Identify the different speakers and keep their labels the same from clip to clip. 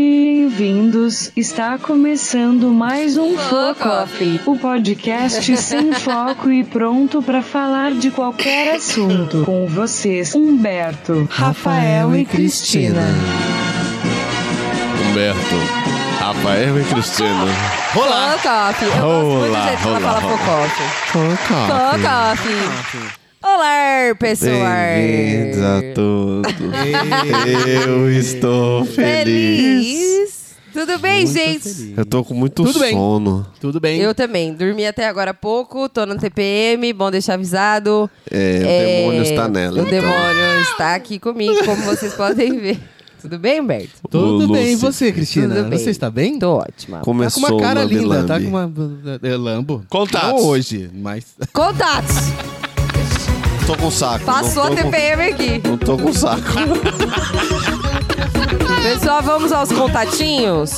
Speaker 1: Bem-vindos! Está começando mais um
Speaker 2: Flow
Speaker 1: Flow Coffee, o podcast sem foco e pronto para falar de qualquer assunto. Com vocês, Humberto, Rafael e Cristina.
Speaker 3: Humberto, Rafael e Cristina.
Speaker 2: Olá. Focoff. Eu gosto muito
Speaker 3: Olá,
Speaker 2: do jeito que ela
Speaker 3: olá,
Speaker 2: fala Focoff.
Speaker 3: Toca.
Speaker 2: Focoff. Olá,
Speaker 3: Bem-vindos
Speaker 2: pessoal.
Speaker 3: a todos. Eu estou feliz.
Speaker 2: Feliz. Tudo bem, gente?
Speaker 3: Eu tô com muito
Speaker 4: Tudo bem. Tá
Speaker 3: sono.
Speaker 4: Tudo bem.
Speaker 2: Eu também. Dormi até agora há pouco, tô no TPM, bom deixar avisado.
Speaker 3: É, o demônio está nela,
Speaker 2: O
Speaker 3: então.
Speaker 2: demônio está aqui comigo, como vocês podem ver. Tudo bem, Humberto?
Speaker 4: Tudo
Speaker 3: Ô,
Speaker 4: bem. E
Speaker 3: Lúcio.
Speaker 4: você, Cristina?
Speaker 2: Tudo bem.
Speaker 4: Você está bem?
Speaker 2: Tô ótima.
Speaker 3: Então Começou
Speaker 4: tá com uma cara
Speaker 3: o Lambi
Speaker 4: linda, tá
Speaker 3: Lambi.
Speaker 4: com uma... É, lambo.
Speaker 3: Contatos.
Speaker 4: Não hoje, mas...
Speaker 2: Contatos!
Speaker 3: Tô com saco.
Speaker 2: Passou a
Speaker 3: não tô com-
Speaker 2: TPM aqui.
Speaker 3: Não tô com saco.
Speaker 2: Pessoal, vamos aos contatinhos?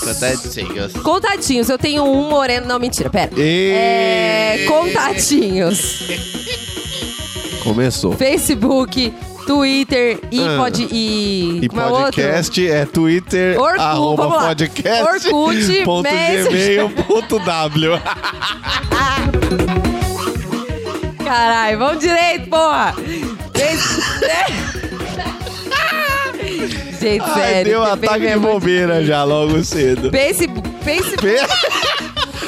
Speaker 2: Contatinhos, eu tenho um moreno. Não, mentira, pera.
Speaker 3: E...
Speaker 2: É, contatinhos.
Speaker 3: Começou.
Speaker 2: Facebook, Twitter e,
Speaker 3: Ah.
Speaker 2: pod, e,
Speaker 3: E
Speaker 2: como é o outro?
Speaker 3: podcast é Twitter,
Speaker 2: Orkut, vamos
Speaker 3: arroba
Speaker 2: lá.
Speaker 3: podcast,
Speaker 2: Orkut,
Speaker 3: ponto
Speaker 2: Messenger.
Speaker 3: gmail.w.
Speaker 2: Caralho, vamos direito, porra! Gente, é. Gente,
Speaker 3: Ai,
Speaker 2: sério.
Speaker 3: deu um
Speaker 2: TPM
Speaker 3: ataque
Speaker 2: é
Speaker 3: de
Speaker 2: muito-
Speaker 3: bobeira já logo cedo.
Speaker 2: Facebook, Facebook,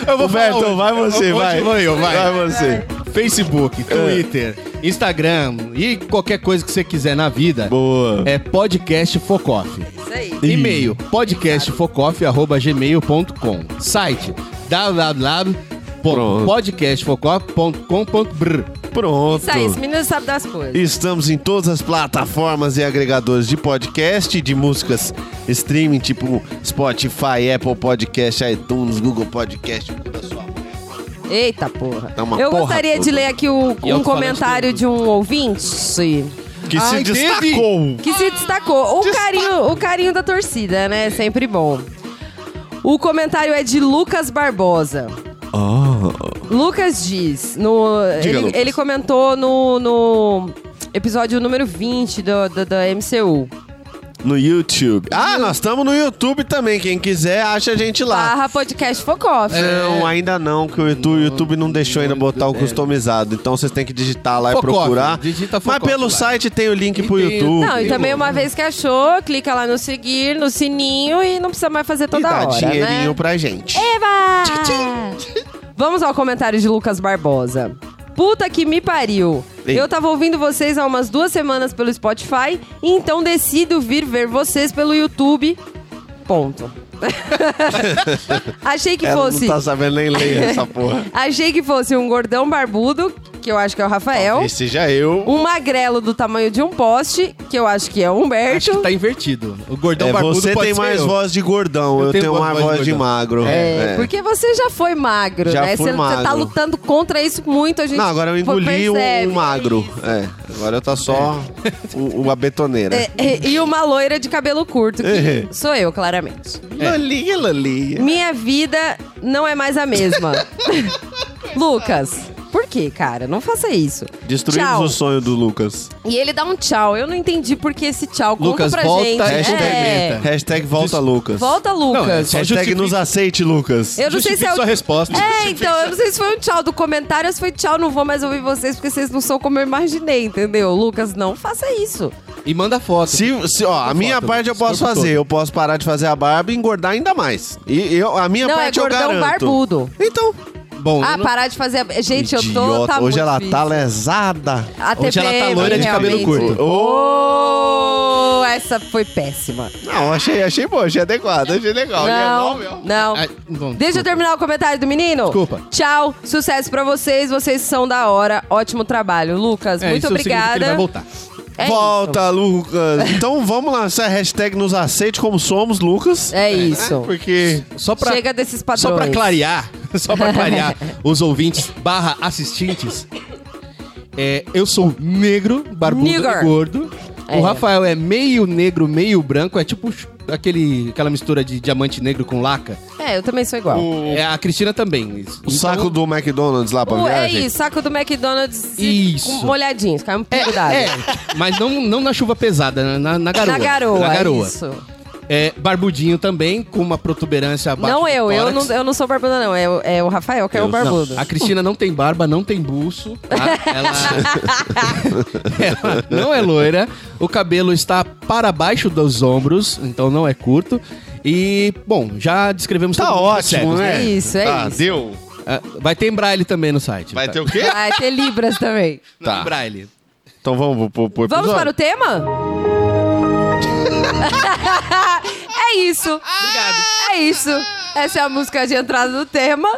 Speaker 3: Eu vou Roberto,
Speaker 4: falar hoje.
Speaker 3: vai
Speaker 4: Hoje
Speaker 3: você, vai. É.
Speaker 4: vou eu, então, vai.
Speaker 3: você.
Speaker 4: Facebook, Twitter, Instagram e qualquer coisa que você quiser na vida
Speaker 3: Boa.
Speaker 4: é podcast Focoff.
Speaker 2: isso aí.
Speaker 4: E-mail podcastfocoff.gmail.com Site www.podcastfocoff.com.br
Speaker 3: Pronto.
Speaker 2: Isso aí, esse menino sabe das coisas.
Speaker 3: Estamos em todas as plataformas e agregadores de podcast, de músicas streaming, tipo Spotify, Apple Podcast, iTunes, Google Podcast, tudo da sua mãe.
Speaker 2: Eita porra.
Speaker 3: Tá uma
Speaker 2: eu
Speaker 3: porra
Speaker 2: gostaria de
Speaker 3: toda.
Speaker 2: ler aqui o-
Speaker 4: E
Speaker 2: um
Speaker 4: alto-falante
Speaker 2: comentário
Speaker 4: tudo.
Speaker 2: de um ouvinte
Speaker 3: Que
Speaker 4: Ai,
Speaker 2: Ah,
Speaker 3: se
Speaker 4: teve?
Speaker 3: destacou.
Speaker 2: que se destacou. O, carinho, o carinho da torcida, né? Sempre bom. O comentário é de Lucas Barbosa.
Speaker 4: Ah.
Speaker 2: Lucas diz, no,
Speaker 3: Diga,
Speaker 2: ele,
Speaker 3: Lucas.
Speaker 2: ele comentou no, no episódio número 20 do, do- da MCU.
Speaker 3: No YouTube. Ah, nós estamos no YouTube também. Quem quiser, acha a gente lá. É,
Speaker 2: Barra podcast Focoff.
Speaker 3: Não,
Speaker 2: é.
Speaker 3: ainda não, que o YouTube, o YouTube não deixou ainda botar o customizado. Então vocês têm que digitar lá
Speaker 4: Focoff,
Speaker 3: e procurar.
Speaker 4: digita
Speaker 3: Mas
Speaker 4: Focoff
Speaker 3: pelo
Speaker 4: lá.
Speaker 3: site tem o link
Speaker 4: E
Speaker 3: pro
Speaker 4: tem-
Speaker 3: YouTube.
Speaker 2: Não, e também uma vez que achou, clica lá no seguir, no sininho e não precisa mais fazer
Speaker 3: E
Speaker 2: toda
Speaker 3: dá
Speaker 2: hora,
Speaker 3: dinheirinho
Speaker 2: né?
Speaker 3: pra gente.
Speaker 2: Eva! Vamos ao comentário de Lucas Barbosa. Puta que me pariu.
Speaker 3: Ei.
Speaker 2: Eu tava ouvindo vocês há umas duas semanas pelo Spotify, então decido vir ver vocês pelo YouTube. Ponto. Achei que
Speaker 3: Ela
Speaker 2: fosse.
Speaker 3: não tá sabendo nem ler essa porra.
Speaker 2: Achei que fosse um gordão barbudo, que eu acho que é o Rafael.
Speaker 3: Esse seja eu.
Speaker 2: Um magrelo do tamanho de um poste, que eu acho que é o Humberto.
Speaker 4: Acho que tá invertido. O gordão
Speaker 3: É,
Speaker 4: barbudo
Speaker 3: você
Speaker 4: pode
Speaker 3: tem
Speaker 4: ser
Speaker 3: mais
Speaker 4: eu.
Speaker 3: voz de gordão, eu, tenho, uma voz de,
Speaker 4: gordão.
Speaker 3: magro.
Speaker 2: É, porque você já foi magro,
Speaker 3: Já
Speaker 2: né?
Speaker 3: fui
Speaker 2: você, você tá
Speaker 3: magro.
Speaker 2: lutando contra isso muito, a gente
Speaker 3: Não, agora eu engoli um,
Speaker 2: percebe.
Speaker 3: um magro. É, agora tá só o- uma betoneira.
Speaker 2: É, e- e uma loira de cabelo curto, que
Speaker 3: É.
Speaker 2: sou eu, claramente.
Speaker 3: Lolinha, Lolinha.
Speaker 2: Minha vida não é mais a mesma. Lucas, por que, cara? Não faça isso.
Speaker 3: Destruímos
Speaker 2: Tchau.
Speaker 3: o sonho do Lucas.
Speaker 2: E ele dá um tchau. Eu não entendi por que esse tchau.
Speaker 4: Lucas,
Speaker 2: Conta pra
Speaker 4: volta,
Speaker 2: gente.
Speaker 4: hashtag
Speaker 2: É.
Speaker 4: meta.
Speaker 3: Hashtag volta Lucas.
Speaker 2: Volta, Lucas.
Speaker 4: Não, é só
Speaker 3: Hashtag nos
Speaker 4: justifica-
Speaker 3: aceite, Lucas.
Speaker 2: eu não sei se
Speaker 4: Justifique
Speaker 2: é o
Speaker 4: sua resposta.
Speaker 2: É, então, eu não sei se foi um tchau do comentário ou se foi tchau, não vou mais ouvir vocês, porque vocês não são como eu imaginei, entendeu? Lucas, não faça isso.
Speaker 4: E manda foto.
Speaker 3: Se, se- ó, a
Speaker 4: Foto,
Speaker 3: minha
Speaker 4: Lucas.
Speaker 3: parte eu posso
Speaker 4: Corpo
Speaker 3: fazer.
Speaker 4: todo.
Speaker 3: Eu posso parar de fazer a barba e engordar ainda mais. E eu, a minha
Speaker 2: não, é
Speaker 3: parte eu
Speaker 2: gordão
Speaker 3: garanto.
Speaker 2: barbudo.
Speaker 3: Então,
Speaker 4: Bom,
Speaker 2: Ah,
Speaker 4: eu não-
Speaker 2: parar de fazer. a- Gente, eu tô.
Speaker 3: idiota.
Speaker 2: Tá
Speaker 3: Hoje
Speaker 2: muito
Speaker 3: ela tá
Speaker 2: difícil.
Speaker 3: lesada.
Speaker 2: A
Speaker 4: Hoje ela tá
Speaker 2: TPM,
Speaker 4: loira de cabelo
Speaker 2: realmente.
Speaker 4: curto.
Speaker 2: Oh, essa foi péssima.
Speaker 3: Não, achei, achei boa, achei adequada, achei
Speaker 4: Tá,
Speaker 3: legal. é
Speaker 2: Não, não.
Speaker 4: Ai, Ah, bom,
Speaker 2: Deixa eu
Speaker 4: É, desculpa.
Speaker 2: terminar o comentário do menino.
Speaker 4: Desculpa.
Speaker 2: Tchau, sucesso pra vocês, vocês são da hora. Ótimo trabalho. Lucas,
Speaker 4: É,
Speaker 2: muito
Speaker 4: isso significa que Ele vai
Speaker 2: obrigada.
Speaker 4: voltar.
Speaker 2: É
Speaker 3: Volta, Lucas. Então vamos lançar a hashtag nos aceite como somos, Lucas.
Speaker 2: isso. É isso.
Speaker 3: Porque
Speaker 4: Só pra,
Speaker 2: Chega desses padrões.
Speaker 4: só pra clarear, só pra clarear os ouvintes barra assistentes, é, eu sou negro, barbudo
Speaker 2: Nigger.
Speaker 4: e gordo.
Speaker 2: É.
Speaker 4: O Rafael é meio negro, meio branco, é tipo aquele, aquela mistura de diamante negro com laca.
Speaker 2: É, eu também sou igual.
Speaker 4: É, a Cristina também. Então, isso.
Speaker 3: O saco do McDonald's lá pra
Speaker 2: O- é
Speaker 3: viagem?
Speaker 2: isso, saco do McDonald's se-
Speaker 4: Isso.
Speaker 2: com molhadinhos, caiu um
Speaker 4: É,
Speaker 2: pingo d'água.
Speaker 4: é, mas não, não na chuva pesada, na, na garoa.
Speaker 2: Na garoa.
Speaker 4: Na garoa.
Speaker 2: Isso.
Speaker 4: É, barbudinho também, com uma protuberância abaixo
Speaker 2: Não
Speaker 4: do
Speaker 2: eu, eu
Speaker 4: tórax.
Speaker 2: não, eu não sou barbuda, não. É, o- é o Rafael que é o
Speaker 4: Não,
Speaker 2: barbudo.
Speaker 4: a Cristina não tem barba, não tem buço. tá? Ela, ela não é loira. O cabelo está para baixo dos ombros, então não é curto. E, bom, já descrevemos
Speaker 3: Tá
Speaker 4: todo mundo
Speaker 3: ótimo,
Speaker 4: cegos,
Speaker 3: né?
Speaker 2: É isso, é
Speaker 3: tá,
Speaker 2: isso.
Speaker 3: deu.
Speaker 4: Ah, Vai ter em braille também no site. Tá.
Speaker 3: Vai ter o quê?
Speaker 2: Vai ter Libras também.
Speaker 4: Não,
Speaker 3: Tá.
Speaker 4: em braille.
Speaker 3: Então vamos pro, pro
Speaker 2: Vamos
Speaker 3: episódio?
Speaker 2: para o tema? é isso. Obrigado. É isso. Essa é a música de entrada do tema.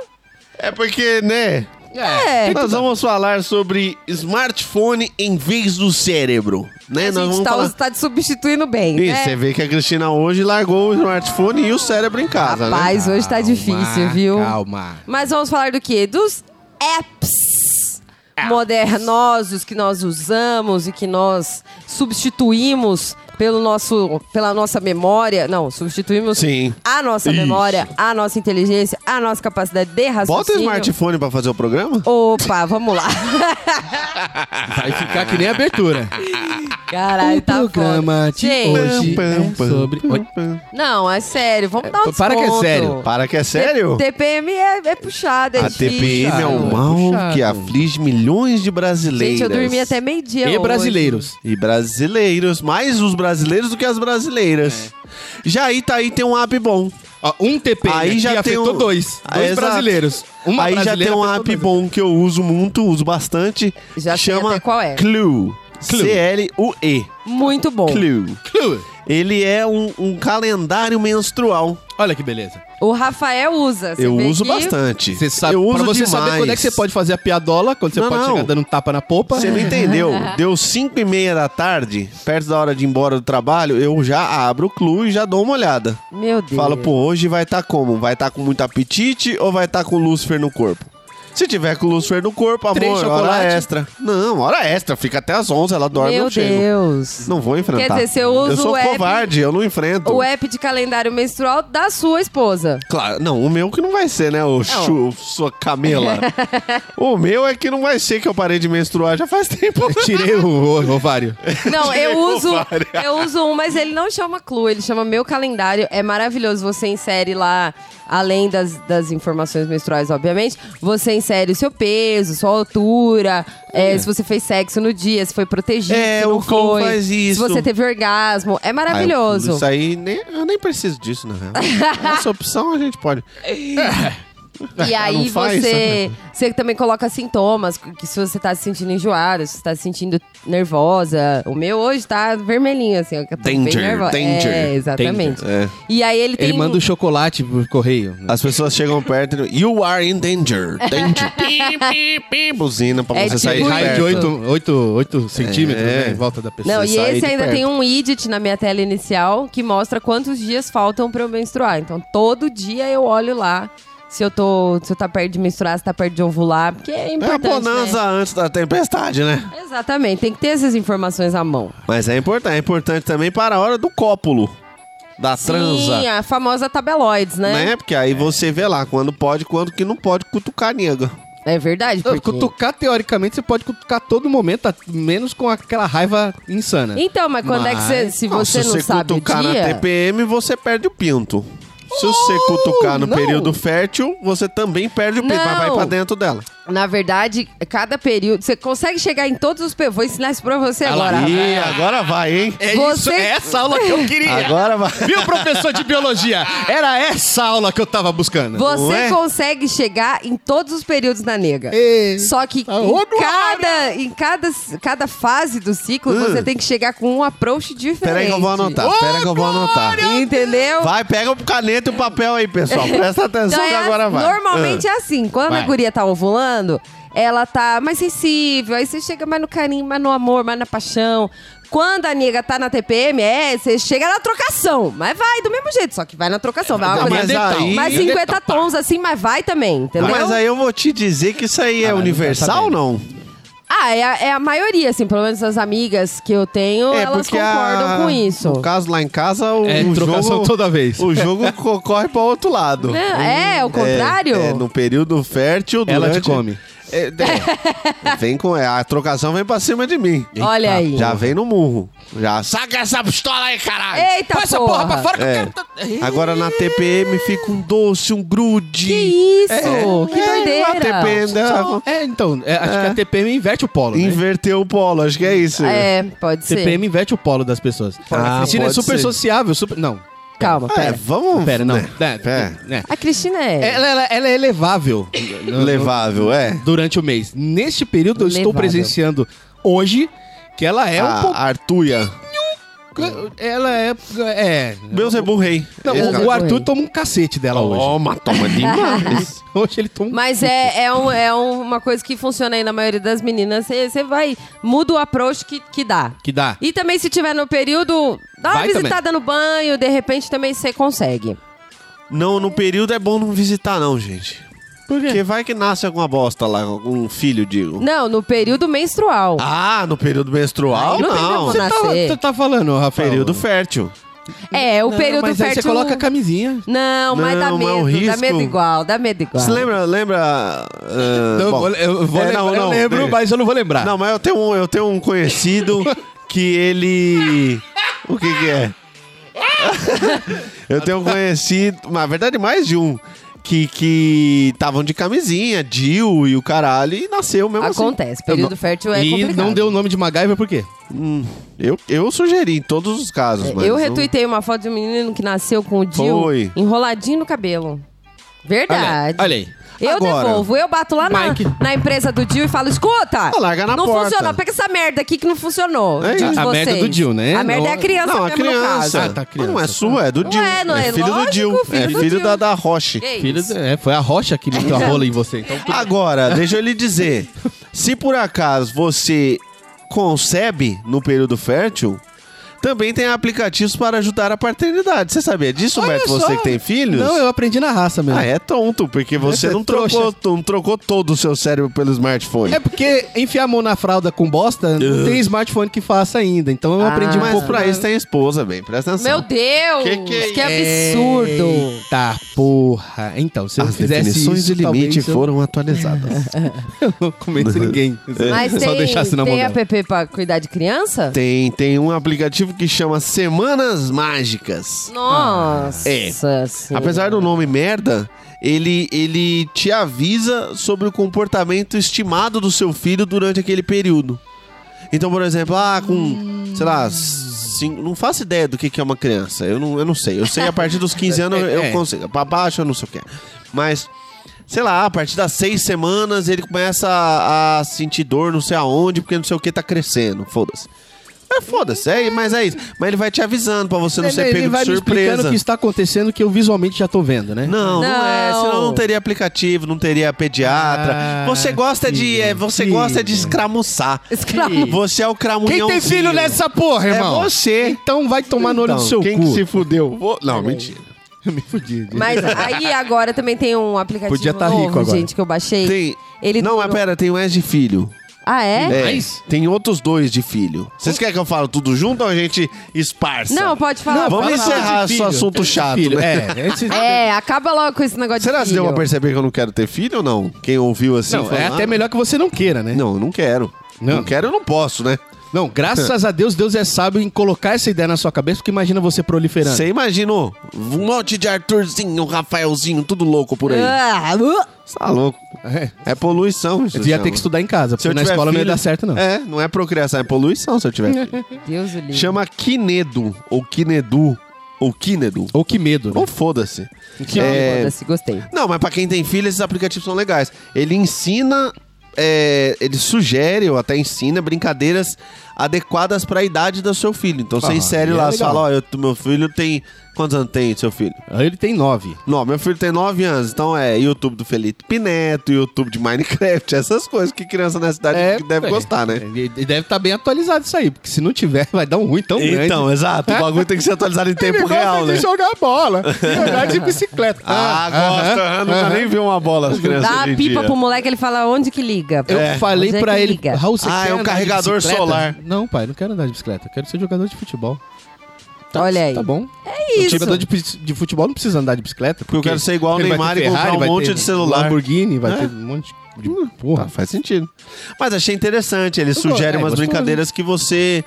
Speaker 3: É porque, né?
Speaker 2: É.
Speaker 3: Nós vamos falar sobre smartphone em vez do cérebro, né?
Speaker 2: a
Speaker 3: Nós
Speaker 2: gente
Speaker 3: vamos
Speaker 2: tá,
Speaker 3: falar...
Speaker 2: tá te substituindo bem.
Speaker 3: Ih,
Speaker 2: né?
Speaker 3: você vê que a Cristina hoje largou o smartphone e o cérebro em casa, né?
Speaker 2: Rapaz, hoje tá
Speaker 4: Calma,
Speaker 2: difícil, viu?
Speaker 4: Calma.
Speaker 2: Mas vamos falar do quê? Dos apps
Speaker 3: Ah.
Speaker 2: modernosos que nós usamos e que nós substituímos pelo nosso, pela nossa memória. Não, substituímos
Speaker 3: Sim.
Speaker 2: a nossa
Speaker 3: Isso.
Speaker 2: memória, a nossa inteligência, a nossa capacidade de raciocínio.
Speaker 3: Bota o smartphone pra fazer o programa?
Speaker 2: Opa, vamos lá.
Speaker 4: Vai ficar que nem a abertura.
Speaker 2: Caralho,
Speaker 4: o
Speaker 2: tá
Speaker 4: programa
Speaker 2: foda.
Speaker 4: de
Speaker 2: Gente,
Speaker 4: hoje
Speaker 3: Pam,
Speaker 4: é
Speaker 3: pam,
Speaker 4: sobre...
Speaker 3: pam,
Speaker 4: Oi?
Speaker 3: pam.
Speaker 2: não, é sério, vamos dar um
Speaker 4: Para que é
Speaker 2: desconto.
Speaker 4: sério,
Speaker 3: Para que é sério?
Speaker 2: TPM é, é puxada, é
Speaker 3: A TPM é
Speaker 2: difícil.
Speaker 3: um
Speaker 4: puxado,
Speaker 3: mal
Speaker 4: é puxado.
Speaker 3: que aflige milhões de brasileiros.
Speaker 2: Gente, eu dormi até meio-dia
Speaker 4: E é
Speaker 2: hoje.
Speaker 4: brasileiros.
Speaker 3: E brasileiros, mais os brasileiros do que as brasileiras.
Speaker 2: É.
Speaker 3: Já aí tá aí tem um app bom.
Speaker 4: Ó, um TP
Speaker 3: Aí
Speaker 4: que
Speaker 3: já tem
Speaker 4: afetou
Speaker 3: um-
Speaker 4: dois.
Speaker 3: Ah,
Speaker 4: dois
Speaker 3: exato.
Speaker 4: brasileiros. Uma
Speaker 3: aí já tem
Speaker 4: brasileira
Speaker 3: um
Speaker 4: afetou
Speaker 3: app
Speaker 4: dois.
Speaker 3: bom que eu uso muito, uso bastante.
Speaker 2: Já
Speaker 3: que
Speaker 2: sei
Speaker 3: chama
Speaker 2: até qual é.
Speaker 3: Clue. C-L-U-E.
Speaker 2: Muito bom.
Speaker 3: Clue.
Speaker 4: Clue.
Speaker 3: Ele é um, um calendário menstrual.
Speaker 4: Olha que beleza.
Speaker 2: O Rafael usa. você
Speaker 3: eu
Speaker 2: vê
Speaker 3: uso
Speaker 2: que-
Speaker 3: bastante.
Speaker 4: Você sabe,
Speaker 3: eu uso
Speaker 4: pra você
Speaker 3: demais.
Speaker 4: saber quando é que você pode fazer a piadola, quando você
Speaker 3: Não,
Speaker 4: pode
Speaker 3: não.
Speaker 4: chegar dando um tapa na popa.
Speaker 3: Você não entendeu. Deu 5 e meia da tarde, perto da hora de ir embora do trabalho, eu já abro o clube e já dou uma olhada.
Speaker 2: Meu Deus.
Speaker 3: Falo, pô, hoje vai estar como? Vai estar com muito apetite ou vai estar com Lúcifer no corpo? Se tiver com Lúcifer no corpo,
Speaker 4: Três
Speaker 3: amor, hora
Speaker 4: chocolate.
Speaker 3: extra. Não, hora extra. Fica até às 11, ela dorme,
Speaker 2: Meu
Speaker 3: eu chego.
Speaker 2: Deus.
Speaker 3: Não vou enfrentar.
Speaker 2: Quer dizer, se eu uso
Speaker 3: Eu sou
Speaker 2: o app-
Speaker 3: covarde, eu não enfrento.
Speaker 2: O app de calendário menstrual da sua esposa.
Speaker 3: Claro, não, o meu que não vai ser, né, ô chu, sua camela. o meu é que não vai ser que eu parei de menstruar já faz tempo.
Speaker 4: Tirei o o ovário.
Speaker 2: Não, eu
Speaker 3: Chegou,
Speaker 2: uso,
Speaker 3: Mário.
Speaker 2: eu uso um, mas ele não chama Clue, ele chama Meu Calendário. É maravilhoso. Você insere lá, além das, das informações menstruais, obviamente, você insere o seu peso, sua altura, é, se você fez sexo no dia, se foi protegido,
Speaker 3: É,
Speaker 2: se não
Speaker 3: o Clue
Speaker 2: foi,
Speaker 3: faz isso.
Speaker 2: se você teve orgasmo. É maravilhoso.
Speaker 3: Ah, eu- isso aí, nem, eu nem preciso disso, na real. Essa opção a gente pode.
Speaker 2: E aí
Speaker 3: não faz? né?
Speaker 2: você, você também coloca sintomas, que se você tá se sentindo enjoado, se você tá se sentindo nervosa. O meu hoje tá vermelhinho, assim, eu tô bem
Speaker 3: Danger,
Speaker 2: nervosa.
Speaker 3: danger,
Speaker 2: É, exatamente.
Speaker 3: danger, é.
Speaker 2: E aí ele tem... um
Speaker 4: Ele manda o chocolate por correio.
Speaker 3: As pessoas chegam perto e. You are in danger. Danger. Pi, pi, pi, Buzina pra
Speaker 2: É
Speaker 3: você
Speaker 2: tipo
Speaker 3: sair
Speaker 4: Ele
Speaker 3: de
Speaker 2: isso.
Speaker 4: raio de
Speaker 3: perto.
Speaker 4: 8, centímetros
Speaker 3: É.
Speaker 4: né, em volta da pessoa.
Speaker 2: Não,
Speaker 3: você
Speaker 2: e
Speaker 3: sai
Speaker 2: esse
Speaker 3: de
Speaker 2: ainda
Speaker 3: perto.
Speaker 2: tem um edit na minha tela inicial que mostra quantos dias faltam pra eu menstruar. Então todo dia eu olho lá se eu tô, se eu tá perto de menstruar, se tá perto de ovular, porque é
Speaker 3: É a
Speaker 2: importante,
Speaker 3: bonança
Speaker 2: né?
Speaker 3: antes da tempestade, né?
Speaker 2: Exatamente, tem que ter essas informações à mão.
Speaker 3: Mas é importante. É importante também para a hora do cópulo. Da transa.
Speaker 2: Sim, a famosa tabeloides,
Speaker 3: né? Porque aí você vê lá quando pode, quando que não pode cutucar nega.
Speaker 2: É verdade,
Speaker 4: Não,
Speaker 2: porque...
Speaker 4: Cutucar, teoricamente, você pode cutucar a todo momento, a- menos com aquela raiva insana.
Speaker 2: Então, mas quando é que você, se você não,
Speaker 3: se você um
Speaker 2: sabe o
Speaker 3: cutucar
Speaker 2: dia... Oh,
Speaker 3: na TPM, você perde o pinto. Se você cutucar no
Speaker 4: não.
Speaker 3: período fértil, você também perde o pinto, mas vai
Speaker 2: Não.
Speaker 3: pra dentro dela.
Speaker 2: Na verdade, cada período... Você consegue chegar em todos os... pe- Vou ensinar isso pra você
Speaker 4: Ah lá,
Speaker 2: agora. Rafa.
Speaker 3: Ih, agora vai, hein?
Speaker 4: É
Speaker 2: Você-
Speaker 4: essa aula que eu queria.
Speaker 3: Agora vai.
Speaker 4: Viu, professor de biologia? Era essa aula que eu tava buscando.
Speaker 2: Você
Speaker 3: Ué?
Speaker 2: consegue chegar em todos os períodos da nega.
Speaker 4: Ei.
Speaker 2: Só que
Speaker 3: tá
Speaker 4: Ah,
Speaker 2: em,
Speaker 4: Eduardo!
Speaker 2: cada, em cada, cada fase do ciclo, você tem que chegar com um approach diferente.
Speaker 3: Pera aí que eu vou anotar, pera aí que eu vou anotar.
Speaker 2: Entendeu?
Speaker 3: Vai, pega o caneta e o papel aí, pessoal. Presta atenção
Speaker 2: Então,
Speaker 3: que
Speaker 2: é
Speaker 3: agora
Speaker 2: assim-
Speaker 3: vai.
Speaker 2: Normalmente é assim. Quando a
Speaker 4: Vai.
Speaker 2: guria tá ovulando, ela tá mais sensível. Aí você chega mais no carinho, mais no amor, mais na paixão. Quando a nega tá na TPM, é, você chega na trocação. Mas vai do mesmo jeito, só que vai na trocação. Vai uma
Speaker 3: Não,
Speaker 2: coisa
Speaker 3: mas aí- é
Speaker 2: mais 50 tons, assim, mas vai também,
Speaker 3: Ah,
Speaker 2: entendeu?
Speaker 3: Mas aí eu vou te dizer que isso aí é
Speaker 4: Ah, mas não tá
Speaker 3: universal ou
Speaker 4: sabendo.
Speaker 3: não?
Speaker 2: Ah, é a, é a maioria, assim, pelo menos as amigas que eu tenho, elas concordam
Speaker 3: É, a-
Speaker 2: com isso.
Speaker 3: No caso, lá em casa, o,
Speaker 4: É
Speaker 3: o
Speaker 4: trocação
Speaker 3: jogo...
Speaker 4: toda vez.
Speaker 3: O jogo co- corre para outro lado.
Speaker 2: Não, é, ao contrário.
Speaker 3: É, no período fértil,
Speaker 4: Ela te
Speaker 3: durante-
Speaker 4: come.
Speaker 3: É, é. vem com a trocação vem pra cima de mim.
Speaker 2: Olha aí.
Speaker 3: Já vem no murro. Já saca essa pistola aí, caralho.
Speaker 2: Eita, porra.
Speaker 4: fora
Speaker 3: É. Agora na TPM fica um doce, um grude.
Speaker 2: Que isso? que
Speaker 3: é, a
Speaker 2: doideira.
Speaker 3: TPM dela
Speaker 4: É, então, é, acho que a TPM inverte o polo, né?
Speaker 3: inverteu o polo, acho que é isso.
Speaker 2: um É, pode ser.
Speaker 4: TPM inverte o polo das pessoas.
Speaker 3: Ah,
Speaker 4: a Cristina é
Speaker 3: pode
Speaker 4: super
Speaker 3: ser.
Speaker 4: sociável, super... Não,
Speaker 2: Calma,
Speaker 3: É,
Speaker 2: pera.
Speaker 3: vamos.
Speaker 4: pera, não.
Speaker 3: né? É.
Speaker 4: É.
Speaker 2: A Cristina é.
Speaker 4: Ela, ela- ela é elevável no- no-
Speaker 3: Levável, é.
Speaker 4: durante o mês. Neste período, eu estou
Speaker 2: Levável.
Speaker 4: presenciando hoje que ela é
Speaker 3: a
Speaker 4: um pouco...
Speaker 3: Artuia.
Speaker 4: Ela é... é...
Speaker 3: Meu Zebu Rei.
Speaker 4: Não,
Speaker 3: Esse
Speaker 4: o-
Speaker 3: cara.
Speaker 4: o Arthur toma um cacete dela hoje.
Speaker 3: Toma, toma demais.
Speaker 4: Hoje ele toma um
Speaker 2: Mas é, é, um- é um- uma coisa que funciona aí na maioria das meninas. Você vai, muda o approach que, que dá.
Speaker 4: que dá.
Speaker 2: E também, se tiver no período, dá uma
Speaker 4: Vai
Speaker 2: visitada no banho, de repente também você consegue.
Speaker 3: Não, no período é bom não visitar, não, gente. Por quê? Porque vai que nasce alguma bosta lá, algum filho, digo.
Speaker 2: Não, no período menstrual.
Speaker 3: Ah, no período menstrual,
Speaker 2: Aí não tem né?
Speaker 3: não.
Speaker 2: como
Speaker 4: Você tá,
Speaker 2: nascer.
Speaker 4: você tá falando, Rafael?
Speaker 3: Período fértil.
Speaker 2: é, o período
Speaker 4: mas
Speaker 2: fértil.
Speaker 4: Aí você coloca a camisinha.
Speaker 2: Não, mas dá
Speaker 3: Não, mas o
Speaker 2: medo, dá
Speaker 3: risco-
Speaker 2: medo igual, dá medo igual.
Speaker 3: Você lembra, lembra... ah,
Speaker 4: Tá. eu
Speaker 3: bom,
Speaker 4: vou, eu vou
Speaker 3: é,
Speaker 4: lembrar,
Speaker 3: não,
Speaker 4: eu
Speaker 3: não,
Speaker 4: lembro,
Speaker 3: deixa.
Speaker 4: mas eu não vou lembrar.
Speaker 3: Não, mas eu tenho um, eu tenho um conhecido que ele... O que que é? eu tenho um conhecido, na verdade mais de um, que que estavam de camisinha, Dil e o caralho, e nasceu mesmo assim.
Speaker 2: Acontece, período fértil é
Speaker 4: e
Speaker 2: complicado.
Speaker 4: não deu o nome de MacGyver por quê?
Speaker 3: Hum, eu, eu sugeri em todos os casos, mas
Speaker 2: É, Eu
Speaker 3: não-
Speaker 2: retuitei uma foto de um menino que nasceu com o Dil
Speaker 3: Foi.
Speaker 2: enroladinho no cabelo. Verdade.
Speaker 4: Olha aí.
Speaker 2: Eu
Speaker 3: Agora.
Speaker 2: devolvo, eu bato lá na,
Speaker 4: Mike.
Speaker 2: na empresa do Dil e falo: escuta!
Speaker 3: Ah, larga na
Speaker 2: não
Speaker 3: porta.
Speaker 2: funcionou, pega essa merda aqui que não funcionou.
Speaker 3: É
Speaker 2: Dil de
Speaker 4: isso. A
Speaker 2: vocês.
Speaker 4: merda do Dil, né?
Speaker 2: A merda
Speaker 4: Não-
Speaker 2: é a criança
Speaker 3: Não, a
Speaker 2: mesmo no caso.
Speaker 3: criança.
Speaker 4: Ah, tá,
Speaker 3: Mas
Speaker 4: criança.
Speaker 3: não é sua, é do
Speaker 2: Não
Speaker 3: Dil.
Speaker 2: é, não é.
Speaker 3: filho do
Speaker 2: Lógico,
Speaker 3: Dil.
Speaker 2: filho
Speaker 3: é
Speaker 2: do
Speaker 3: filho
Speaker 2: Dil.
Speaker 3: da, da Roche.
Speaker 2: Que
Speaker 4: Filhos,
Speaker 2: isso?
Speaker 4: é, foi a rocha que meteu a rola em você. Então, tudo-
Speaker 3: Agora, deixa eu lhe dizer. Se por acaso você concebe no período fértil, também tem aplicativos para ajudar a paternidade. Você sabia disso,
Speaker 4: Olha
Speaker 3: Beto? Você
Speaker 4: só.
Speaker 3: que tem filhos?
Speaker 4: não, eu aprendi na raça mesmo.
Speaker 3: Ah, é tonto, porque você
Speaker 4: Você é
Speaker 3: não
Speaker 4: trouxa.
Speaker 3: trocou, não trocou todo o seu cérebro pelo smartphone.
Speaker 4: É porque enfiar a mão na fralda com bosta não tem smartphone que faça ainda. Então eu
Speaker 2: Ah,
Speaker 4: aprendi um
Speaker 3: Mas
Speaker 4: pouco
Speaker 3: pra isso tem esposa, bem, presta atenção.
Speaker 2: Meu Deus!
Speaker 3: Que
Speaker 2: Que,
Speaker 3: que é
Speaker 2: absurdo!
Speaker 4: Tá, porra. Então, se eu
Speaker 3: As
Speaker 4: fizesse
Speaker 3: definições de
Speaker 4: isso,
Speaker 3: limite
Speaker 4: talvez eu-
Speaker 3: foram atualizadas.
Speaker 4: eu não comesse ninguém.
Speaker 3: É.
Speaker 2: Mas
Speaker 4: Só
Speaker 2: tem,
Speaker 4: deixasse na mão
Speaker 2: tem
Speaker 4: dela.
Speaker 2: app pra cuidar de criança?
Speaker 3: Tem, tem um aplicativo que chama Semanas Mágicas.
Speaker 2: Nossa!
Speaker 3: É.
Speaker 2: senhora.
Speaker 3: Apesar do nome merda, ele, ele te avisa sobre o comportamento estimado do seu filho durante aquele período. Então, por exemplo, ah, com, sei lá, cinco, não faço ideia do que, que é uma criança. Eu não, eu não sei. Eu sei a partir dos 15 anos eu
Speaker 4: É.
Speaker 3: consigo. Pra baixo eu não sei o que é. Mas, sei lá, a partir das seis semanas ele começa a, a sentir dor não sei aonde, porque não sei o que tá crescendo. Foda-se. É, foda-se, é, mas é isso. Mas ele vai te avisando pra você não ser
Speaker 4: ele
Speaker 3: pego
Speaker 4: vai
Speaker 3: de
Speaker 4: me explicando
Speaker 3: surpresa.
Speaker 4: o que está acontecendo que eu visualmente já tô vendo, né?
Speaker 3: Não, não, é.
Speaker 2: Não.
Speaker 3: Senão não teria aplicativo, não teria pediatra.
Speaker 4: Ah,
Speaker 3: você gosta de.
Speaker 4: filho,
Speaker 3: é, você
Speaker 4: filho.
Speaker 3: gosta de escramuçar.
Speaker 2: Escravo.
Speaker 3: Você é o
Speaker 4: Quem
Speaker 3: cramunhão.
Speaker 4: tem filho nessa porra, irmão?
Speaker 3: É você.
Speaker 4: Então vai tomar no olho
Speaker 3: Então,
Speaker 4: do seu
Speaker 3: quem
Speaker 4: cu.
Speaker 3: que se fudeu? Vou- Não, mentira.
Speaker 4: Eu me fudi. gente.
Speaker 2: Mas aí agora também tem um aplicativo
Speaker 4: Podia tá
Speaker 2: novo,
Speaker 4: rico agora.
Speaker 2: gente, que eu baixei.
Speaker 3: Tem.
Speaker 2: Ele
Speaker 3: não, é
Speaker 2: durou-
Speaker 3: mas pera, tem o S de filho.
Speaker 2: Ah, é?
Speaker 4: Mais?
Speaker 3: Tem outros dois de filho. Vocês querem que eu fale tudo junto ou a gente esparça?
Speaker 2: Não, pode falar.
Speaker 3: Não, vamos
Speaker 4: Fala
Speaker 3: encerrar
Speaker 4: mal de
Speaker 3: esse
Speaker 4: filho.
Speaker 3: assunto
Speaker 4: Esse
Speaker 3: chato,
Speaker 4: filho,
Speaker 3: né?
Speaker 4: É, esse-
Speaker 2: É, acaba logo com esse negócio
Speaker 3: Será
Speaker 2: de
Speaker 3: que deu
Speaker 2: filho.
Speaker 3: pra perceber que eu não quero ter filho ou não? Quem ouviu assim
Speaker 4: Não,
Speaker 3: falou,
Speaker 4: é até
Speaker 3: "Ah,
Speaker 4: melhor que você não queira, né?
Speaker 3: Não, eu não quero.
Speaker 4: Não.
Speaker 3: Não. quero, eu não posso, né?
Speaker 4: Não, graças a Deus, Deus é sábio em colocar essa ideia na sua cabeça, porque imagina você proliferando.
Speaker 3: Você imaginou? Um monte de Arthurzinho, Rafaelzinho, tudo louco por aí.
Speaker 2: Ah, uh,
Speaker 3: Tá louco.
Speaker 4: É.
Speaker 3: É poluição isso.
Speaker 4: Você ia ter
Speaker 3: chama.
Speaker 4: que estudar em casa,
Speaker 3: Se
Speaker 4: porque
Speaker 3: eu
Speaker 4: na
Speaker 3: tiver
Speaker 4: escola não
Speaker 3: filho-
Speaker 4: ia dar certo, não.
Speaker 3: É, não é procriação, é poluição se eu tiver filho.
Speaker 2: Deus do livro.
Speaker 3: Chama Quinedo, ou Quinedu, ou Quinedo.
Speaker 4: Ou que medo, né?
Speaker 3: Ou foda-se.
Speaker 2: É... Foda-se, gostei.
Speaker 3: Não, mas pra quem tem filho, esses aplicativos são legais. Ele ensina, é, ele sugere ou até ensina brincadeiras adequadas para a idade do seu filho. Então você
Speaker 4: Ah,
Speaker 3: insere
Speaker 4: é
Speaker 3: lá, você
Speaker 4: legal.
Speaker 3: fala, ó, eu- meu filho tem... Quantos anos tem seu filho?
Speaker 4: Aí Ele tem nove.
Speaker 3: Não, meu filho tem 9 anos, então é YouTube do Felipe Neto, YouTube de Minecraft, essas coisas que criança nessa idade
Speaker 4: É,
Speaker 3: deve gostar, né?
Speaker 4: E e deve estar bem atualizado isso aí, porque se não tiver, vai dar um ruim tão grande. É.
Speaker 3: Então, exato. O bagulho tem que ser atualizado em
Speaker 4: Ele
Speaker 3: tempo
Speaker 4: gosta
Speaker 3: real,
Speaker 4: de
Speaker 3: né?
Speaker 4: jogar bola, de andar de bicicleta.
Speaker 3: Ah, gosta.
Speaker 4: aham,
Speaker 3: Nunca
Speaker 4: aham.
Speaker 3: nem viu uma bola as crianças
Speaker 2: Dá a
Speaker 3: hoje em
Speaker 2: pipa
Speaker 3: dia.
Speaker 2: pro moleque, ele fala onde que liga.
Speaker 4: Eu falei
Speaker 2: Onde é
Speaker 4: pra
Speaker 2: que
Speaker 4: ele,
Speaker 2: liga?
Speaker 4: Raul, você
Speaker 3: Ah,
Speaker 4: quer
Speaker 3: é um
Speaker 4: andar de
Speaker 3: carregador
Speaker 4: bicicleta?"
Speaker 3: solar.
Speaker 4: Não, pai, não quero andar de bicicleta, eu quero ser jogador de futebol.
Speaker 2: Olha aí.
Speaker 4: Tá bom.
Speaker 2: É
Speaker 4: O
Speaker 2: isso.
Speaker 4: jogador de, pis- de futebol não precisa andar de bicicleta.
Speaker 3: Porque eu quero ser igual o
Speaker 4: ele vai
Speaker 3: Neymar
Speaker 4: ter
Speaker 3: e comprar
Speaker 4: Ferrari,
Speaker 3: um
Speaker 4: vai
Speaker 3: monte
Speaker 4: ter
Speaker 3: de celular.
Speaker 4: Lamborghini, vai ter um monte de... Porra,
Speaker 3: Ah, faz sentido. Mas achei interessante. Ele
Speaker 4: gosto,
Speaker 3: sugere
Speaker 4: é,
Speaker 3: umas
Speaker 4: gostoso.
Speaker 3: brincadeiras que você.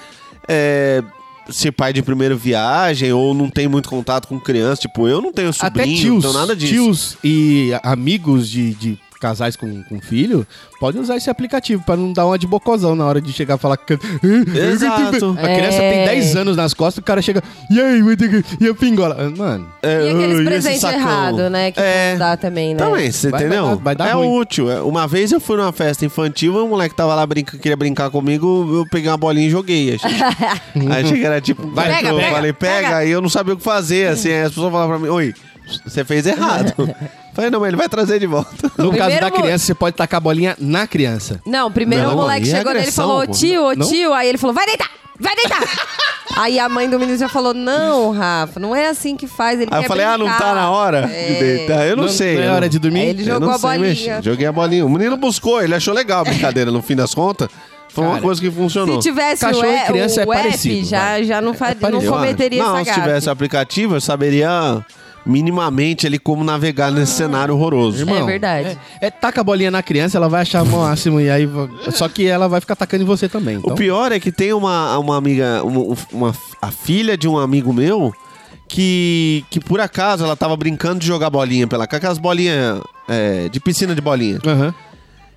Speaker 3: É, se pai de primeira viagem ou não tem muito contato com criança, tipo, eu não tenho sobrinho,
Speaker 4: até tios,
Speaker 3: então nada disso.
Speaker 4: tios e a- amigos de, de casais com, com filho podem usar esse aplicativo pra não dar uma de bocozão na hora de chegar a falar. que canta.
Speaker 3: Exato.
Speaker 4: A criança tem
Speaker 2: É.
Speaker 4: 10 anos nas costas, o cara chega. E aí, vai ter que- e a pingola? Mano,
Speaker 3: É,
Speaker 2: E aqueles
Speaker 3: esse
Speaker 2: presentes
Speaker 3: sacão.
Speaker 2: errados, né? Que
Speaker 3: É.
Speaker 2: dá também, né?
Speaker 3: Também, você
Speaker 4: Vai-
Speaker 3: entendeu?
Speaker 4: vai dar- vai dar
Speaker 3: é
Speaker 4: ruim.
Speaker 3: útil. É, Uma vez eu fui numa festa infantil, um moleque tava lá brinca, queria brincar comigo, eu peguei uma bolinha e joguei. Achei, achei que era tipo, vai,
Speaker 2: Pega,
Speaker 3: eu
Speaker 2: pega,
Speaker 3: falei, pega,
Speaker 2: pega.
Speaker 3: aí eu não sabia o que fazer. Assim, aí as pessoas falavam pra mim, oi, você fez errado. falei, não, mas ele vai trazer de volta.
Speaker 4: no caso
Speaker 2: Primeiro
Speaker 4: da
Speaker 2: mo-
Speaker 4: criança, você pode tacar a bolinha na criança.
Speaker 2: Não, primeiro
Speaker 3: Não,
Speaker 2: o moleque
Speaker 3: aí é
Speaker 2: chegou nele e
Speaker 3: agressão,
Speaker 2: falou, ô
Speaker 3: pô.
Speaker 2: tio, ô
Speaker 4: Não?
Speaker 2: tio. Aí ele falou, vai deitar, vai deitar. aí a mãe do menino já falou, não, Rafa, não é assim que faz. Ele
Speaker 3: Aí eu
Speaker 2: quer
Speaker 3: falei, ah, não
Speaker 2: brincar."
Speaker 3: tá na hora de
Speaker 2: É.
Speaker 3: deitar. Eu não, sei.
Speaker 4: Não é
Speaker 3: eu
Speaker 4: hora de dormir?
Speaker 2: Aí ele
Speaker 3: eu
Speaker 2: jogou
Speaker 3: não
Speaker 2: a
Speaker 3: sei
Speaker 2: bolinha.
Speaker 3: mexer. Joguei a bolinha. O menino buscou, ele achou legal a brincadeira no fim das contas. Foi uma
Speaker 4: Cara,
Speaker 3: coisa que funcionou.
Speaker 2: Se tivesse
Speaker 4: Cachorro
Speaker 2: o,
Speaker 4: e
Speaker 2: e-
Speaker 4: criança
Speaker 2: o
Speaker 4: é
Speaker 2: app,
Speaker 4: parecido,
Speaker 2: já,
Speaker 4: vai.
Speaker 2: já não, fa-
Speaker 4: É
Speaker 2: não
Speaker 4: parecido.
Speaker 3: Eu acho.
Speaker 2: cometeria
Speaker 3: Não,
Speaker 2: essa
Speaker 3: se tivesse o
Speaker 2: gafe.
Speaker 3: aplicativo, eu saberia minimamente ali como navegar nesse cenário horroroso.
Speaker 2: Irmão. É verdade.
Speaker 4: É, é, taca a bolinha na criança, ela vai achar o máximo e aí. va- Só que ela vai ficar atacando em você também.
Speaker 3: O
Speaker 4: Então,
Speaker 3: pior é que tem uma, uma amiga, uma, uma- a filha de um amigo meu, que, que por acaso ela tava brincando de jogar bolinha pela com aquelas bolinhas é, de piscina de bolinha.
Speaker 4: Aham.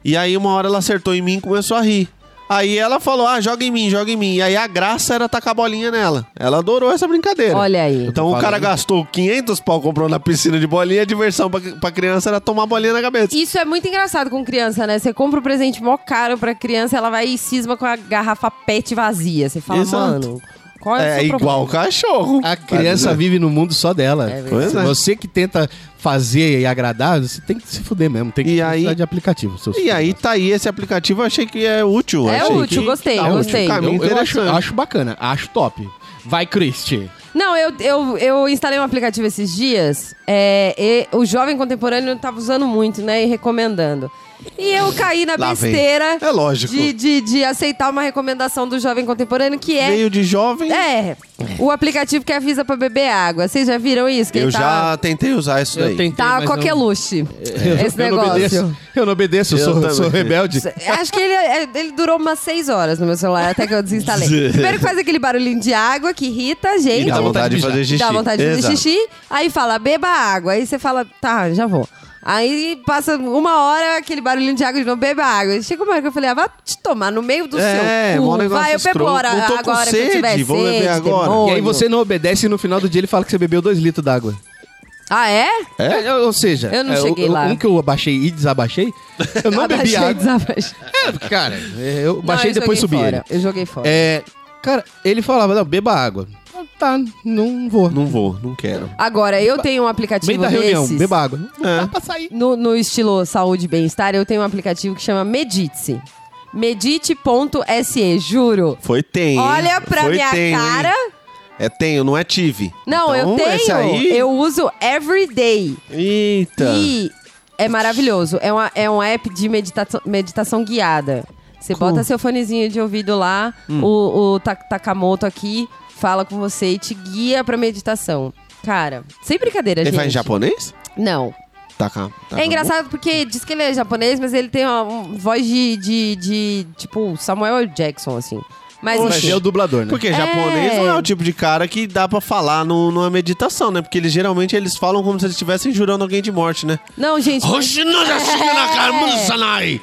Speaker 3: E aí uma hora ela acertou em mim e começou a rir. Aí ela falou, ah, joga em mim, joga em mim. E aí a graça era tacar a bolinha nela. Ela adorou essa brincadeira.
Speaker 2: Olha aí.
Speaker 3: Então
Speaker 4: Eu
Speaker 3: o
Speaker 4: tô
Speaker 3: cara
Speaker 4: falando.
Speaker 3: gastou 500 pau, comprou na piscina de bolinha, a diversão pra, pra criança era tomar bolinha na cabeça.
Speaker 2: Isso é muito engraçado com criança, né? Você compra um presente mó caro pra criança, ela vai e cisma com a garrafa pet vazia. Você fala,
Speaker 3: Exato.
Speaker 2: mano, qual é, o
Speaker 3: É
Speaker 2: seu
Speaker 3: igual o
Speaker 2: problema?
Speaker 3: cachorro.
Speaker 4: A criança
Speaker 3: Mas,
Speaker 4: vive no mundo só dela.
Speaker 2: É verdade.
Speaker 3: Pois é.
Speaker 4: Você que tenta fazer e agradar, você tem que se fuder mesmo. Tem que
Speaker 3: E
Speaker 4: precisar
Speaker 3: aí-
Speaker 4: de aplicativo. seus
Speaker 3: E
Speaker 4: filhos.
Speaker 3: aí tá aí esse aplicativo, eu achei que é útil.
Speaker 2: É
Speaker 3: achei
Speaker 2: útil,
Speaker 3: que-
Speaker 2: gostei,
Speaker 3: tá um
Speaker 2: gostei.
Speaker 3: caminho
Speaker 4: eu, eu acho,
Speaker 3: interessante.
Speaker 4: acho bacana, acho top. Vai, Christie.
Speaker 2: Não, eu, eu, eu instalei um aplicativo esses dias, é, e o jovem contemporâneo tava usando muito, né? E recomendando. E eu caí na
Speaker 3: Lá vem.
Speaker 2: besteira
Speaker 3: É lógico.
Speaker 2: de, de, de aceitar uma recomendação do jovem contemporâneo, que é.
Speaker 3: Veio de jovem.
Speaker 2: É, o aplicativo que avisa pra beber água. Vocês já viram isso? Que
Speaker 3: eu
Speaker 2: ele tá,
Speaker 3: já tentei usar isso daí.
Speaker 4: tentei,
Speaker 2: Tá
Speaker 4: mas
Speaker 2: qualquer
Speaker 4: não-
Speaker 3: É.
Speaker 2: luxo. Esse
Speaker 4: eu Não
Speaker 2: negócio.
Speaker 4: obedeço, eu não obedeço, eu
Speaker 3: Eu
Speaker 4: sou,
Speaker 3: também.
Speaker 4: sou rebelde.
Speaker 2: Acho que ele, é, ele durou umas seis horas no meu celular, até que eu desinstalei. Primeiro que faz aquele barulhinho de água que irrita a gente.
Speaker 3: E dá vontade de fazer xixi.
Speaker 2: Dá vontade de fazer
Speaker 3: Exato.
Speaker 2: xixi. Aí fala, beba água. Aí você fala, tá, já vou. Aí passa uma hora, aquele barulhinho de água de novo, beba água. Aí Chega uma hora que eu falei, ah, vai te tomar no meio do
Speaker 3: É,
Speaker 2: seu
Speaker 3: mó
Speaker 2: cu.
Speaker 3: negócio
Speaker 2: Vai, eu bebo
Speaker 3: escroto.
Speaker 2: hora,
Speaker 3: Não tô
Speaker 2: água
Speaker 3: com
Speaker 2: a hora que eu
Speaker 3: sede,
Speaker 2: tiver
Speaker 3: vou beber
Speaker 2: sede,
Speaker 3: agora.
Speaker 4: E
Speaker 2: demônio.
Speaker 4: aí você não obedece e no final do dia ele fala que você bebeu dois litros d'água.
Speaker 2: Ah, é?
Speaker 4: É? ou seja,
Speaker 2: Eu não
Speaker 4: é, o-
Speaker 2: cheguei
Speaker 4: o-
Speaker 2: lá.
Speaker 4: Um que eu abaixei e desabaixei, eu não bebi
Speaker 2: Abaixei,
Speaker 4: água.
Speaker 2: desabaixei.
Speaker 4: É, cara, é, eu
Speaker 2: Não,
Speaker 4: baixei e
Speaker 2: eu
Speaker 4: depois
Speaker 2: joguei
Speaker 4: subi. ele.
Speaker 2: fora, Eu joguei fora.
Speaker 4: É, cara, ele falava, não, beba água. Ah, Tá, não vou.
Speaker 3: Não vou, não quero.
Speaker 2: Agora, eu tenho um aplicativo
Speaker 4: Meio da
Speaker 2: desses.
Speaker 4: reunião, beba água. Não
Speaker 3: É.
Speaker 4: dá pra sair.
Speaker 2: no, no estilo saúde e bem-estar, eu tenho um aplicativo que chama Medite. Medite.se, juro.
Speaker 3: Foi tem. hein?
Speaker 2: Olha pra
Speaker 3: Foi
Speaker 2: minha
Speaker 3: tem, hein?
Speaker 2: cara.
Speaker 3: É tenho, não é tive.
Speaker 2: Não,
Speaker 3: Então,
Speaker 2: eu tenho.
Speaker 3: Esse aí... Tá.
Speaker 2: Eu uso everyday.
Speaker 3: Eita.
Speaker 2: E é maravilhoso. É, uma, é um app de meditação, meditação guiada. Você bota seu fonezinho de ouvido lá,
Speaker 3: Hum.
Speaker 2: o, o Ta- Takamoto aqui fala com você e te guia pra meditação. Cara, sem brincadeira,
Speaker 3: Ele
Speaker 2: gente.
Speaker 3: faz em japonês?
Speaker 2: Não.
Speaker 3: Tá, cá.
Speaker 2: É engraçado porque diz que ele é japonês, mas ele tem uma um, voz de, de, de, tipo Samuel Jackson, assim. Mas
Speaker 4: Mas
Speaker 2: enfim.
Speaker 4: é o dublador, né?
Speaker 3: Porque japonês
Speaker 2: É.
Speaker 3: não é o tipo de cara que dá pra falar no, numa meditação, né? Porque eles geralmente eles falam como se eles estivessem jurando alguém de morte, né?
Speaker 2: Não, gente.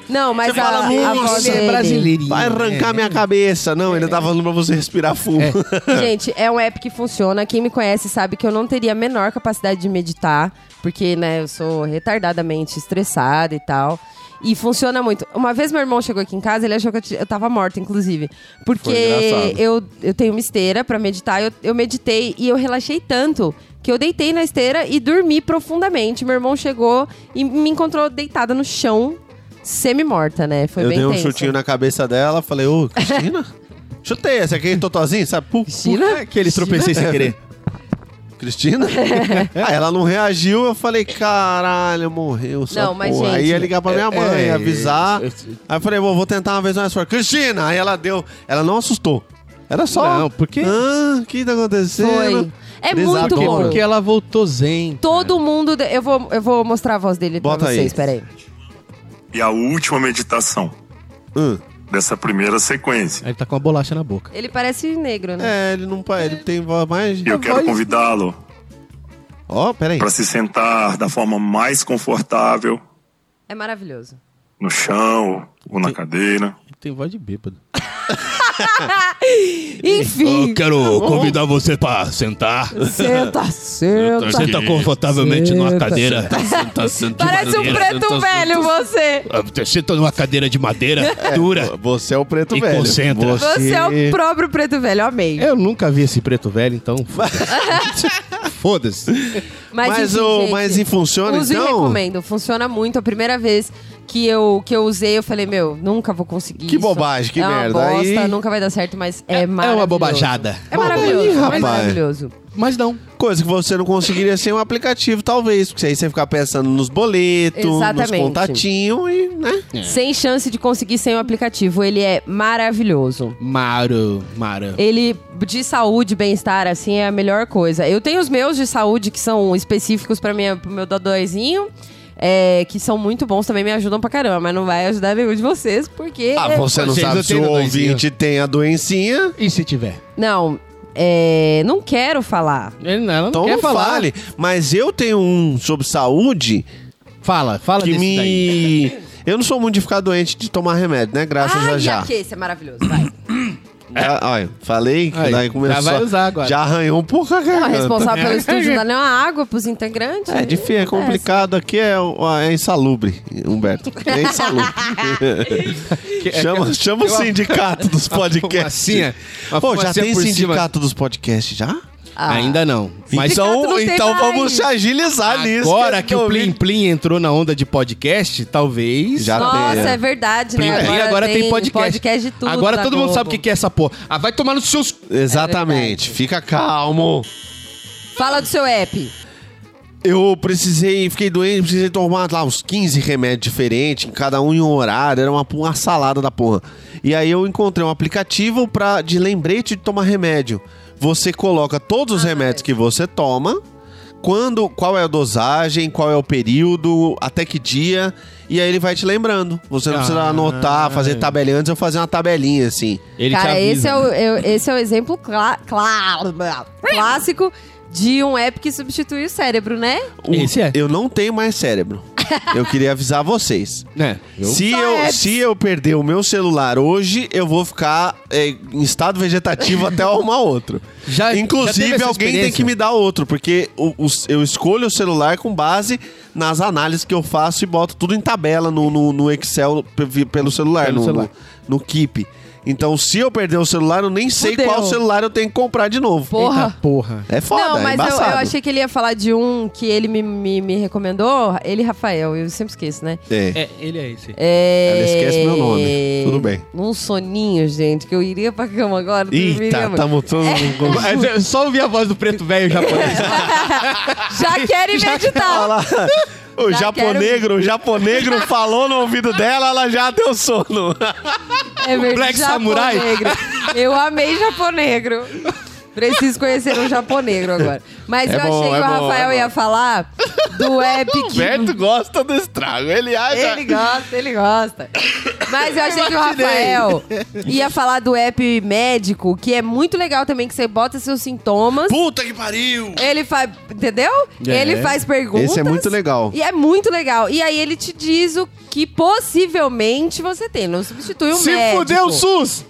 Speaker 2: Não, mas
Speaker 3: Você
Speaker 2: a,
Speaker 3: fala,
Speaker 2: a
Speaker 3: "Nossa,
Speaker 2: voz
Speaker 4: ele é
Speaker 2: dele-
Speaker 4: brasileirinho.
Speaker 3: Vai arrancar minha cabeça. Não, ele tá falando pra você respirar fundo.
Speaker 2: Gente, é um app que funciona. Quem me conhece sabe que eu não teria a menor capacidade de meditar, porque, né, eu sou retardadamente estressada e tal. E funciona muito. Uma vez meu irmão chegou aqui em casa, ele achou que eu, t- eu tava morta, inclusive. Porque
Speaker 3: engraçado.
Speaker 2: eu, eu tenho uma esteira pra meditar, eu, eu meditei e eu relaxei tanto que eu deitei na esteira e dormi profundamente. Meu irmão chegou e me encontrou deitada no chão, semi-morta, né? Foi
Speaker 3: eu
Speaker 2: bem
Speaker 3: dei um
Speaker 2: tenso.
Speaker 3: chutinho na cabeça dela, falei, ô, Cristina? Chutei, essa aqui é totozinho, sabe? Pum, pum.
Speaker 2: Cristina?
Speaker 4: Que ele tropecei sem querer.
Speaker 3: Cristina? ah, ela não reagiu, eu falei, caralho, morreu. Essa
Speaker 2: Não, mas,
Speaker 3: porra.
Speaker 2: gente-
Speaker 3: Aí ia ligar pra minha
Speaker 4: É,
Speaker 3: mãe,
Speaker 4: é,
Speaker 3: avisar.
Speaker 4: eu-
Speaker 3: Aí eu falei, vou, vou tentar uma vez mais forte. Cristina! Aí ela deu. Ela não assustou. Ela só.
Speaker 4: Não, porque-
Speaker 3: Ah, o que tá acontecendo?
Speaker 2: Foi. É muito
Speaker 3: Desabou.
Speaker 2: bom.
Speaker 4: Porque ela voltou zen.
Speaker 2: Todo mundo. de- Eu vou, eu vou mostrar a voz dele
Speaker 3: Bota
Speaker 2: pra
Speaker 3: aí.
Speaker 2: vocês, peraí.
Speaker 5: E a última meditação
Speaker 3: Hum.
Speaker 5: dessa primeira sequência.
Speaker 4: Aí ele tá com uma bolacha na boca.
Speaker 2: Ele parece negro, né?
Speaker 3: É, ele não. pa- Ele tem voz mais.
Speaker 5: E eu quero convidá-lo
Speaker 3: Ó, peraí.
Speaker 5: para se sentar da forma mais confortável
Speaker 2: É maravilhoso.
Speaker 5: no chão ou na cadeira.
Speaker 4: Ele tem voz de bêbado.
Speaker 2: Enfim.
Speaker 4: quero convidar você pra sentar.
Speaker 2: Senta, senta.
Speaker 4: Senta confortavelmente numa cadeira.
Speaker 2: Tá
Speaker 4: Senta, senta,
Speaker 2: Parece um preto velho você.
Speaker 4: velho. Senta numa cadeira de madeira dura.
Speaker 3: Você é o preto
Speaker 4: E
Speaker 3: velho.
Speaker 4: concentra.
Speaker 2: Você é o próprio preto velho, amei.
Speaker 4: Eu nunca vi esse preto velho, então. Foda-se.
Speaker 2: Mas,
Speaker 3: Mas,
Speaker 2: enfim,
Speaker 3: o,
Speaker 2: gente,
Speaker 3: mas e funciona
Speaker 2: uso e
Speaker 3: então?
Speaker 2: recomendo. Funciona muito. A primeira vez que eu, que eu usei, eu falei, meu, nunca vou conseguir
Speaker 3: Que
Speaker 2: isso.
Speaker 3: bobagem, que
Speaker 2: é uma
Speaker 3: merda.
Speaker 2: bosta,
Speaker 3: Aí-
Speaker 2: nunca vai dar certo, mas é,
Speaker 4: uma
Speaker 2: maravilhoso.
Speaker 4: bobajada.
Speaker 2: É maravilhoso,
Speaker 3: Ih,
Speaker 2: é
Speaker 3: rapaz.
Speaker 2: maravilhoso.
Speaker 4: Mas não.
Speaker 3: Coisa que você não conseguiria sem um aplicativo, talvez. Porque aí você fica pensando nos boletos, nos
Speaker 2: Exatamente.
Speaker 3: contatinhos e, né?
Speaker 2: Sem chance de conseguir sem o aplicativo. Ele é maravilhoso.
Speaker 4: Maro, Maro.
Speaker 2: Ele, de saúde, bem-estar, assim, é a melhor coisa. Eu tenho os meus de saúde que são específicos para pro meu dodóizinho. é, que são muito bons, também me ajudam pra caramba, mas não vai ajudar nenhum de vocês, porque.
Speaker 3: Ah, você não
Speaker 4: Vocês
Speaker 3: sabe
Speaker 4: não
Speaker 3: se
Speaker 4: têm
Speaker 3: o
Speaker 4: doencinha.
Speaker 3: ouvinte tem a doencinha.
Speaker 4: E se tiver?
Speaker 2: Não, é, não quero falar.
Speaker 4: Ele não, ela não
Speaker 3: Então
Speaker 4: quer
Speaker 3: não
Speaker 4: falar.
Speaker 3: fale. Mas eu tenho um sobre saúde
Speaker 4: Fala, fala
Speaker 3: que
Speaker 4: desse
Speaker 3: me.
Speaker 4: daí.
Speaker 3: Eu não sou muito de ficar doente de tomar remédio, né? Graças
Speaker 2: Ai,
Speaker 3: a já.
Speaker 2: que esse é maravilhoso, vai.
Speaker 3: Já- olha, falei que
Speaker 4: Aí,
Speaker 3: daí começou.
Speaker 4: já vai usar agora.
Speaker 3: Já arranhou um pouco a
Speaker 2: Não, a
Speaker 3: garganta.
Speaker 2: Ah, responsável pelo estúdio não dá nem uma água pros integrantes.
Speaker 3: É difícil, é complicado. Aqui é, ó, é insalubre, Humberto. É insalubre. chama chama o
Speaker 4: tem uma-
Speaker 3: sindicato dos
Speaker 4: uma
Speaker 3: podcasts.
Speaker 4: fumacinha, uma
Speaker 3: Pô, já
Speaker 4: fumacinha
Speaker 3: tem
Speaker 4: por cima.
Speaker 3: sindicato dos podcasts já?
Speaker 2: Ah.
Speaker 4: Ainda não. Mas
Speaker 2: Sindicato não
Speaker 3: então
Speaker 2: tem
Speaker 3: então
Speaker 2: mais.
Speaker 3: vamos se agilizar nisso.
Speaker 4: agora que,
Speaker 3: eu
Speaker 4: o
Speaker 3: vi-
Speaker 4: Plim Plim entrou na onda de podcast, talvez.
Speaker 3: Já
Speaker 2: Nossa,
Speaker 3: tem.
Speaker 2: é verdade,
Speaker 4: Plim
Speaker 2: né?
Speaker 4: Plim agora, tem, podcast.
Speaker 2: de tudo.
Speaker 4: Agora
Speaker 2: da
Speaker 4: todo mundo sabe o
Speaker 2: Globo.
Speaker 4: que que é essa porra. Ah, vai tomar nos seus.
Speaker 2: É
Speaker 3: Exatamente. Fica calmo.
Speaker 2: Fala do seu app.
Speaker 3: Eu precisei, fiquei doente, precisei tomar lá uns 15 remédios diferentes, em cada um em um horário, era uma, uma salada da porra. E aí eu encontrei um aplicativo pra, de lembrete de tomar remédio. Você coloca todos
Speaker 2: Ah.
Speaker 3: os remédios que você toma, quando, qual é a dosagem, qual é o período, até que dia, e aí ele vai te lembrando. Você não precisa
Speaker 4: Ah.
Speaker 3: anotar, fazer tabelinha, antes eu fazia uma tabelinha assim.
Speaker 4: Ele
Speaker 2: Cara,
Speaker 4: te avisa,
Speaker 2: esse, é o,
Speaker 4: né?
Speaker 2: eu- esse é o exemplo clá- clá- clássico de um app que substitui o cérebro, né?
Speaker 3: O-
Speaker 4: Esse é.
Speaker 3: Eu não tenho mais cérebro. eu queria avisar vocês.
Speaker 4: Né? Eu-
Speaker 3: Se
Speaker 2: Só
Speaker 3: eu,
Speaker 2: apps.
Speaker 3: se eu perder o meu celular hoje, eu vou ficar é, em estado vegetativo até eu arrumar outro.
Speaker 4: Já- já teve
Speaker 3: Inclusive,
Speaker 4: essa
Speaker 3: alguém tem
Speaker 4: experiência?
Speaker 3: que me dar outro, porque o- o- eu escolho o celular com base nas análises que eu faço e boto tudo em tabela no, no- no Excel pe- pelo celular,
Speaker 4: Pelo
Speaker 3: no,
Speaker 4: celular.
Speaker 3: No, no Keep. Então, se eu perder o celular, eu nem sei
Speaker 2: Fudeu.
Speaker 3: qual celular eu tenho que comprar de novo.
Speaker 2: Porra.
Speaker 4: Eita porra.
Speaker 3: É foda,
Speaker 2: não,
Speaker 3: é
Speaker 2: mas eu,
Speaker 3: embaçado.
Speaker 2: eu achei que ele ia falar de um que ele me, me, me recomendou. Ele, e Rafael, eu sempre esqueço, né?
Speaker 3: É.
Speaker 4: É, ele é esse.
Speaker 2: É...
Speaker 3: Ela esquece meu nome. Tudo bem.
Speaker 2: Um soninho, gente, que eu iria pra cama agora. dormiria
Speaker 3: Eita,
Speaker 2: muito.
Speaker 3: tamo todo
Speaker 2: É
Speaker 3: mundo...
Speaker 4: Mas eu Só ouvir a voz do preto velho japonês.
Speaker 2: Já querem
Speaker 3: Olha
Speaker 2: meditar.
Speaker 3: lá. O
Speaker 2: Já
Speaker 3: japonegro, o japonegro falou no ouvido dela, ela já deu sono.
Speaker 2: É verdade.
Speaker 4: Black
Speaker 2: Japão
Speaker 4: Samurai.
Speaker 2: negro. Eu amei japonegro. Preciso conhecer um japonegro agora. Mas
Speaker 3: É
Speaker 2: eu
Speaker 3: bom,
Speaker 2: achei que
Speaker 3: é
Speaker 2: o
Speaker 3: bom,
Speaker 2: Rafael
Speaker 3: é bom.
Speaker 2: ia falar do app que
Speaker 3: Berto gosta do estrago, ele acha.
Speaker 2: Ele gosta, ele gosta. Mas eu achei que o
Speaker 3: Imaginei.
Speaker 2: Rafael ia falar do app médico, que é muito legal também, que você bota seus sintomas.
Speaker 3: Puta que pariu!
Speaker 2: Ele faz. Entendeu?
Speaker 4: É.
Speaker 2: Ele faz perguntas.
Speaker 3: Esse é muito legal.
Speaker 2: E é muito legal. E aí ele te diz o que possivelmente você tem. Não substitui o
Speaker 4: Se
Speaker 2: médico.
Speaker 4: fuder o SUS!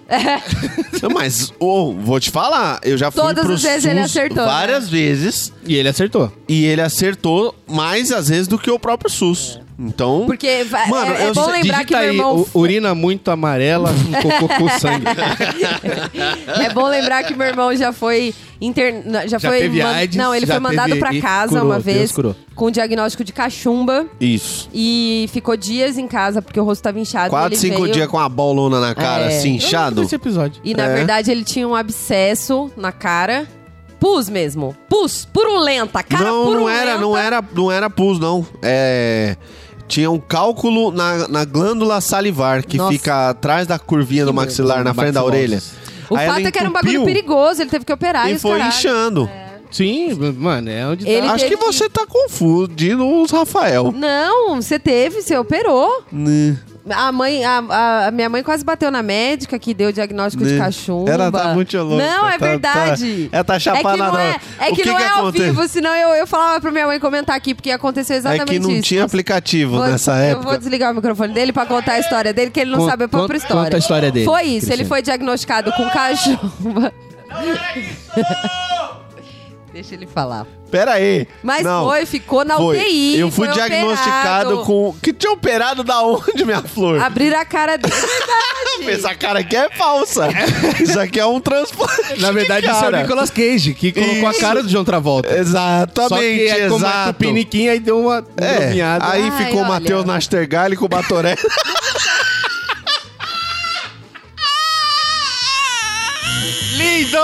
Speaker 3: Não, Mas, ô, vou te falar, eu já fui
Speaker 2: Todas
Speaker 3: pro
Speaker 2: as vezes ele
Speaker 3: SUS
Speaker 2: acertou, né?
Speaker 3: várias vezes
Speaker 4: E ele acertou.
Speaker 3: e ele acertou mais às vezes do que o próprio SUS. Então.
Speaker 2: É. Porque vai-
Speaker 3: Mano,
Speaker 2: é, é
Speaker 3: eu
Speaker 2: bom
Speaker 3: sei-
Speaker 2: lembrar que
Speaker 4: Digita
Speaker 2: meu
Speaker 4: aí,
Speaker 2: irmão.
Speaker 4: u- urina muito amarela, um cocô com sangue.
Speaker 2: É bom lembrar que meu irmão já foi interna, já,
Speaker 4: Já
Speaker 2: foi
Speaker 4: teve
Speaker 2: man-
Speaker 4: AIDS,
Speaker 2: não, ele
Speaker 4: já
Speaker 2: foi mandado
Speaker 4: teve-
Speaker 2: pra
Speaker 4: e
Speaker 2: casa
Speaker 4: curou,
Speaker 2: uma
Speaker 4: Deus
Speaker 2: vez
Speaker 4: curou.
Speaker 2: com um diagnóstico de cachumba
Speaker 3: Isso.
Speaker 2: e ficou dias em casa porque o rosto tava inchado. e
Speaker 3: Quatro,
Speaker 2: ele
Speaker 3: cinco
Speaker 2: veio-
Speaker 3: dias com a bolona na cara,
Speaker 2: É.
Speaker 3: assim,
Speaker 4: Eu lembro
Speaker 3: inchado.
Speaker 4: desse episódio.
Speaker 2: E na
Speaker 3: É.
Speaker 2: verdade ele tinha um abscesso na cara. Pus mesmo. Pus, purulenta, cara um
Speaker 3: não,
Speaker 2: purulenta.
Speaker 3: não era, não era, não era pus, não. É. Tinha um cálculo na, na glândula salivar, que
Speaker 2: Nossa.
Speaker 3: fica atrás da curvinha do maxilar, na frente da
Speaker 4: Maxilose.
Speaker 3: orelha.
Speaker 2: O
Speaker 3: Aí
Speaker 2: fato
Speaker 3: ela
Speaker 2: é que era um bagulho
Speaker 3: entupiu
Speaker 2: perigoso, ele teve que operar e,
Speaker 3: E
Speaker 2: os
Speaker 3: foi
Speaker 2: caralho. É.
Speaker 3: inchando.
Speaker 4: Sim, mano, é onde
Speaker 2: Ele-
Speaker 4: tá.
Speaker 3: Acho que
Speaker 2: teve-
Speaker 3: você tá confundindo os Rafael. Né? É
Speaker 2: Não, você teve, você operou. A mãe, a, a- a minha mãe quase bateu na médica que deu o diagnóstico de
Speaker 3: Né?
Speaker 2: cachumba.
Speaker 3: Ela tá muito louca.
Speaker 2: Não, é
Speaker 3: tá- tá-
Speaker 2: verdade.
Speaker 3: ela tá
Speaker 2: É que
Speaker 3: chapada
Speaker 2: não
Speaker 3: na-
Speaker 2: é, é,
Speaker 3: O
Speaker 2: que
Speaker 3: que
Speaker 2: não
Speaker 3: que
Speaker 2: é ao
Speaker 3: acontece?
Speaker 2: vivo, senão eu, eu falava pra minha mãe comentar aqui, porque aconteceu
Speaker 3: É
Speaker 2: exatamente
Speaker 3: que não
Speaker 2: isso.
Speaker 3: tinha aplicativo
Speaker 2: Vou-
Speaker 3: nessa
Speaker 2: Eu vou
Speaker 3: época.
Speaker 2: desligar o microfone dele pra contar a história dele, que ele não
Speaker 4: Con-
Speaker 2: sabe a própria
Speaker 4: con-
Speaker 2: história.
Speaker 4: conta a história dele,
Speaker 2: Foi isso, ele
Speaker 4: Cristina.
Speaker 2: foi diagnosticado com cachumba. Deixa ele falar.
Speaker 3: Pera aí.
Speaker 2: Mas
Speaker 3: não,
Speaker 2: foi, ficou na
Speaker 3: foi.
Speaker 2: UTI.
Speaker 3: Eu fui
Speaker 2: foi
Speaker 3: diagnosticado
Speaker 2: operado.
Speaker 3: com. Que tinha operado da onde, minha flor?
Speaker 2: Abrir a cara dele. é
Speaker 3: Essa cara aqui é falsa. Isso aqui é um transplante.
Speaker 4: Na verdade,
Speaker 3: de
Speaker 4: isso é o
Speaker 3: cara.
Speaker 4: Nicolas Cage, que colocou a
Speaker 3: Isso.
Speaker 4: cara do John Travolta. Só que
Speaker 3: Exatamente,
Speaker 4: é como é
Speaker 3: exato.
Speaker 4: tupiniquim, aí deu uma
Speaker 3: É,
Speaker 4: bromeada.
Speaker 3: aí
Speaker 2: Ai,
Speaker 3: ficou o
Speaker 2: olha.
Speaker 3: Matheus Nastergalli com o Batoré.
Speaker 4: Lindo!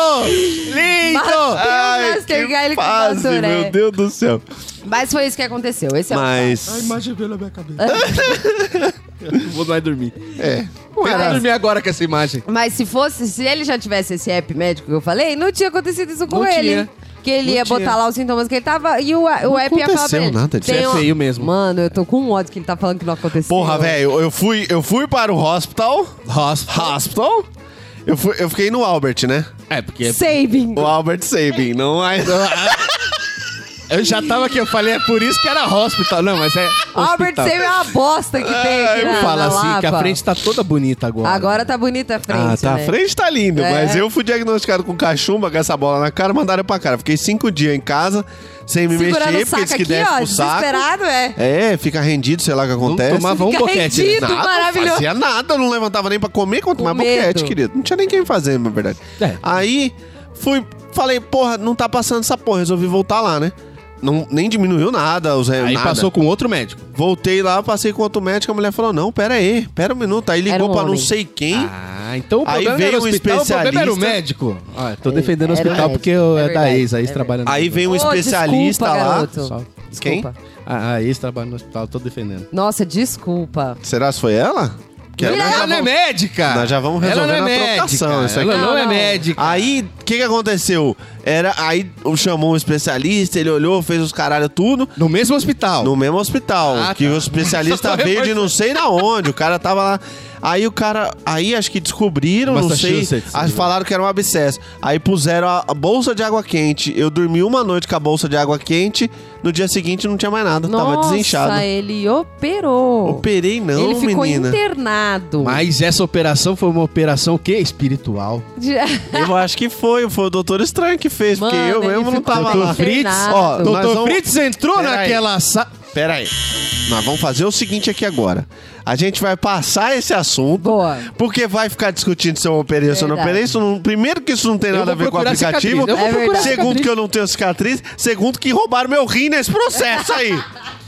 Speaker 2: Matheus
Speaker 4: Lindo!
Speaker 2: Nastergalli com o
Speaker 3: fase,
Speaker 2: Batoré.
Speaker 3: meu Deus do céu.
Speaker 2: Mas foi isso que aconteceu. Esse é o
Speaker 3: Mas,
Speaker 4: imagem veio na minha cabeça. Vou mais dormir.
Speaker 3: é.
Speaker 4: Não
Speaker 3: era-
Speaker 4: vai dormir agora com essa imagem.
Speaker 2: Mas se fosse, se ele já tivesse esse app médico que eu falei, não tinha acontecido isso com
Speaker 4: Não
Speaker 2: ele.
Speaker 4: tinha.
Speaker 2: hein? Que ele
Speaker 4: Não
Speaker 2: ia
Speaker 4: tinha.
Speaker 2: botar lá os sintomas que ele tava e o, o app ia falar pra
Speaker 3: aconteceu
Speaker 2: ele.
Speaker 3: nada disso.
Speaker 2: "Tem
Speaker 4: Isso é
Speaker 2: um-
Speaker 4: feio mesmo.
Speaker 2: Mano, eu tô com ódio que ele tá falando que não aconteceu.
Speaker 3: Porra, velho, eu fui, eu fui para o hospital.
Speaker 4: Hospital.
Speaker 3: Hospital? Eu, fui, eu fiquei no Albert, né?
Speaker 4: É, porque
Speaker 2: Saving.
Speaker 3: O Albert Sabin, não é.
Speaker 4: eu já tava aqui, eu falei, é por isso que era hospital. Não, mas é
Speaker 2: Albert
Speaker 4: hospital.
Speaker 2: Saving é uma bosta que tem
Speaker 3: Ah,
Speaker 2: aqui
Speaker 4: Eu
Speaker 2: na,
Speaker 4: falo
Speaker 2: na
Speaker 4: assim, que a
Speaker 2: Lapa.
Speaker 4: frente tá toda bonita agora.
Speaker 2: Agora tá bonita a frente,
Speaker 3: Ah, tá. A
Speaker 2: né?
Speaker 3: frente tá lindo,
Speaker 2: É.
Speaker 3: mas eu fui diagnosticado com cachumba, com essa bola na cara, mandaram eu pra cara. Fiquei cinco dias em casa, sem me
Speaker 2: Segurando
Speaker 3: mexer,
Speaker 2: o
Speaker 3: porque
Speaker 2: saco
Speaker 3: disse que
Speaker 2: aqui,
Speaker 3: desce
Speaker 2: ó,
Speaker 3: pro saco.
Speaker 2: desesperado, é.
Speaker 3: É, fica rendido, sei lá o que
Speaker 4: Não
Speaker 3: acontece.
Speaker 4: tomava um
Speaker 2: Fica
Speaker 4: boquete.
Speaker 2: rendido.
Speaker 4: né?
Speaker 2: Tudo maravilhoso.
Speaker 3: Não fazia nada, não levantava nem pra comer, quanto
Speaker 2: Com
Speaker 3: mais
Speaker 2: medo.
Speaker 3: boquete, querido. Não tinha nem quem fazer, na verdade.
Speaker 4: É.
Speaker 3: Aí, fui, falei, porra, não tá passando essa porra, resolvi voltar lá, né? Não, nem diminuiu nada, os
Speaker 4: Aí
Speaker 3: nada.
Speaker 4: passou com outro médico.
Speaker 3: Voltei lá, passei com outro médico, a mulher falou, não, pera aí, pera um minuto. Aí ligou
Speaker 2: um
Speaker 3: pra não
Speaker 2: homem.
Speaker 3: sei quem.
Speaker 4: Ah, então o
Speaker 3: Aí
Speaker 4: problema
Speaker 3: veio
Speaker 4: era o
Speaker 3: um
Speaker 4: hospital, o problema era o
Speaker 3: especialista.
Speaker 4: médico. Ah, tô defendendo
Speaker 2: Era
Speaker 4: o
Speaker 2: o
Speaker 4: hospital
Speaker 2: médico,
Speaker 4: porque eu,
Speaker 2: é
Speaker 4: é, da
Speaker 2: verdade,
Speaker 4: ex, a ex
Speaker 2: é
Speaker 4: trabalha no
Speaker 3: Aí vem um
Speaker 2: Ô,
Speaker 3: especialista
Speaker 2: desculpa,
Speaker 3: lá.
Speaker 2: garoto.
Speaker 4: Só-
Speaker 3: Quem?
Speaker 2: Desculpa.
Speaker 4: A, a ex trabalha no hospital, tô defendendo.
Speaker 2: Nossa, desculpa.
Speaker 3: Será que foi ela? Que
Speaker 4: ela
Speaker 3: nós
Speaker 2: Tá
Speaker 3: já
Speaker 4: não é
Speaker 3: vamos-
Speaker 4: médica!
Speaker 3: Nós já vamos
Speaker 4: ela não
Speaker 3: resolver
Speaker 4: é
Speaker 3: na
Speaker 4: médica.
Speaker 3: trocação, isso aqui.
Speaker 4: Ela não,
Speaker 2: Não,
Speaker 4: é
Speaker 2: não.
Speaker 4: médica.
Speaker 3: Aí, o que que aconteceu? Era, aí chamou um especialista, ele olhou, fez os caralho tudo.
Speaker 4: No mesmo hospital.
Speaker 3: No mesmo hospital.
Speaker 4: Ah,
Speaker 3: que
Speaker 4: tá.
Speaker 3: o especialista
Speaker 4: Só foi
Speaker 3: veio de não sei na onde. O cara tava lá. Aí o cara. Aí acho que descobriram, não sei.
Speaker 4: Massachusetts,
Speaker 3: aí
Speaker 4: né?
Speaker 3: falaram que era um abscesso. Aí puseram a, a bolsa de água quente. Eu dormi uma noite com a bolsa de água quente. No dia seguinte não tinha mais nada.
Speaker 2: Nossa,
Speaker 3: tava desinchado.
Speaker 2: ele operou.
Speaker 3: Operei não,
Speaker 2: ele ficou
Speaker 3: menina.
Speaker 2: internado.
Speaker 4: Mas essa operação foi uma operação o quê? Espiritual.
Speaker 2: De-
Speaker 3: Eu acho que foi, foi o doutor estranho que fez, porque
Speaker 2: Mano,
Speaker 3: eu
Speaker 2: ele
Speaker 3: mesmo não
Speaker 2: ficou
Speaker 3: tava
Speaker 2: internado.
Speaker 3: lá.
Speaker 2: Ó,
Speaker 3: Nós
Speaker 4: Doutor
Speaker 3: vamos-
Speaker 4: Fritz entrou
Speaker 3: Pera aí.
Speaker 4: naquela sala.
Speaker 3: Pera aí. Nós vamos fazer o seguinte aqui agora. A gente vai passar esse assunto.
Speaker 2: Boa.
Speaker 3: Porque vai ficar discutindo se eu operei ou se eu não
Speaker 2: Verdade.
Speaker 3: operei. Isso não- primeiro que isso não tem
Speaker 4: Eu
Speaker 3: nada a
Speaker 4: vou
Speaker 3: ver com o
Speaker 4: procurar cicatriz,
Speaker 3: aplicativo.
Speaker 4: eu vou
Speaker 2: É procurar verdade.
Speaker 3: Segundo
Speaker 4: cicatriz.
Speaker 3: que eu não tenho cicatriz. Segundo que roubaram meu rim nesse processo aí. Tá?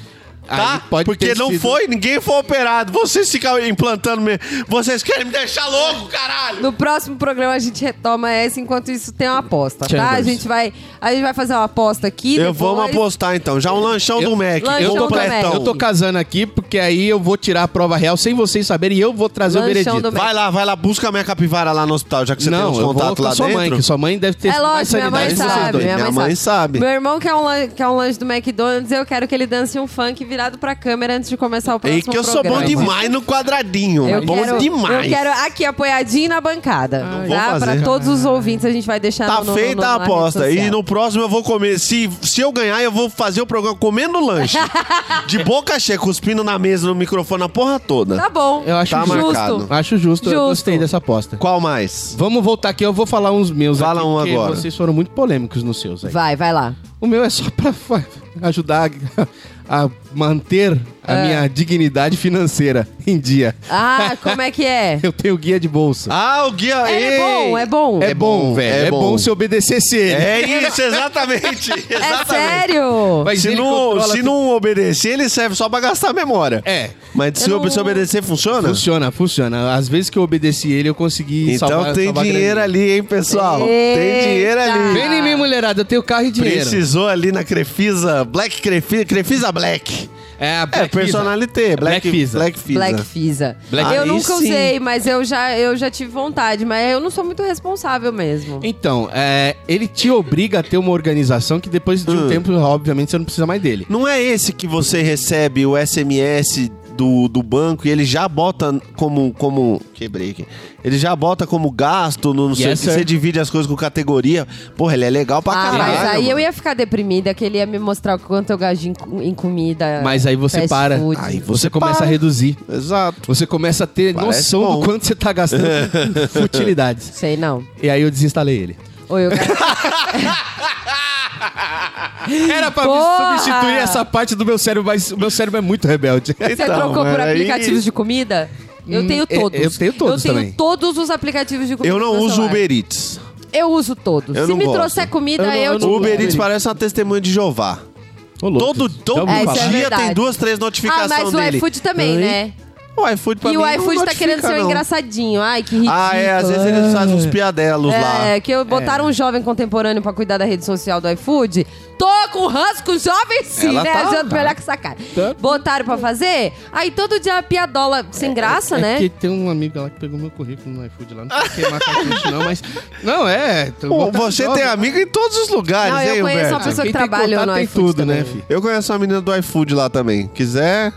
Speaker 4: Aí pode
Speaker 3: Porque
Speaker 4: ter
Speaker 3: não
Speaker 4: sido-
Speaker 3: foi, ninguém foi operado. Vocês ficam implantando. me- Vocês querem me deixar louco, caralho!
Speaker 2: No próximo programa a gente retoma essa, enquanto isso tem uma aposta, tá? A
Speaker 4: Chambers.
Speaker 2: gente vai, a gente vai fazer uma aposta aqui.
Speaker 3: Eu
Speaker 2: depois-
Speaker 3: vamos apostar então. Já um lanchão
Speaker 4: Eu-
Speaker 3: do Mac. um
Speaker 2: Lanchão
Speaker 4: Eu tô,
Speaker 2: do Mac.
Speaker 3: completão.
Speaker 4: eu tô casando aqui, porque aí eu vou tirar a prova real sem vocês saberem e eu vou trazer
Speaker 2: Lanchão
Speaker 4: o
Speaker 2: do
Speaker 4: veredito.
Speaker 2: Mac.
Speaker 3: Vai lá, vai lá, busca a minha capivara lá no hospital, já que você
Speaker 4: não,
Speaker 3: tem
Speaker 4: eu
Speaker 3: uns
Speaker 4: vou com
Speaker 3: contatos
Speaker 4: a
Speaker 3: lá
Speaker 4: sua
Speaker 3: dentro.
Speaker 4: mãe, que sua mãe deve ter
Speaker 2: É
Speaker 4: mais
Speaker 2: lógico, minha mãe
Speaker 4: sanidade que vocês
Speaker 2: sabe.
Speaker 4: dois.
Speaker 2: Minha mãe,
Speaker 3: Minha mãe sabe.
Speaker 2: Meu irmão quer um, lan- quer um lanche do McDonald's, eu quero que ele dance um funk virado pra câmera antes de começar o
Speaker 3: Ei,
Speaker 2: próximo
Speaker 3: que eu sou
Speaker 2: programa.
Speaker 3: bom demais no quadradinho.
Speaker 2: Eu
Speaker 3: bom
Speaker 2: quero,
Speaker 3: demais.
Speaker 2: Eu quero aqui apoiadinho na bancada,
Speaker 3: Ai, vou
Speaker 2: tá?
Speaker 3: fazer.
Speaker 2: Pra todos os ouvintes a gente vai deixar
Speaker 3: Tá
Speaker 2: no, no,
Speaker 3: feita
Speaker 2: no-
Speaker 3: a
Speaker 2: na rede
Speaker 3: aposta.
Speaker 2: social.
Speaker 3: E no próximo eu vou comer. Se, se eu ganhar, eu vou fazer o programa comendo lanche. de boca cheia, cuspindo na mesa, no microfone, a porra toda.
Speaker 2: Tá bom.
Speaker 4: Eu acho
Speaker 3: Tá
Speaker 4: justo.
Speaker 3: marcado.
Speaker 4: Acho justo, eu
Speaker 2: Justo.
Speaker 4: gostei dessa aposta.
Speaker 3: Qual mais?
Speaker 4: Vamos voltar aqui, eu vou falar uns meus
Speaker 3: Fala
Speaker 4: aqui,
Speaker 3: um
Speaker 4: porque
Speaker 3: agora.
Speaker 4: vocês foram muito polêmicos nos seus aí.
Speaker 2: Vai, vai lá.
Speaker 4: O meu é só pra fa- ajudar a, a manter a minha dignidade financeira em dia.
Speaker 2: Ah, como é que é?
Speaker 4: Eu tenho guia de bolsa.
Speaker 3: Ah, o guia.
Speaker 2: É
Speaker 3: ei!
Speaker 2: bom, é bom.
Speaker 4: é, bom, velho. É, bom. se obedecesse ele.
Speaker 3: É isso, exatamente.
Speaker 2: É
Speaker 3: exatamente.
Speaker 2: sério?
Speaker 4: Mas
Speaker 3: Se
Speaker 4: ele
Speaker 3: não,
Speaker 4: controla
Speaker 3: se
Speaker 4: tudo.
Speaker 3: não obedecer, ele serve só pra gastar memória.
Speaker 4: É.
Speaker 3: Mas se,
Speaker 2: Eu
Speaker 3: ob-
Speaker 2: não-
Speaker 3: se obedecer, funciona?
Speaker 4: Funciona, funciona. Às vezes que eu obedeci ele, eu consegui
Speaker 3: Então
Speaker 4: salvar
Speaker 3: tem
Speaker 4: salvar a
Speaker 3: dinheiro
Speaker 4: graninha.
Speaker 3: ali, hein, pessoal? Tem
Speaker 2: Eita.
Speaker 3: dinheiro ali.
Speaker 4: Vem em mim, mulherada, eu tenho carro e dinheiro.
Speaker 3: Precisou ali na Crefisa, Black Crefisa, Crefisa Black.
Speaker 4: É, a
Speaker 3: É,
Speaker 4: Black
Speaker 3: personalité,
Speaker 4: Visa.
Speaker 3: Black, Black Fisa.
Speaker 2: Black Fisa.
Speaker 3: Black
Speaker 2: eu
Speaker 3: Aí
Speaker 2: nunca
Speaker 3: sim.
Speaker 2: usei, mas eu já, eu já tive vontade. Mas eu não sou muito responsável mesmo.
Speaker 4: Então, é, ele te obriga a ter uma organização que depois de um
Speaker 3: Hum.
Speaker 4: tempo, obviamente, você não precisa mais dele.
Speaker 3: Não é esse que você recebe o SMS do, do banco e ele já bota como, como. Quebrei aqui. Ele já bota como gasto, no, não sei o
Speaker 4: Yes,
Speaker 3: que,
Speaker 4: sir.
Speaker 3: você divide as coisas com categoria. Porra, ele é legal pra
Speaker 2: Ah,
Speaker 3: caralho.
Speaker 2: mas aí eu
Speaker 3: mano.
Speaker 2: ia ficar deprimida que ele ia me mostrar o quanto eu gasto em, co- em comida.
Speaker 4: Mas aí você
Speaker 2: fast
Speaker 4: para.
Speaker 2: food.
Speaker 3: Aí
Speaker 4: Você,
Speaker 3: você
Speaker 4: começa
Speaker 3: para.
Speaker 4: a reduzir.
Speaker 3: Exato.
Speaker 4: Você começa a ter
Speaker 3: Parece
Speaker 4: noção
Speaker 3: bom.
Speaker 4: do quanto você tá gastando com futilidades.
Speaker 2: Sei não.
Speaker 4: E aí eu desinstalei ele.
Speaker 2: Ou eu gasto-
Speaker 4: Era pra
Speaker 2: Porra!
Speaker 4: substituir essa parte do meu cérebro, mas o meu cérebro é muito rebelde.
Speaker 2: Você
Speaker 3: Então,
Speaker 2: trocou por
Speaker 3: mas aí- é,
Speaker 2: aplicativos de comida? Eu
Speaker 4: Hum,
Speaker 2: tenho
Speaker 4: eu-
Speaker 2: todos.
Speaker 4: eu tenho todos
Speaker 2: Eu tenho
Speaker 4: também.
Speaker 2: todos os aplicativos de comida.
Speaker 3: Eu não
Speaker 2: no
Speaker 3: uso
Speaker 2: celular.
Speaker 3: Uber Eats.
Speaker 2: Eu uso todos.
Speaker 3: Eu
Speaker 2: Se
Speaker 3: não
Speaker 2: me
Speaker 3: gosto.
Speaker 2: trouxer comida,
Speaker 4: Eu não-
Speaker 2: eu,
Speaker 4: eu não
Speaker 2: digo.
Speaker 3: O Uber Eats parece uma testemunha de Jeová.
Speaker 4: Ô, louco,
Speaker 3: Todo,
Speaker 4: já
Speaker 3: todo
Speaker 4: ouvi
Speaker 2: É, isso
Speaker 4: falar.
Speaker 2: é
Speaker 3: dia
Speaker 2: verdade.
Speaker 3: tem duas, três
Speaker 2: Ah,
Speaker 3: notificações
Speaker 2: mas o
Speaker 3: é dele.
Speaker 2: iFood também,
Speaker 3: Ai,
Speaker 2: né?
Speaker 3: O iFood pra
Speaker 2: E
Speaker 3: mim
Speaker 2: o
Speaker 3: não
Speaker 2: iFood tá querendo
Speaker 3: notifica,
Speaker 2: ser
Speaker 3: não.
Speaker 2: engraçadinho. Ai, que ridículo.
Speaker 3: Ah, é, às vezes eles fazem uns piadelos lá.
Speaker 2: É, que eu botaram um jovem contemporâneo pra cuidar da rede social do iFood. Tô com rasco jovem sim,
Speaker 3: Ela
Speaker 2: né?
Speaker 3: tá,
Speaker 2: Adianta
Speaker 4: tá.
Speaker 2: melhor que sacar.
Speaker 4: Tá.
Speaker 2: Botaram pra fazer, aí todo dia a piadola sem graça,
Speaker 4: É
Speaker 2: né?
Speaker 4: que tem um amigo lá que pegou meu currículo no iFood lá. Não sei queimar cartucho, não, mas. Não, é. tô-
Speaker 3: Pô,
Speaker 4: botar
Speaker 3: você
Speaker 4: jovem.
Speaker 3: tem amigo em todos os lugares,
Speaker 2: Tá Não, eu
Speaker 3: hein,
Speaker 2: conheço uma
Speaker 3: Humberto?
Speaker 2: pessoa que
Speaker 4: Quem tem
Speaker 2: trabalha
Speaker 4: contato
Speaker 2: no
Speaker 4: tem
Speaker 2: iFood
Speaker 4: tudo,
Speaker 2: também.
Speaker 4: né, fi?
Speaker 3: Eu conheço uma menina do iFood lá também. Quiser,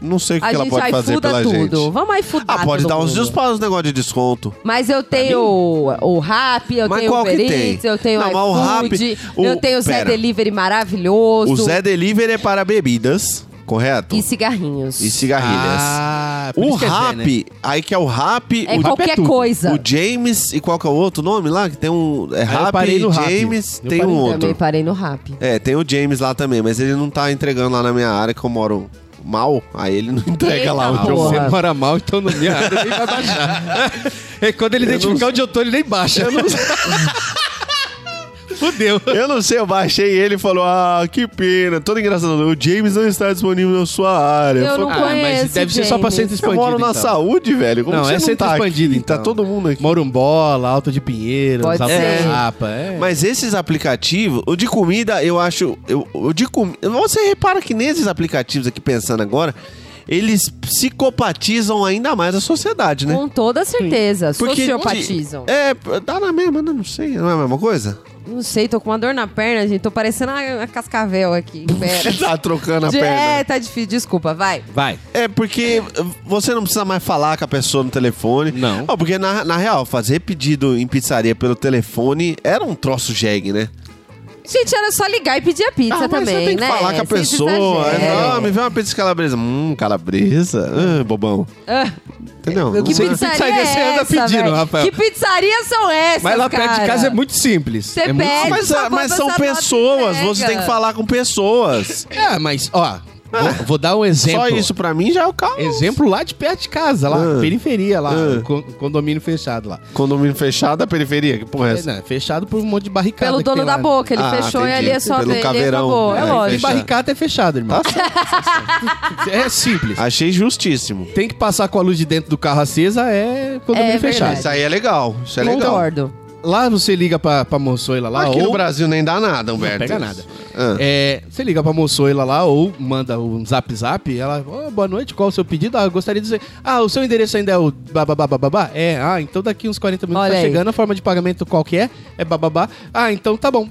Speaker 3: não sei o que
Speaker 2: A
Speaker 3: ela
Speaker 2: gente
Speaker 3: pode fazer
Speaker 2: iFooda
Speaker 3: pela
Speaker 2: tudo.
Speaker 3: gente.
Speaker 2: Vamos iFoodar
Speaker 3: Ah, pode
Speaker 2: todo
Speaker 3: dar uns
Speaker 2: mundo.
Speaker 3: disparos no negócio de desconto.
Speaker 2: Mas eu tenho o, o Rap, eu
Speaker 3: Mas
Speaker 2: tenho o
Speaker 3: qual que
Speaker 2: Uber
Speaker 3: tem?
Speaker 2: Eats, eu tenho
Speaker 3: Não, mas
Speaker 2: o
Speaker 3: o
Speaker 2: iFood,
Speaker 3: Rappi,
Speaker 2: eu
Speaker 3: o-
Speaker 2: tenho o Zé
Speaker 3: pera.
Speaker 2: Delivery maravilhoso
Speaker 3: O Zé Delivery é para bebidas, correto?
Speaker 2: e cigarrinhos.
Speaker 3: E cigarrilhas.
Speaker 4: Ah, por
Speaker 3: o
Speaker 4: isso que é Zé,
Speaker 3: rap,
Speaker 4: né?
Speaker 3: aí que é o rap,
Speaker 2: É
Speaker 3: o,
Speaker 2: qualquer coisa.
Speaker 3: o James e qual que é o outro nome lá? Que tem um. É rap,
Speaker 4: parei no rap.
Speaker 3: James,
Speaker 4: Eu
Speaker 3: tem
Speaker 4: parei
Speaker 3: um
Speaker 2: Também
Speaker 3: outro.
Speaker 2: parei no Rap.
Speaker 3: É, tem o James lá também, mas ele não tá entregando lá na minha área que eu moro mal. Aí ele não entrega
Speaker 2: Eita,
Speaker 3: lá onde eu
Speaker 2: porra.
Speaker 3: moro.
Speaker 4: Você mora mal, então não me abre, nem vai baixar. É quando ele identificar onde eu tô, ele nem baixa. Fudeu.
Speaker 3: Eu não sei, eu baixei ele e falou: Ah, que pena, todo engraçado. O James não está disponível na sua área.
Speaker 2: Eu
Speaker 3: falei,
Speaker 2: não
Speaker 3: "Pô,
Speaker 2: conheço,
Speaker 4: Ah, mas deve ser só pra
Speaker 2: James.
Speaker 4: centro
Speaker 3: Eu
Speaker 4: expandido.
Speaker 3: moro na
Speaker 4: então.
Speaker 3: saúde, velho. Como
Speaker 4: Não,
Speaker 3: você
Speaker 4: é
Speaker 3: não
Speaker 4: centro
Speaker 3: tá
Speaker 4: expandido,
Speaker 3: aqui? Tá
Speaker 4: então.
Speaker 3: todo mundo aqui.
Speaker 4: Morumbola, Alto de Pinheiro,
Speaker 2: Pode
Speaker 4: Alto
Speaker 2: ser.
Speaker 4: de Rapa. É.
Speaker 3: Mas esses aplicativos, o de comida, eu acho. Eu, o de comi- Você repara que nesses aplicativos aqui, pensando agora, eles psicopatizam ainda mais a sociedade, né?
Speaker 2: Com toda certeza.
Speaker 3: de-
Speaker 2: Sociopatizam.
Speaker 3: é, dá na mesma, né? Não sei. Não é a mesma coisa?
Speaker 2: Não sei, tô com uma dor na perna, gente. Tô parecendo a, a cascavel aqui. Pera.
Speaker 3: tá trocando a
Speaker 2: De- É,
Speaker 3: perna.
Speaker 2: tá difícil. Desculpa, vai.
Speaker 4: Vai.
Speaker 3: É, porque você não precisa mais falar com a pessoa no telefone.
Speaker 4: Não.
Speaker 3: Ó, porque, na, na real, fazer pedido em pizzaria pelo telefone era um troço jegue, né?
Speaker 2: Gente, era só ligar e pedir a pizza
Speaker 3: Ah, mas
Speaker 2: também,
Speaker 3: você tem que
Speaker 2: né? É.
Speaker 3: falar com a
Speaker 2: Vocês
Speaker 3: pessoa.
Speaker 2: exageram.
Speaker 3: Ah, me vê uma pizza de calabresa. Hum, calabresa? Ah, bobão.
Speaker 2: Ah,
Speaker 3: Entendeu?
Speaker 4: eu
Speaker 3: Não
Speaker 2: que
Speaker 3: sei.
Speaker 4: que
Speaker 2: pizzaria,
Speaker 4: pizzaria você
Speaker 2: é
Speaker 4: anda
Speaker 2: essa,
Speaker 4: pedindo,
Speaker 2: velho?
Speaker 4: Rafael.
Speaker 2: Que pizzarias são essas,
Speaker 4: Mas lá perto de
Speaker 2: cara?
Speaker 4: casa é muito simples.
Speaker 2: Você
Speaker 4: é muito
Speaker 2: pede,
Speaker 4: simples.
Speaker 3: Mas,
Speaker 2: por
Speaker 3: ah,
Speaker 2: favor,
Speaker 3: mas são
Speaker 2: essa
Speaker 3: pessoas,
Speaker 2: nota
Speaker 3: você tem
Speaker 2: entrega.
Speaker 3: que falar com pessoas.
Speaker 4: É, mas, ó, vou, vou dar um exemplo.
Speaker 3: Ah. Só isso pra mim já é o carro.
Speaker 4: Exemplo lá de perto de casa, lá,
Speaker 3: Ah.
Speaker 4: periferia, lá,
Speaker 3: Ah.
Speaker 4: con- condomínio fechado lá.
Speaker 3: Condomínio fechado, a periferia, que porra é
Speaker 4: É,
Speaker 3: essa?
Speaker 4: não, fechado por um monte de barricada.
Speaker 2: Pelo
Speaker 4: que
Speaker 2: dono
Speaker 4: tem
Speaker 2: da
Speaker 4: lá. né?
Speaker 2: boca, ele
Speaker 3: Ah,
Speaker 2: fechou e
Speaker 3: entendi.
Speaker 2: ali é só
Speaker 3: Pelo
Speaker 2: dele,
Speaker 3: caveirão,
Speaker 2: acabou. É
Speaker 3: né?
Speaker 4: E
Speaker 2: lógico.
Speaker 3: Fechado.
Speaker 4: barricada é fechado, irmão.
Speaker 3: Tá
Speaker 4: É simples.
Speaker 3: Achei justíssimo.
Speaker 4: Tem que passar com a luz de dentro do carro acesa, é condomínio
Speaker 2: É
Speaker 4: fechado.
Speaker 2: verdade.
Speaker 3: Isso aí é legal, isso é legal.
Speaker 2: Concordo.
Speaker 4: Lá você liga pra, pra moçoila lá,
Speaker 3: Aqui no
Speaker 4: ou...
Speaker 3: Brasil nem dá nada, Humberto.
Speaker 4: pega nada.
Speaker 3: É, Ah.
Speaker 4: É, você liga pra moçoila lá ou manda um zap zap, ela, "Ô, boa noite, qual o seu pedido? Ah, eu gostaria de dizer, ah, o seu endereço ainda é o bababababá? É, ah, então daqui uns 40 minutos
Speaker 2: Olha
Speaker 4: tá
Speaker 2: aí.
Speaker 4: chegando, a forma de pagamento qual que é? É bababá. Ah, então tá bom.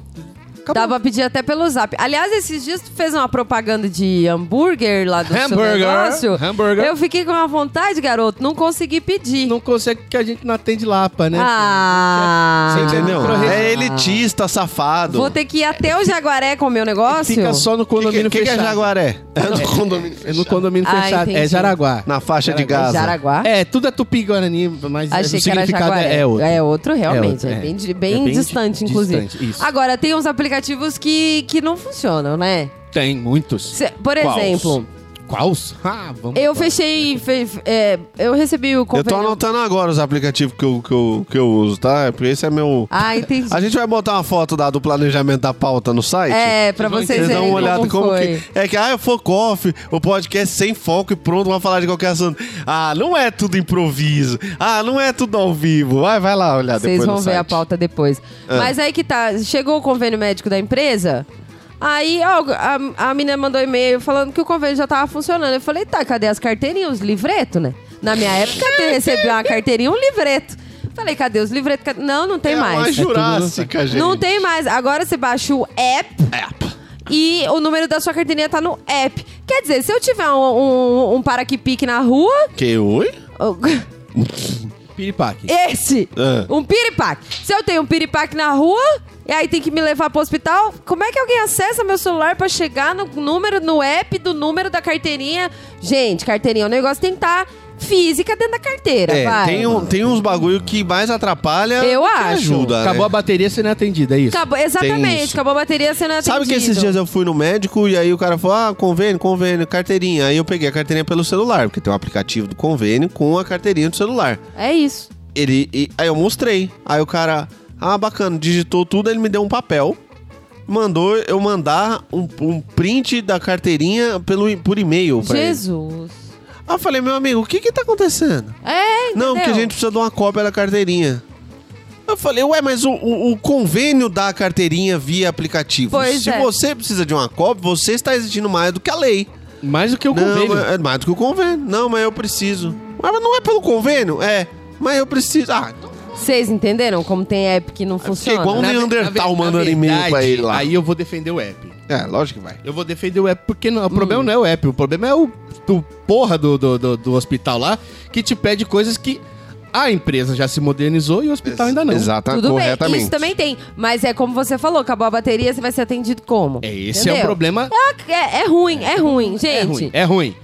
Speaker 4: Acabou.
Speaker 2: Dá pra pedir até pelo zap. Aliás, esses dias tu fez uma propaganda de hambúrguer lá do seu
Speaker 4: Hambúrguer,
Speaker 2: negócio.
Speaker 4: hambúrguer.
Speaker 2: Eu fiquei com uma vontade, garoto. Não consegui pedir.
Speaker 4: Não consegue que a gente não atende Lapa, né?
Speaker 2: Ah,
Speaker 3: Você entendeu?
Speaker 4: Ah.
Speaker 3: É elitista, safado.
Speaker 2: Vou ter que ir até o Jaguaré com o meu negócio?
Speaker 4: Fica só no
Speaker 3: O que,
Speaker 4: condomínio
Speaker 3: que, que é
Speaker 4: fechado.
Speaker 3: Jaguaré? É no condomínio
Speaker 4: É
Speaker 3: fechado.
Speaker 4: no condomínio
Speaker 2: Ah,
Speaker 4: fechado. É
Speaker 2: entendi.
Speaker 4: Jaraguá.
Speaker 3: Na faixa de
Speaker 4: Jaraguá.
Speaker 3: Gaza.
Speaker 2: Jaraguá?
Speaker 4: É, tudo é tupi-guarani, mas o
Speaker 2: Achei que era
Speaker 4: significado
Speaker 2: Jaguaré.
Speaker 4: é outro.
Speaker 2: É outro, realmente.
Speaker 4: É
Speaker 2: É,
Speaker 4: outro,
Speaker 2: bem,
Speaker 4: é.
Speaker 2: bem
Speaker 4: É bem
Speaker 2: distante,
Speaker 4: di-
Speaker 2: inclusive.
Speaker 4: distante, isso.
Speaker 2: Agora, tem uns aplicativos que, que não funcionam, né?
Speaker 4: Tem muitos.
Speaker 2: Se- por
Speaker 4: Quais?
Speaker 2: exemplo,
Speaker 4: Quais? Ah, vamos
Speaker 2: eu
Speaker 4: lá.
Speaker 2: fechei. fe- fe- é, eu recebi o
Speaker 3: Eu tô
Speaker 2: convênio-
Speaker 3: anotando agora os aplicativos que eu, que, eu, que eu uso, tá? É Porque esse é meu.
Speaker 2: Ah, entendi.
Speaker 3: A gente vai botar uma foto da, do planejamento da pauta no site.
Speaker 2: É, pra
Speaker 4: Vocês vão
Speaker 2: vocês
Speaker 3: Vocês dão
Speaker 2: verem
Speaker 3: uma olhada
Speaker 2: como,
Speaker 3: como,
Speaker 2: foi.
Speaker 3: que. É que, ah, é foco off, o podcast sem foco e pronto, vamos falar de qualquer assunto. Ah, não é tudo improviso. Ah, não é tudo ao vivo. Vai, vai lá olhar
Speaker 2: Vocês
Speaker 3: Ah, depois.
Speaker 2: vão
Speaker 3: no
Speaker 2: ver a
Speaker 3: site. Ah.
Speaker 2: pauta depois. Mas aí que tá, chegou o convênio médico da empresa. Aí ó, a, a menina mandou e-mail falando que o convênio já tava funcionando. Eu falei, tá, cadê as carteirinhas, os livretos, né? Na minha época, eu recebi uma carteirinha e um livreto. Falei, cadê os livretos? Cadê- Não, não tem
Speaker 3: é
Speaker 2: mais.
Speaker 3: Uma
Speaker 2: É tudo-
Speaker 3: jurássica, gente. É,
Speaker 2: Não tem mais. Agora você baixa o app. E o número da sua carteirinha tá no app. Quer dizer, se eu tiver um, um, um paraquipique na rua.
Speaker 3: Que oi?
Speaker 4: Piripaque.
Speaker 2: Esse!
Speaker 3: Ah.
Speaker 2: Um piripaque. Se eu tenho um piripaque na rua, e aí tem que me levar pro hospital, como é que alguém acessa meu celular pra chegar no número, no app do número da carteirinha? Gente, carteirinha, o negócio tem que estar física dentro da carteira,
Speaker 3: É,
Speaker 2: vai.
Speaker 3: tem, um- tem uns bagulho que mais atrapalha
Speaker 2: Eu
Speaker 3: do que
Speaker 2: acho.
Speaker 3: ajuda. né?
Speaker 4: Acabou a bateria sendo atendida, é isso?
Speaker 2: Acabou-
Speaker 3: Tem
Speaker 2: exatamente,
Speaker 3: isso.
Speaker 2: acabou a bateria sendo atendida.
Speaker 3: Sabe que esses dias eu fui no médico e aí o cara falou: ah, convênio, convênio, carteirinha. Aí eu peguei a carteirinha pelo celular, porque tem um aplicativo do convênio com a carteirinha do celular.
Speaker 2: É isso.
Speaker 3: Ele, e- aí eu mostrei. Aí o cara, ah, bacana, digitou tudo, ele me deu um papel. Mandou eu mandar um, um print da carteirinha pelo, e- por e-mail pra ele.
Speaker 2: Jesus.
Speaker 3: Aí eu falei, meu amigo, o que que tá acontecendo?
Speaker 2: É,
Speaker 3: Não, porque a gente precisa de uma cópia da carteirinha. Eu falei, ué, mas o, o- o convênio da carteirinha via aplicativo.
Speaker 2: Pois
Speaker 3: Se
Speaker 2: é.
Speaker 3: você precisa de uma cópia, você está exigindo mais do que a lei.
Speaker 4: Mais do que o
Speaker 3: não,
Speaker 4: convênio.
Speaker 3: é é mais do que o convênio. Não, mas eu preciso. Ué, mas não é pelo convênio? É. Mas eu preciso. Ah, então
Speaker 2: Vocês entenderam como tem app que não
Speaker 3: fiquei
Speaker 2: funciona? né?
Speaker 3: igual um
Speaker 4: Na ve-
Speaker 3: Neandertal
Speaker 4: na ve- na
Speaker 3: mandando e-mail pra
Speaker 4: verdade,
Speaker 3: ele lá.
Speaker 4: Aí eu vou defender o app.
Speaker 3: É, lógico que vai.
Speaker 4: Eu vou defender o app porque não- o
Speaker 3: Hum.
Speaker 4: problema não é o app, o problema é o do porra do, do, do, do hospital lá que te pede coisas que a empresa já se modernizou e o hospital Tá, ainda não.
Speaker 3: Exatamente.
Speaker 2: Tudo bem, isso também tem. Mas é como você falou, acabou a bateria, você vai ser atendido como?
Speaker 4: É, esse é o
Speaker 2: Entendeu?
Speaker 4: problema.
Speaker 2: É, é ruim, é ruim, gente.
Speaker 4: É ruim. É ruim.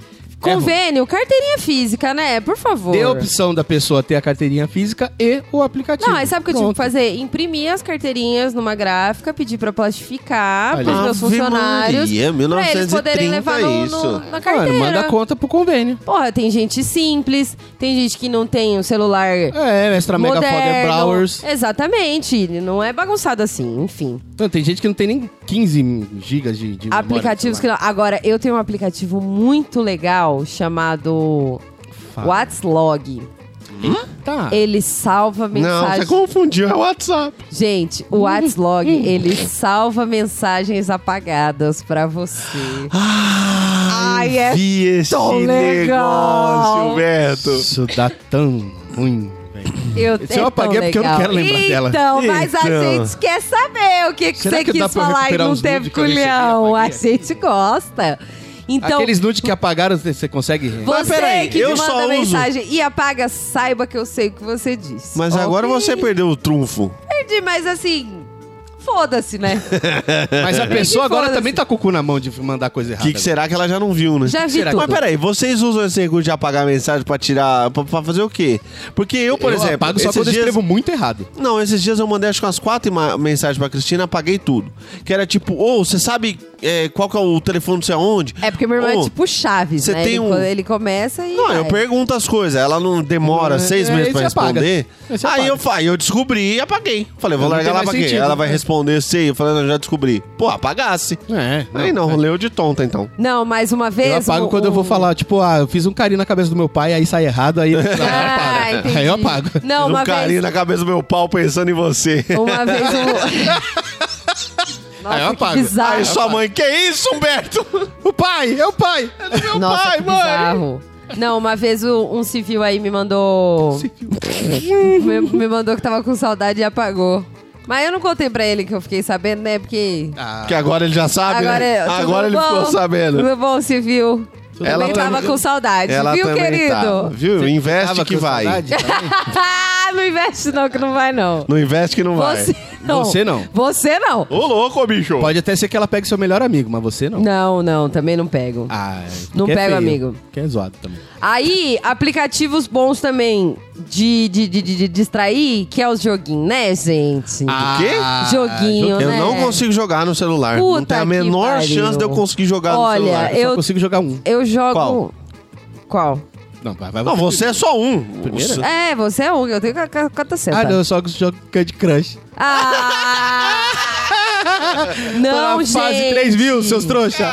Speaker 4: É ruim.
Speaker 2: Convênio, carteirinha física, né? Por favor.
Speaker 4: Dê a opção da pessoa ter a carteirinha física e o aplicativo.
Speaker 2: Não, aí sabe o que eu tive que
Speaker 4: Pronto.
Speaker 2: fazer? Imprimir as carteirinhas numa gráfica, pedir pra plastificar
Speaker 4: Olha
Speaker 2: pros
Speaker 4: aí.
Speaker 2: meus funcionários.
Speaker 3: Maria,
Speaker 2: pra eles
Speaker 3: 1930
Speaker 2: poderem levar no, no-
Speaker 3: isso.
Speaker 2: na
Speaker 4: Mano,
Speaker 2: carteira.
Speaker 4: é manda a conta pro convênio.
Speaker 2: Porra, tem gente simples, tem gente que não tem um celular
Speaker 4: É, extra mega
Speaker 2: moderno.
Speaker 4: foder browers.
Speaker 2: Exatamente, ele não é bagunçado assim, enfim.
Speaker 4: Não, Então, tem gente que não tem nem 15 gigas de, de memória no
Speaker 2: Aplicativos que
Speaker 4: celular.
Speaker 2: não... Agora, eu tenho um aplicativo muito legal chamado
Speaker 4: Fala.
Speaker 2: WhatsLog.
Speaker 4: Tá.
Speaker 2: Ele salva
Speaker 3: Não, você
Speaker 2: mensagens.
Speaker 3: confundiu, é o WhatsApp.
Speaker 2: Gente, o WhatsLog, ele salva mensagens apagadas pra você. Ai, é
Speaker 3: Vi esse
Speaker 2: tão legal.
Speaker 3: negócio, Beto.
Speaker 4: Isso dá tão ruim, velho.
Speaker 2: Eu,
Speaker 4: Esse eu
Speaker 2: é
Speaker 4: apaguei
Speaker 2: tão
Speaker 4: porque eu não
Speaker 2: legal.
Speaker 4: quero lembrar
Speaker 2: então,
Speaker 4: dela.
Speaker 2: mas a
Speaker 3: Então.
Speaker 2: gente quer saber o que, que
Speaker 4: Será
Speaker 2: você
Speaker 4: que dá
Speaker 2: quis
Speaker 4: pra
Speaker 2: falar e
Speaker 4: recuperar
Speaker 2: não
Speaker 4: os
Speaker 2: teve
Speaker 4: nude que eu recebi,
Speaker 2: culhão. A
Speaker 4: apaguei?
Speaker 2: gente gosta. Então,
Speaker 4: Aqueles nudes que apagaram, você você consegue...
Speaker 2: você
Speaker 3: peraí,
Speaker 2: que
Speaker 3: eu
Speaker 2: me
Speaker 3: só
Speaker 2: manda
Speaker 3: uso.
Speaker 2: mensagem e apaga, saiba que eu sei o que você disse.
Speaker 3: Mas agora
Speaker 2: Ok?
Speaker 3: você perdeu o trunfo.
Speaker 2: Perdi, mas assim, foda-se, né?
Speaker 4: Mas a pessoa agora
Speaker 2: foda-se.
Speaker 4: também tá com o cu na mão de mandar coisa
Speaker 3: O
Speaker 4: errada.
Speaker 3: que, que será que ela já não viu, né?
Speaker 2: Já vi
Speaker 4: Será que-
Speaker 2: tudo.
Speaker 3: Mas peraí, vocês usam esse recurso de apagar mensagem pra tirar. pra, pra fazer o quê? Porque eu, por
Speaker 4: eu
Speaker 3: exemplo.
Speaker 4: apago só
Speaker 3: esses
Speaker 4: quando eu
Speaker 3: dias-
Speaker 4: escrevo um- muito errado.
Speaker 3: Não, esses dias eu mandei acho que umas quatro ima- mensagens pra Cristina, apaguei tudo. Que era tipo, ô, você sabe é, qual que é o telefone, não sei aonde?
Speaker 2: É porque meu irmão é
Speaker 3: Ô,
Speaker 2: tipo Chaves,
Speaker 3: você
Speaker 2: né?
Speaker 3: tem
Speaker 2: ele,
Speaker 3: um-
Speaker 2: quando ele começa e.
Speaker 3: Não,
Speaker 2: vai.
Speaker 3: eu pergunto as coisas, ela não demora
Speaker 4: É,
Speaker 3: seis
Speaker 4: é,
Speaker 3: meses
Speaker 4: aí
Speaker 3: pra
Speaker 4: você apaga.
Speaker 3: responder.
Speaker 4: Aí você
Speaker 3: Aí
Speaker 4: apaga.
Speaker 3: eu, fa- aí eu descobri e apaguei. Falei, vou
Speaker 4: Não
Speaker 3: largar lá
Speaker 4: tem mais
Speaker 3: pra quê?
Speaker 4: sentido,
Speaker 3: Ela
Speaker 4: né?
Speaker 3: vai responder, sei. Eu falei, não, já descobri. Pô, apagasse.
Speaker 4: É.
Speaker 3: Aí não, leu de tonta então.
Speaker 2: Não, mais uma vez. um-
Speaker 4: Eu apago
Speaker 2: o-
Speaker 4: quando eu vou
Speaker 2: o-
Speaker 4: falar, tipo, ah, eu fiz um carinho na cabeça do meu pai, aí sai errado, aí eu, aí eu
Speaker 2: Ah,
Speaker 4: apago.
Speaker 2: entendi.
Speaker 4: Aí eu apago.
Speaker 2: Não,
Speaker 3: Fiz um
Speaker 2: uma
Speaker 3: carinho
Speaker 2: vez.
Speaker 3: na cabeça do meu pau pensando em você.
Speaker 2: Uma vez um- o. Nossa,
Speaker 4: Aí eu
Speaker 2: que
Speaker 4: apago.
Speaker 2: bizarro.
Speaker 3: Aí sua mãe, que isso, Humberto?
Speaker 4: O pai, é o pai. É do meu
Speaker 2: Nossa,
Speaker 4: pai,
Speaker 2: que
Speaker 4: mãe.
Speaker 2: bizarro. Não, uma vez o- um civil aí me mandou. me, me mandou que tava com saudade e apagou. Mas eu não contei pra ele que eu fiquei sabendo, né? Porque.
Speaker 4: Ah,
Speaker 3: Que agora ele já sabe,
Speaker 2: agora é
Speaker 3: né?
Speaker 2: tudo
Speaker 3: Agora ele
Speaker 2: bom?
Speaker 3: ficou sabendo.
Speaker 2: Tudo bom, civil? Também
Speaker 3: Ela
Speaker 2: tava
Speaker 3: também-
Speaker 2: com saudade,
Speaker 3: Ela
Speaker 2: viu,
Speaker 3: também
Speaker 2: querido?
Speaker 3: tá. Viu? Investe que vai.
Speaker 4: Saudade, tá vendo?
Speaker 2: não investe não, que não vai não.
Speaker 3: Não investe que não vai.
Speaker 2: Você- não.
Speaker 4: Você não.
Speaker 2: Você não.
Speaker 3: Ô, louco, bicho!
Speaker 4: Pode até ser que ela pegue seu melhor amigo, mas você não.
Speaker 2: Não, não, também não pego.
Speaker 4: Ah,
Speaker 2: Não
Speaker 4: que é
Speaker 2: pega,
Speaker 4: feio,
Speaker 2: amigo.
Speaker 4: Que é zoado também.
Speaker 2: Aí, aplicativos bons também de, de, de, de- de distrair, que é os joguinhos, né, gente?
Speaker 4: Ah,
Speaker 3: quê?
Speaker 2: Joguinho,
Speaker 3: Ah, Eu
Speaker 2: né?
Speaker 3: não consigo jogar no celular. não
Speaker 2: Puta
Speaker 3: tem a
Speaker 2: que
Speaker 3: menor
Speaker 2: pariu.
Speaker 3: chance de eu conseguir jogar
Speaker 2: Olha,
Speaker 3: no celular.
Speaker 4: Eu só
Speaker 2: Eu-
Speaker 4: consigo jogar um.
Speaker 2: Eu jogo.
Speaker 3: Qual?
Speaker 2: Qual?
Speaker 4: Não, vai, vai
Speaker 3: Não, você é só um.
Speaker 4: Primeiro? né?
Speaker 3: Você-
Speaker 2: É, você é um, eu tenho ca- ca- 400.
Speaker 4: Ah, não, eu só jogo Candy Crush.
Speaker 2: Ah!
Speaker 4: Tá
Speaker 2: não,
Speaker 4: na
Speaker 2: gente.
Speaker 4: Fase 3 mil, seus trouxa.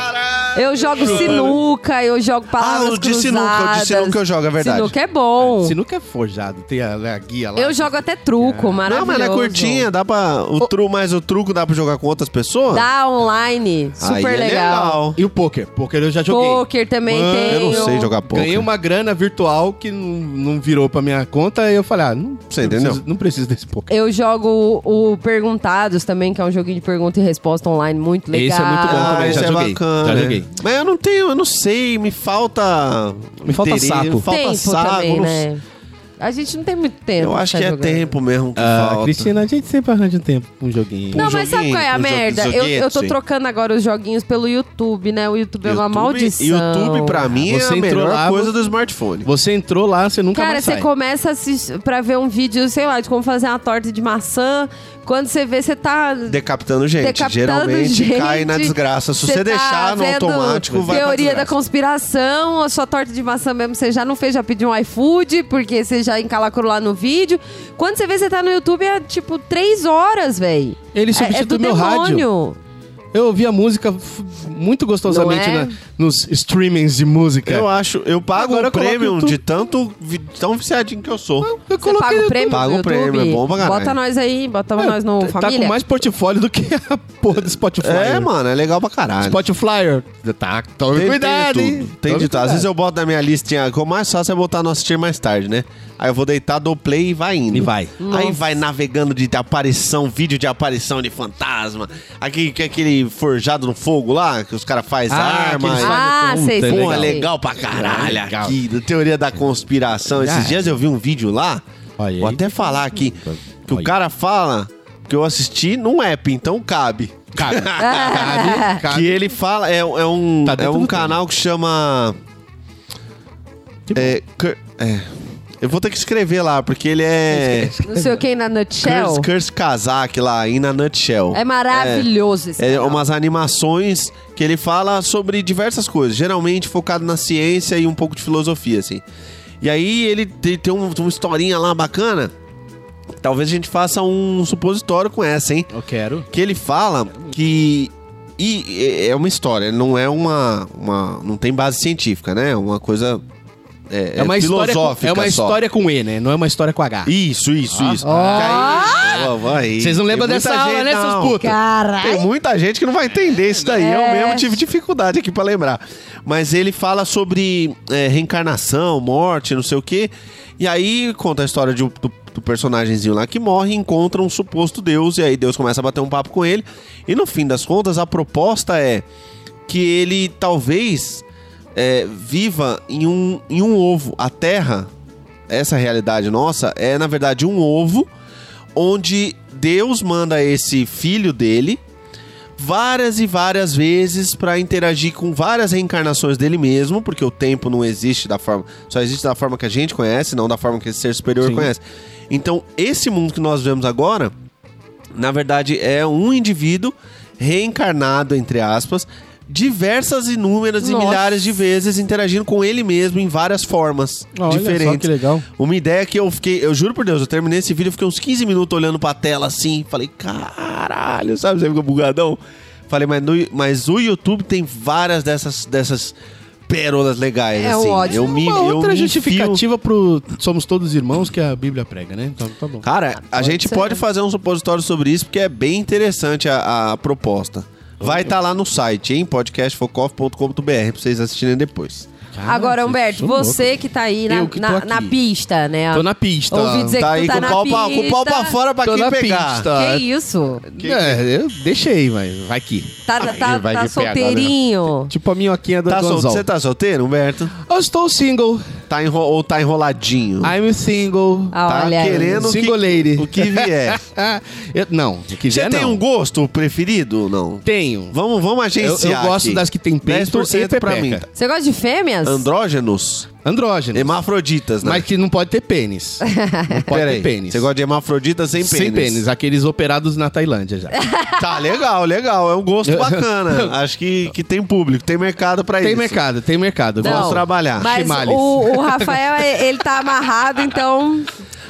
Speaker 2: Eu jogo sinuca, eu jogo palavras
Speaker 3: Ah, o de sinuca,
Speaker 2: cruzadas.
Speaker 3: o de sinuca eu jogo, é verdade.
Speaker 2: Sinuca é bom.
Speaker 4: Se nunca é forjado, tem a, a guia lá.
Speaker 2: Eu jogo até truco,
Speaker 3: Não,
Speaker 2: maravilhoso.
Speaker 3: mas ela é curtinha, dá pra. O tru, mas o truco dá pra jogar com outras pessoas?
Speaker 2: Dá Tá online,
Speaker 3: Aí
Speaker 2: super
Speaker 3: é
Speaker 2: legal.
Speaker 4: E o poker? Poker eu já joguei.
Speaker 2: Poker também
Speaker 4: Mano,
Speaker 2: tem.
Speaker 3: Eu não sei jogar poker.
Speaker 4: Ganhei uma grana virtual que não, não virou pra minha conta e eu falei, ah, não,
Speaker 3: Você
Speaker 4: não
Speaker 3: entendeu?
Speaker 4: preciso- não preciso desse poker.
Speaker 2: Eu jogo o o Perguntados também, que é um joguinho de pergunta e resposta online muito legal.
Speaker 4: Esse é muito bom também,
Speaker 3: Ah, isso
Speaker 4: já joguei, já joguei.
Speaker 3: Mas eu não tenho, eu não sei, me falta.
Speaker 4: Me falta saco.
Speaker 3: me falta
Speaker 2: tempo
Speaker 3: saco.
Speaker 2: também,
Speaker 3: não-
Speaker 2: né? A gente não tem muito tempo.
Speaker 3: Eu
Speaker 2: pra
Speaker 3: acho
Speaker 2: ficar
Speaker 3: que é
Speaker 2: jogando.
Speaker 3: tempo mesmo que
Speaker 4: Ah,
Speaker 3: falta.
Speaker 4: Cristina, a gente sempre arranja um tempo pra um joguinho.
Speaker 2: Não,
Speaker 3: Um
Speaker 2: mas sabe
Speaker 3: joguinho,
Speaker 2: qual é a
Speaker 3: um jogu-
Speaker 2: merda? Eu, eu tô
Speaker 3: joguete.
Speaker 2: trocando agora os joguinhos pelo YouTube, né? O YouTube, é uma
Speaker 3: YouTube-
Speaker 2: maldição.
Speaker 3: YouTube, pra mim,
Speaker 4: Você
Speaker 3: é a
Speaker 4: entrou
Speaker 3: melhor
Speaker 4: lá,
Speaker 3: coisa
Speaker 4: você-
Speaker 3: do smartphone.
Speaker 4: Você entrou lá, você nunca
Speaker 2: Cara,
Speaker 4: mais
Speaker 2: você
Speaker 4: sai.
Speaker 2: começa a assistir pra ver um vídeo, sei lá, de como fazer uma torta de maçã. Quando você vê, você tá.
Speaker 3: Decapitando gente.
Speaker 2: Decapitando
Speaker 3: Geralmente
Speaker 2: gente.
Speaker 3: cai na desgraça. Se
Speaker 2: Cê
Speaker 3: você
Speaker 2: tá
Speaker 3: deixar no
Speaker 2: vendo
Speaker 3: automático, vai pra
Speaker 2: Teoria da
Speaker 3: desgraça.
Speaker 2: conspiração, a sua torta de maçã mesmo, você já não fez, já pediu um iFood, porque você já encalacrou lá no vídeo. Quando você vê, você tá no YouTube, é tipo três horas, velho.
Speaker 4: Ele
Speaker 2: É, é do
Speaker 4: substituiu meu rádio.
Speaker 2: demônio.
Speaker 4: Eu ouvia música f- muito gostosamente
Speaker 2: Não é?
Speaker 4: na- nos streamings de música.
Speaker 3: Eu acho, eu pago o
Speaker 4: Agora eu coloco
Speaker 3: premium
Speaker 4: YouTube.
Speaker 3: de tanto, vi- tão viciadinho que eu sou.
Speaker 4: Eu
Speaker 2: Você paga o prêmio
Speaker 3: Paga
Speaker 2: do
Speaker 3: o prêmio,
Speaker 2: YouTube?
Speaker 3: é bom pra caralho.
Speaker 2: Bota nós aí, bota nós no
Speaker 4: tá
Speaker 2: Família.
Speaker 4: com mais portfólio do que a porra do Spotify.
Speaker 3: É, mano, é legal pra caralho.
Speaker 4: Spotify. Tá, tome
Speaker 3: Tem,
Speaker 4: cuidado,
Speaker 3: tem de
Speaker 4: hein?
Speaker 3: tudo. Tem de tudo. Às vezes eu boto na minha listinha, que o mais fácil é botar no assistir mais tarde, né? Aí eu vou deitar, dou play e vai indo.
Speaker 4: E vai.
Speaker 3: Aí vai navegando de aparição, vídeo de aparição de fantasma. Aqui, que é aquele forjado no fogo lá, que os caras fazem arma.
Speaker 2: eles
Speaker 3: e-
Speaker 2: fazem- Ah, sei, sei,
Speaker 3: Pô,
Speaker 2: sei.
Speaker 3: é legal pra caralho
Speaker 4: Legal.
Speaker 3: aqui. da Teoria da conspiração. Esses
Speaker 4: Ah.
Speaker 3: dias eu vi um vídeo lá.
Speaker 4: Olha
Speaker 3: vou
Speaker 4: aí.
Speaker 3: até falar aqui. Que o
Speaker 4: Olha.
Speaker 3: cara fala que eu assisti num app, então cabe.
Speaker 4: Cabe. Cabe, cabe.
Speaker 3: Que ele fala, é, é um,
Speaker 4: Tá dentro
Speaker 3: é um
Speaker 4: do
Speaker 3: canal que chama. É, cur- é. Eu vou ter que escrever lá, porque ele é.
Speaker 2: Não sei o que, na Nutshell.
Speaker 3: Curse, Curse Kazak lá, in a nutshell.
Speaker 2: É maravilhoso esse
Speaker 3: É
Speaker 2: canal.
Speaker 3: umas animações que ele fala sobre diversas coisas, geralmente focado na ciência e um pouco de filosofia, assim. E aí ele te- tem um- uma historinha lá bacana. Talvez a gente faça um supositório com essa, hein?
Speaker 4: Eu quero.
Speaker 3: que ele fala que e é uma história, não é uma, uma não tem base científica, né? É uma coisa é,
Speaker 4: É uma,
Speaker 3: é
Speaker 4: história com,
Speaker 3: filosófica
Speaker 4: é uma
Speaker 3: só.
Speaker 4: história com E, né? Não é uma história com H.
Speaker 3: Isso, isso, isso. Que aí- Ó, vai.
Speaker 4: Ah. Vocês não lembram
Speaker 3: Tem muita
Speaker 4: dessa aula,
Speaker 3: gente-
Speaker 4: né, seus
Speaker 3: não.
Speaker 4: putos?
Speaker 3: Tem muita gente que não vai entender isso daí. Eu
Speaker 2: É.
Speaker 3: mesmo tive dificuldade aqui pra lembrar. Mas ele fala sobre é, reencarnação, morte, não sei o quê. E aí conta a história de um- do, do personagemzinho lá que morre e encontra um suposto Deus. E aí Deus começa a bater um papo com ele. E no fim das contas, a proposta é que ele talvez é, viva em um, em um ovo. A Terra, essa realidade nossa, é na verdade um ovo onde Deus manda esse filho dele várias e várias vezes pra interagir com várias reencarnações dele mesmo, porque o tempo não existe da forma, só existe da forma que a gente conhece, não da forma que esse ser superior
Speaker 4: Sim.
Speaker 3: conhece. Então, esse mundo que nós vemos agora, na verdade, é um indivíduo reencarnado entre aspas, diversas inúmeras e
Speaker 2: Nossa.
Speaker 3: milhares de vezes interagindo com ele mesmo em várias formas
Speaker 4: Olha
Speaker 3: diferentes.
Speaker 4: só que legal.
Speaker 3: Uma ideia que eu fiquei, eu juro por Deus, eu terminei esse vídeo, eu fiquei uns 15 minutos olhando pra tela assim, falei, caralho, sabe? Você ficou bugadão? Falei, mas, no- mas o YouTube tem várias dessas, dessas pérolas legais,
Speaker 2: É
Speaker 3: assim.
Speaker 2: ótimo.
Speaker 3: Eu me,
Speaker 4: Uma
Speaker 3: eu
Speaker 4: outra
Speaker 3: me enfio-
Speaker 4: justificativa pro somos todos irmãos que a Bíblia prega, né? Então tá bom.
Speaker 3: Cara, a gente
Speaker 2: ser.
Speaker 3: pode fazer um supositório sobre isso, porque é bem interessante a, a proposta. Vai estar lá no site, hein? podcastfocoff.com.br, pra vocês assistirem depois.
Speaker 2: Agora,
Speaker 4: Ah, vocês
Speaker 2: Humberto,
Speaker 4: são loucos.
Speaker 2: você que tá aí na,
Speaker 4: Eu que tô
Speaker 2: na,
Speaker 4: aqui.
Speaker 2: na pista, né?
Speaker 4: Tô na pista.
Speaker 2: Ouvi dizer
Speaker 3: Tá
Speaker 2: que tu
Speaker 3: aí
Speaker 2: tá
Speaker 3: com o
Speaker 2: na
Speaker 3: pau pra-
Speaker 2: pista.
Speaker 3: com o pau pra fora né? pra
Speaker 4: Tô
Speaker 3: quem
Speaker 4: na
Speaker 3: pegar.
Speaker 4: pista.
Speaker 2: Que isso?
Speaker 4: É, eu deixei, mas vai que.
Speaker 2: Tá, tá,
Speaker 4: vai
Speaker 2: tá
Speaker 4: que pega, né?
Speaker 2: solteirinho.
Speaker 4: Tipo a minhoquinha do
Speaker 3: Tá
Speaker 4: do
Speaker 3: sol-
Speaker 4: anzol.
Speaker 3: Você tá solteiro, Humberto?
Speaker 4: Ô, Eu estou single.
Speaker 3: Tá enro- ou tá enroladinho.
Speaker 4: I'm single.
Speaker 2: Ah,
Speaker 3: tá
Speaker 2: olha aí.
Speaker 3: querendo que-
Speaker 4: Single lady.
Speaker 3: o que vier.
Speaker 4: Ah, eu- não, o que
Speaker 3: Você
Speaker 4: vier
Speaker 3: tem
Speaker 4: é, não.
Speaker 3: um gosto preferido ou não?
Speaker 4: Tenho.
Speaker 3: Vamos, vamos
Speaker 4: Eu,
Speaker 3: agenciar
Speaker 4: eu gosto
Speaker 3: aqui.
Speaker 4: das que tem peito e
Speaker 3: 10% é pra mim.
Speaker 4: pepeca.
Speaker 2: Você gosta de fêmeas?
Speaker 3: Andrógenos?
Speaker 4: Andrógeno.
Speaker 3: Hemafroditas, né?
Speaker 4: Mas que não pode ter pênis. Não pode
Speaker 3: Peraí,
Speaker 4: ter pênis.
Speaker 3: Você gosta de hemafrodita sem pênis?
Speaker 4: Sem pênis, aqueles operados na Tailândia já.
Speaker 2: É
Speaker 3: Tá legal, legal. É um gosto bacana. Acho que, que tem público, tem mercado pra
Speaker 4: tem
Speaker 3: isso.
Speaker 4: mercado, tem mercado. Eu
Speaker 2: Não,
Speaker 4: gosto.
Speaker 3: trabalhar.
Speaker 2: Mas
Speaker 4: Chimales.
Speaker 2: o, o Rafael, é- ele tá amarrado, então,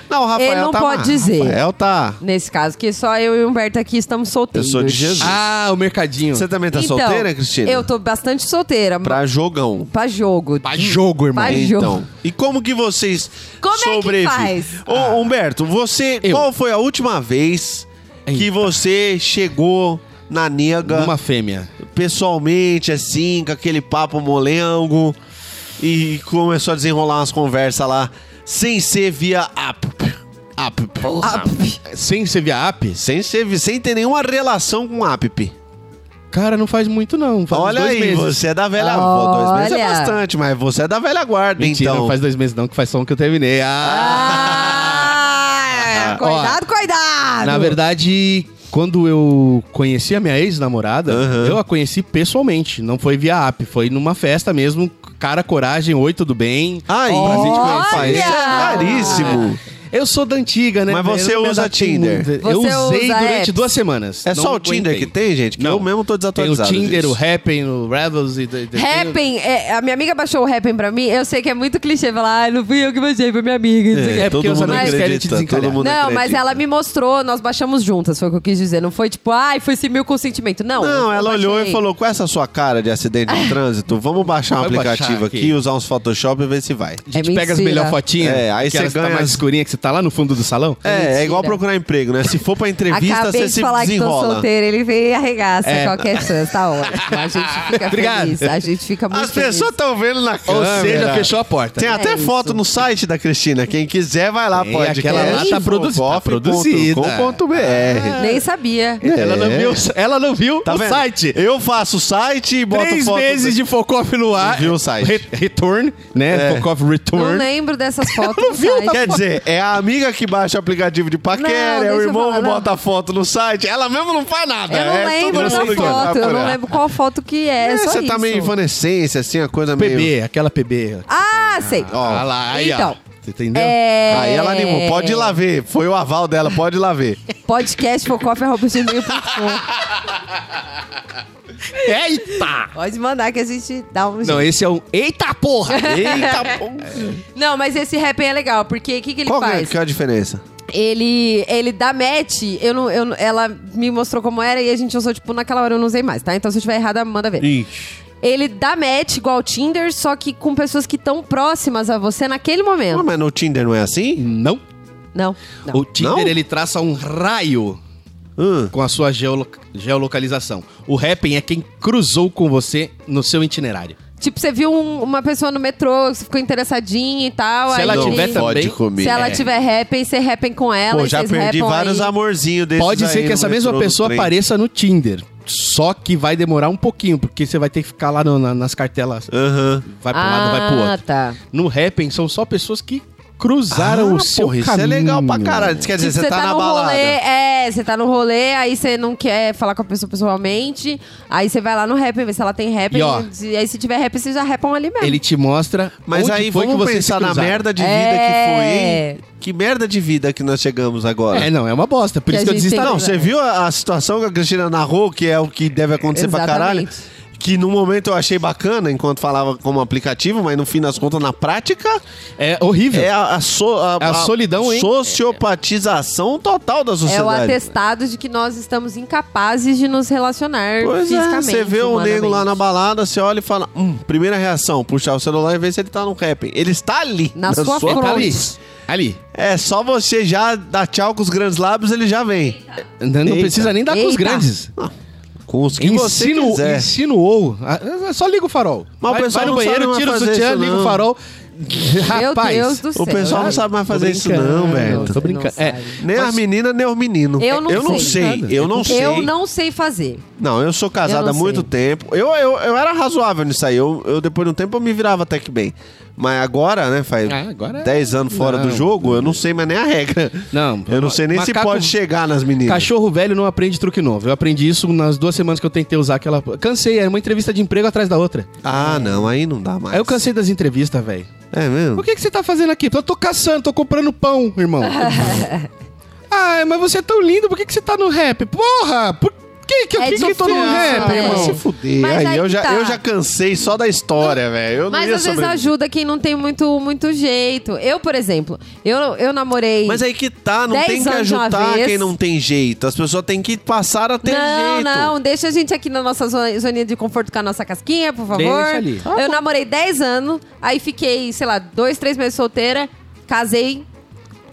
Speaker 3: Não, o Rafael
Speaker 2: Ele não
Speaker 3: tá
Speaker 2: pode
Speaker 3: amarrado.
Speaker 2: dizer.
Speaker 3: Rafael tá.
Speaker 2: nesse caso, que só eu e o Humberto aqui estamos solteiros.
Speaker 3: Eu sou de Jesus.
Speaker 4: Ah, o mercadinho.
Speaker 3: Você também tá
Speaker 2: Então,
Speaker 3: solteira, Cristina?
Speaker 2: Eu tô bastante solteira. Pra,
Speaker 3: Pra jogão.
Speaker 2: jogo.
Speaker 4: Pra jogo, irmão.
Speaker 2: Pra jogo.
Speaker 3: Então, e como que vocês
Speaker 2: Como é que
Speaker 3: sobrevivem?
Speaker 2: faz? Ah.
Speaker 3: Ô, Humberto, você.
Speaker 4: Eu.
Speaker 3: Qual foi a última vez que
Speaker 4: Eita.
Speaker 3: você chegou na nega
Speaker 4: Uma fêmea.
Speaker 3: pessoalmente, assim, com aquele papo molengo e começou a desenrolar umas conversas lá, sem ser via app? App.
Speaker 4: Sem ser via app?
Speaker 3: Sem, ser, vi- sem ter nenhuma relação com app.
Speaker 4: Cara, não faz muito não. Faz uns
Speaker 3: Olha
Speaker 4: dois
Speaker 3: aí,
Speaker 4: meses.
Speaker 3: você é da velha.
Speaker 2: Olha.
Speaker 3: Pô, Dois meses é bastante, mas você é da velha guarda,
Speaker 4: Mentira,
Speaker 3: então.
Speaker 4: não faz dois meses não, que faz só um que eu terminei. Ah!
Speaker 2: Ah, cuidado, cuidado!
Speaker 4: Na verdade, quando eu conheci a minha ex-namorada,
Speaker 3: Aham.
Speaker 4: eu a conheci pessoalmente. Não foi via app, foi numa festa mesmo. Cara, coragem, oi, tudo bem.
Speaker 3: Ai,
Speaker 4: Pra gente
Speaker 2: Olha!
Speaker 4: conhecer.
Speaker 3: Isso é caríssimo.
Speaker 4: Eu sou da antiga, né?
Speaker 3: Mas
Speaker 4: velho?
Speaker 3: você
Speaker 4: Eu não me
Speaker 3: usa
Speaker 4: adaptei
Speaker 3: Tinder?
Speaker 4: muito.
Speaker 2: Você
Speaker 4: eu usei
Speaker 2: usa
Speaker 4: durante
Speaker 2: apps?
Speaker 4: duas semanas.
Speaker 3: É
Speaker 4: Não
Speaker 3: só o Tinder
Speaker 4: aguentei.
Speaker 3: que tem, gente? Que
Speaker 4: Não.
Speaker 3: eu mesmo tô
Speaker 4: Tem o
Speaker 3: desatualizado.
Speaker 4: Tinder,
Speaker 3: disso.
Speaker 4: o Happn, o Rebels e... tem- tem-
Speaker 3: um-
Speaker 2: Happen, é, a minha amiga baixou o Happen pra mim. Eu sei que é muito clichê falar, ah, não fui eu que baixei, foi minha amiga. não sei o quê.
Speaker 4: É, porque os amigos querem te desencalhar.
Speaker 3: todo mundo
Speaker 2: Não, mas
Speaker 3: acredita.
Speaker 2: ela é me mostrou, nós baixamos juntas, foi o que eu quis dizer. Não foi tipo, ai, foi sem meu consentimento. Não.
Speaker 3: Não,
Speaker 2: eu É.
Speaker 3: ela olhou e
Speaker 2: baixei.
Speaker 3: falou: com essa sua cara de acidente de trânsito, vamos baixar um
Speaker 4: Vai baixar
Speaker 3: aplicativo aqui.
Speaker 4: aqui.
Speaker 3: usar uns Photoshop e ver se vai.
Speaker 4: A gente
Speaker 2: É
Speaker 4: pega as
Speaker 2: mentira.
Speaker 4: melhores fotinhas,
Speaker 3: É, aí
Speaker 4: que
Speaker 3: você
Speaker 4: elas
Speaker 3: ganha
Speaker 4: tá mais
Speaker 3: as-
Speaker 4: escurinha, que você tá lá no fundo do salão.
Speaker 3: É, é
Speaker 2: Mentira.
Speaker 3: igual procurar emprego, né? Se for pra entrevista,
Speaker 2: Acabei
Speaker 3: você
Speaker 2: de
Speaker 3: se
Speaker 2: falar que tô
Speaker 3: desenrola.
Speaker 2: solteira, ele veio e arregaça
Speaker 4: É.
Speaker 2: qualquer chance, tá ótimo. A gente fica
Speaker 4: Obrigado.
Speaker 2: feliz, a gente fica muito
Speaker 3: As pessoas
Speaker 2: feliz.
Speaker 3: estão vendo na
Speaker 4: Ou
Speaker 3: câmera.
Speaker 4: seja, fechou a porta. É
Speaker 3: Tem até
Speaker 2: isso.
Speaker 3: foto no site da Cristina. Quem quiser, vai lá,
Speaker 4: Tem,
Speaker 3: pode.
Speaker 4: aquela lá tá produzi- tá produzida. Ah,
Speaker 2: Nem sabia.
Speaker 4: Ela não
Speaker 3: É.
Speaker 4: viu, ela não viu
Speaker 3: Tá
Speaker 4: o
Speaker 3: vendo?
Speaker 4: site.
Speaker 3: Eu faço o site e boto
Speaker 4: Três
Speaker 3: foto.
Speaker 4: meses de Focoff no ar.
Speaker 3: Não viu o site.
Speaker 4: Re- return, né?
Speaker 3: É.
Speaker 4: Focoff
Speaker 2: Não
Speaker 4: Return.
Speaker 2: lembro dessas fotos. do site.
Speaker 3: Quer dizer, é a amiga que baixa o aplicativo de paquera,
Speaker 2: Não,
Speaker 3: é o
Speaker 2: deixa eu
Speaker 3: irmão
Speaker 2: falar,
Speaker 3: que
Speaker 2: não.
Speaker 3: bota a foto no site. Ela mesmo não faz nada.
Speaker 2: Eu não
Speaker 3: é
Speaker 2: lembro
Speaker 3: todo
Speaker 2: da
Speaker 3: mundo que vai
Speaker 2: foto, eu
Speaker 3: procurar.
Speaker 2: não lembro qual foto que é,
Speaker 3: É,
Speaker 2: só
Speaker 3: você
Speaker 2: isso.
Speaker 3: tá meio evanescência, assim, a coisa meio...
Speaker 4: PB, aquela PB.
Speaker 2: Ah, sei.
Speaker 3: Ó,
Speaker 4: Ah lá, aí,
Speaker 2: Então.
Speaker 4: ó. Você entendeu?
Speaker 2: É...
Speaker 3: Aí ela animou, pode ir lá ver. Foi o aval dela, pode ir lá ver.
Speaker 2: Podcast Focoff.com.
Speaker 4: Eita!
Speaker 2: Pode mandar que a gente dá um
Speaker 4: Não,
Speaker 2: jeito.
Speaker 4: esse é um... Eita porra! É.
Speaker 3: Eita, pô.
Speaker 2: Não, mas esse rap é legal, porque o que, que ele
Speaker 3: Qual que é,
Speaker 2: faz?
Speaker 3: que é a diferença?
Speaker 2: Ele, ele dá match, eu não, eu, não- ela me mostrou como era e a gente usou, tipo, naquela hora eu não usei mais, tá? Então se eu tiver errada, manda ver.
Speaker 3: Ixi.
Speaker 2: Ele dá match igual ao Tinder, só que com pessoas que estão próximas a você naquele momento.
Speaker 3: mas no Tinder não é assim?
Speaker 4: Não.
Speaker 2: Não, não.
Speaker 4: Hum. O Tinder,
Speaker 3: Não?
Speaker 4: ele traça um raio
Speaker 3: Hum.
Speaker 4: com a sua geolo- geolocalização. O Happn é quem cruzou com você no seu itinerário.
Speaker 2: Tipo, você viu um- uma pessoa no metrô, você ficou interessadinha e tal.
Speaker 4: Se
Speaker 2: aí
Speaker 4: ela
Speaker 3: não
Speaker 4: tiver também-
Speaker 3: pode comer.
Speaker 2: Se ela
Speaker 4: É.
Speaker 2: tiver happy, você happen com ela.
Speaker 3: Pô,
Speaker 2: e
Speaker 3: já
Speaker 2: vocês
Speaker 3: perdi
Speaker 2: rappam
Speaker 3: vários
Speaker 2: aí.
Speaker 3: amorzinhos desses
Speaker 4: Pode ser
Speaker 3: aí
Speaker 4: que
Speaker 3: no
Speaker 4: essa
Speaker 3: metrô,
Speaker 4: mesma
Speaker 3: no
Speaker 4: pessoa
Speaker 3: trem.
Speaker 4: apareça no Tinder. Só que vai demorar um pouquinho, porque você vai ter que ficar lá no- na- nas cartelas.
Speaker 3: Aham.
Speaker 4: Vai pra um lado, vai pro
Speaker 2: Ah,
Speaker 4: outro.
Speaker 2: tá.
Speaker 4: No Happn, são só pessoas que cruzaram
Speaker 3: Ah,
Speaker 4: o seu
Speaker 3: porra,
Speaker 4: caminho.
Speaker 3: isso é legal pra caralho. Quer dizer,
Speaker 2: Tipo,
Speaker 3: você tá, na
Speaker 2: no
Speaker 3: balada.
Speaker 2: rolê, é, você tá no rolê, aí você não quer falar com a pessoa pessoalmente, aí você vai lá no rap, vê se ela tem rap,
Speaker 4: E, ó,
Speaker 2: e aí se tiver rap, vocês já rapam ali mesmo.
Speaker 4: Ele te mostra
Speaker 3: Mas
Speaker 4: onde
Speaker 3: aí
Speaker 4: foi que
Speaker 3: vamos
Speaker 4: vocês se
Speaker 3: pensar na
Speaker 4: cruzaram.
Speaker 3: merda de vida
Speaker 2: É.
Speaker 3: que foi, hein? Que merda de vida que nós chegamos agora.
Speaker 4: É, não, é uma bosta. Por
Speaker 2: Que
Speaker 4: isso
Speaker 2: a
Speaker 4: que eu
Speaker 2: gente
Speaker 4: desisti.
Speaker 2: tem-
Speaker 3: Não, você viu a, a situação que a Cristina narrou, que é o que deve acontecer pra caralho?
Speaker 2: Exatamente.
Speaker 3: Que no momento eu achei bacana, enquanto falava como aplicativo, mas no fim das contas, na prática,
Speaker 4: É horrível.
Speaker 3: é a, a so- a-
Speaker 4: É a solidão, hein?
Speaker 3: Sociopatização total da
Speaker 2: É o
Speaker 3: sociedade.
Speaker 2: atestado de que nós estamos incapazes de nos relacionar
Speaker 3: Pois é,
Speaker 2: fisicamente.
Speaker 3: você vê o nego lá na
Speaker 2: humanamente.
Speaker 3: balada, você olha e fala, hum, primeira reação, puxar o celular e ver se ele tá no rap. Ele está ali.
Speaker 2: Na sua
Speaker 4: Ele tá ali.
Speaker 2: fronte.
Speaker 4: Ali.
Speaker 3: É só você já dar tchau com os grandes lábios, ele já vem.
Speaker 4: Não, não
Speaker 3: Eita.
Speaker 4: precisa nem dar com os
Speaker 2: Eita.
Speaker 4: grandes.
Speaker 3: Com os que você
Speaker 4: Insinuou,
Speaker 3: quiser.
Speaker 4: insinuou. Ah, Só liga o farol.
Speaker 3: Mas o
Speaker 4: vai,
Speaker 3: pessoal
Speaker 4: vai no
Speaker 3: não sabe
Speaker 4: banheiro,
Speaker 3: mais
Speaker 4: tira o
Speaker 3: fazer
Speaker 4: sutiã,
Speaker 3: isso,
Speaker 4: liga
Speaker 3: não.
Speaker 4: o farol.
Speaker 2: Meu Deus do céu.
Speaker 3: o pessoal não sabe mais fazer isso não, velho.
Speaker 4: Tô brincando. É,
Speaker 3: Nem a
Speaker 4: Mas-
Speaker 3: menina, nem o menino.
Speaker 2: Eu não
Speaker 4: sei.
Speaker 3: sei. Eu não sei.
Speaker 2: Eu não sei fazer.
Speaker 3: Não, eu sou casado
Speaker 2: Eu não
Speaker 3: há muito
Speaker 2: sei.
Speaker 3: tempo. Eu, eu, eu era razoável nisso aí. Eu, eu, depois de um tempo, eu me virava até que bem. Mas agora, né, faz
Speaker 4: Ah, agora é-
Speaker 3: 10 anos fora
Speaker 4: Não.
Speaker 3: do jogo, eu não sei mais nem a regra.
Speaker 4: Não,
Speaker 3: Eu não sei nem se
Speaker 4: macaco-
Speaker 3: pode chegar nas meninas.
Speaker 4: Cachorro velho não aprende truque novo. Eu aprendi isso nas duas semanas que eu tentei usar aquela. Cansei, era uma entrevista de emprego atrás da outra.
Speaker 3: Ah, não, aí não dá mais.
Speaker 4: Aí eu cansei das entrevistas, velho.
Speaker 3: É mesmo?
Speaker 4: O que, que você tá fazendo aqui? Eu tô caçando, tô comprando pão, irmão. ah, mas você é tão lindo, por que, que você tá no rap? Porra! Por que que eu
Speaker 2: É
Speaker 4: que, que eu tô no
Speaker 2: desconfiança,
Speaker 4: rap,
Speaker 2: né?
Speaker 3: Vai
Speaker 4: irmão?
Speaker 3: Ah, se fuder.
Speaker 2: Mas
Speaker 3: aí
Speaker 2: aí
Speaker 3: eu,
Speaker 2: que
Speaker 3: já,
Speaker 2: tá.
Speaker 3: eu já cansei só da história, velho. Eu não
Speaker 2: Mas
Speaker 3: ia
Speaker 2: às vezes
Speaker 3: sobreviver.
Speaker 2: ajuda quem não tem muito, muito jeito. Eu, por exemplo, eu, eu namorei.
Speaker 3: Mas aí que tá, não
Speaker 2: 10
Speaker 3: tem que
Speaker 2: anos de uma
Speaker 3: ajudar
Speaker 2: vez.
Speaker 3: quem não tem jeito. As pessoas têm que passar a ter
Speaker 2: não,
Speaker 3: jeito.
Speaker 2: não, deixa a gente aqui na nossa zo- zoninha de conforto com a nossa casquinha, por favor.
Speaker 4: Deixa ali. Tá
Speaker 2: Eu namorei 10 anos, aí fiquei, sei lá, dois, três meses solteira, casei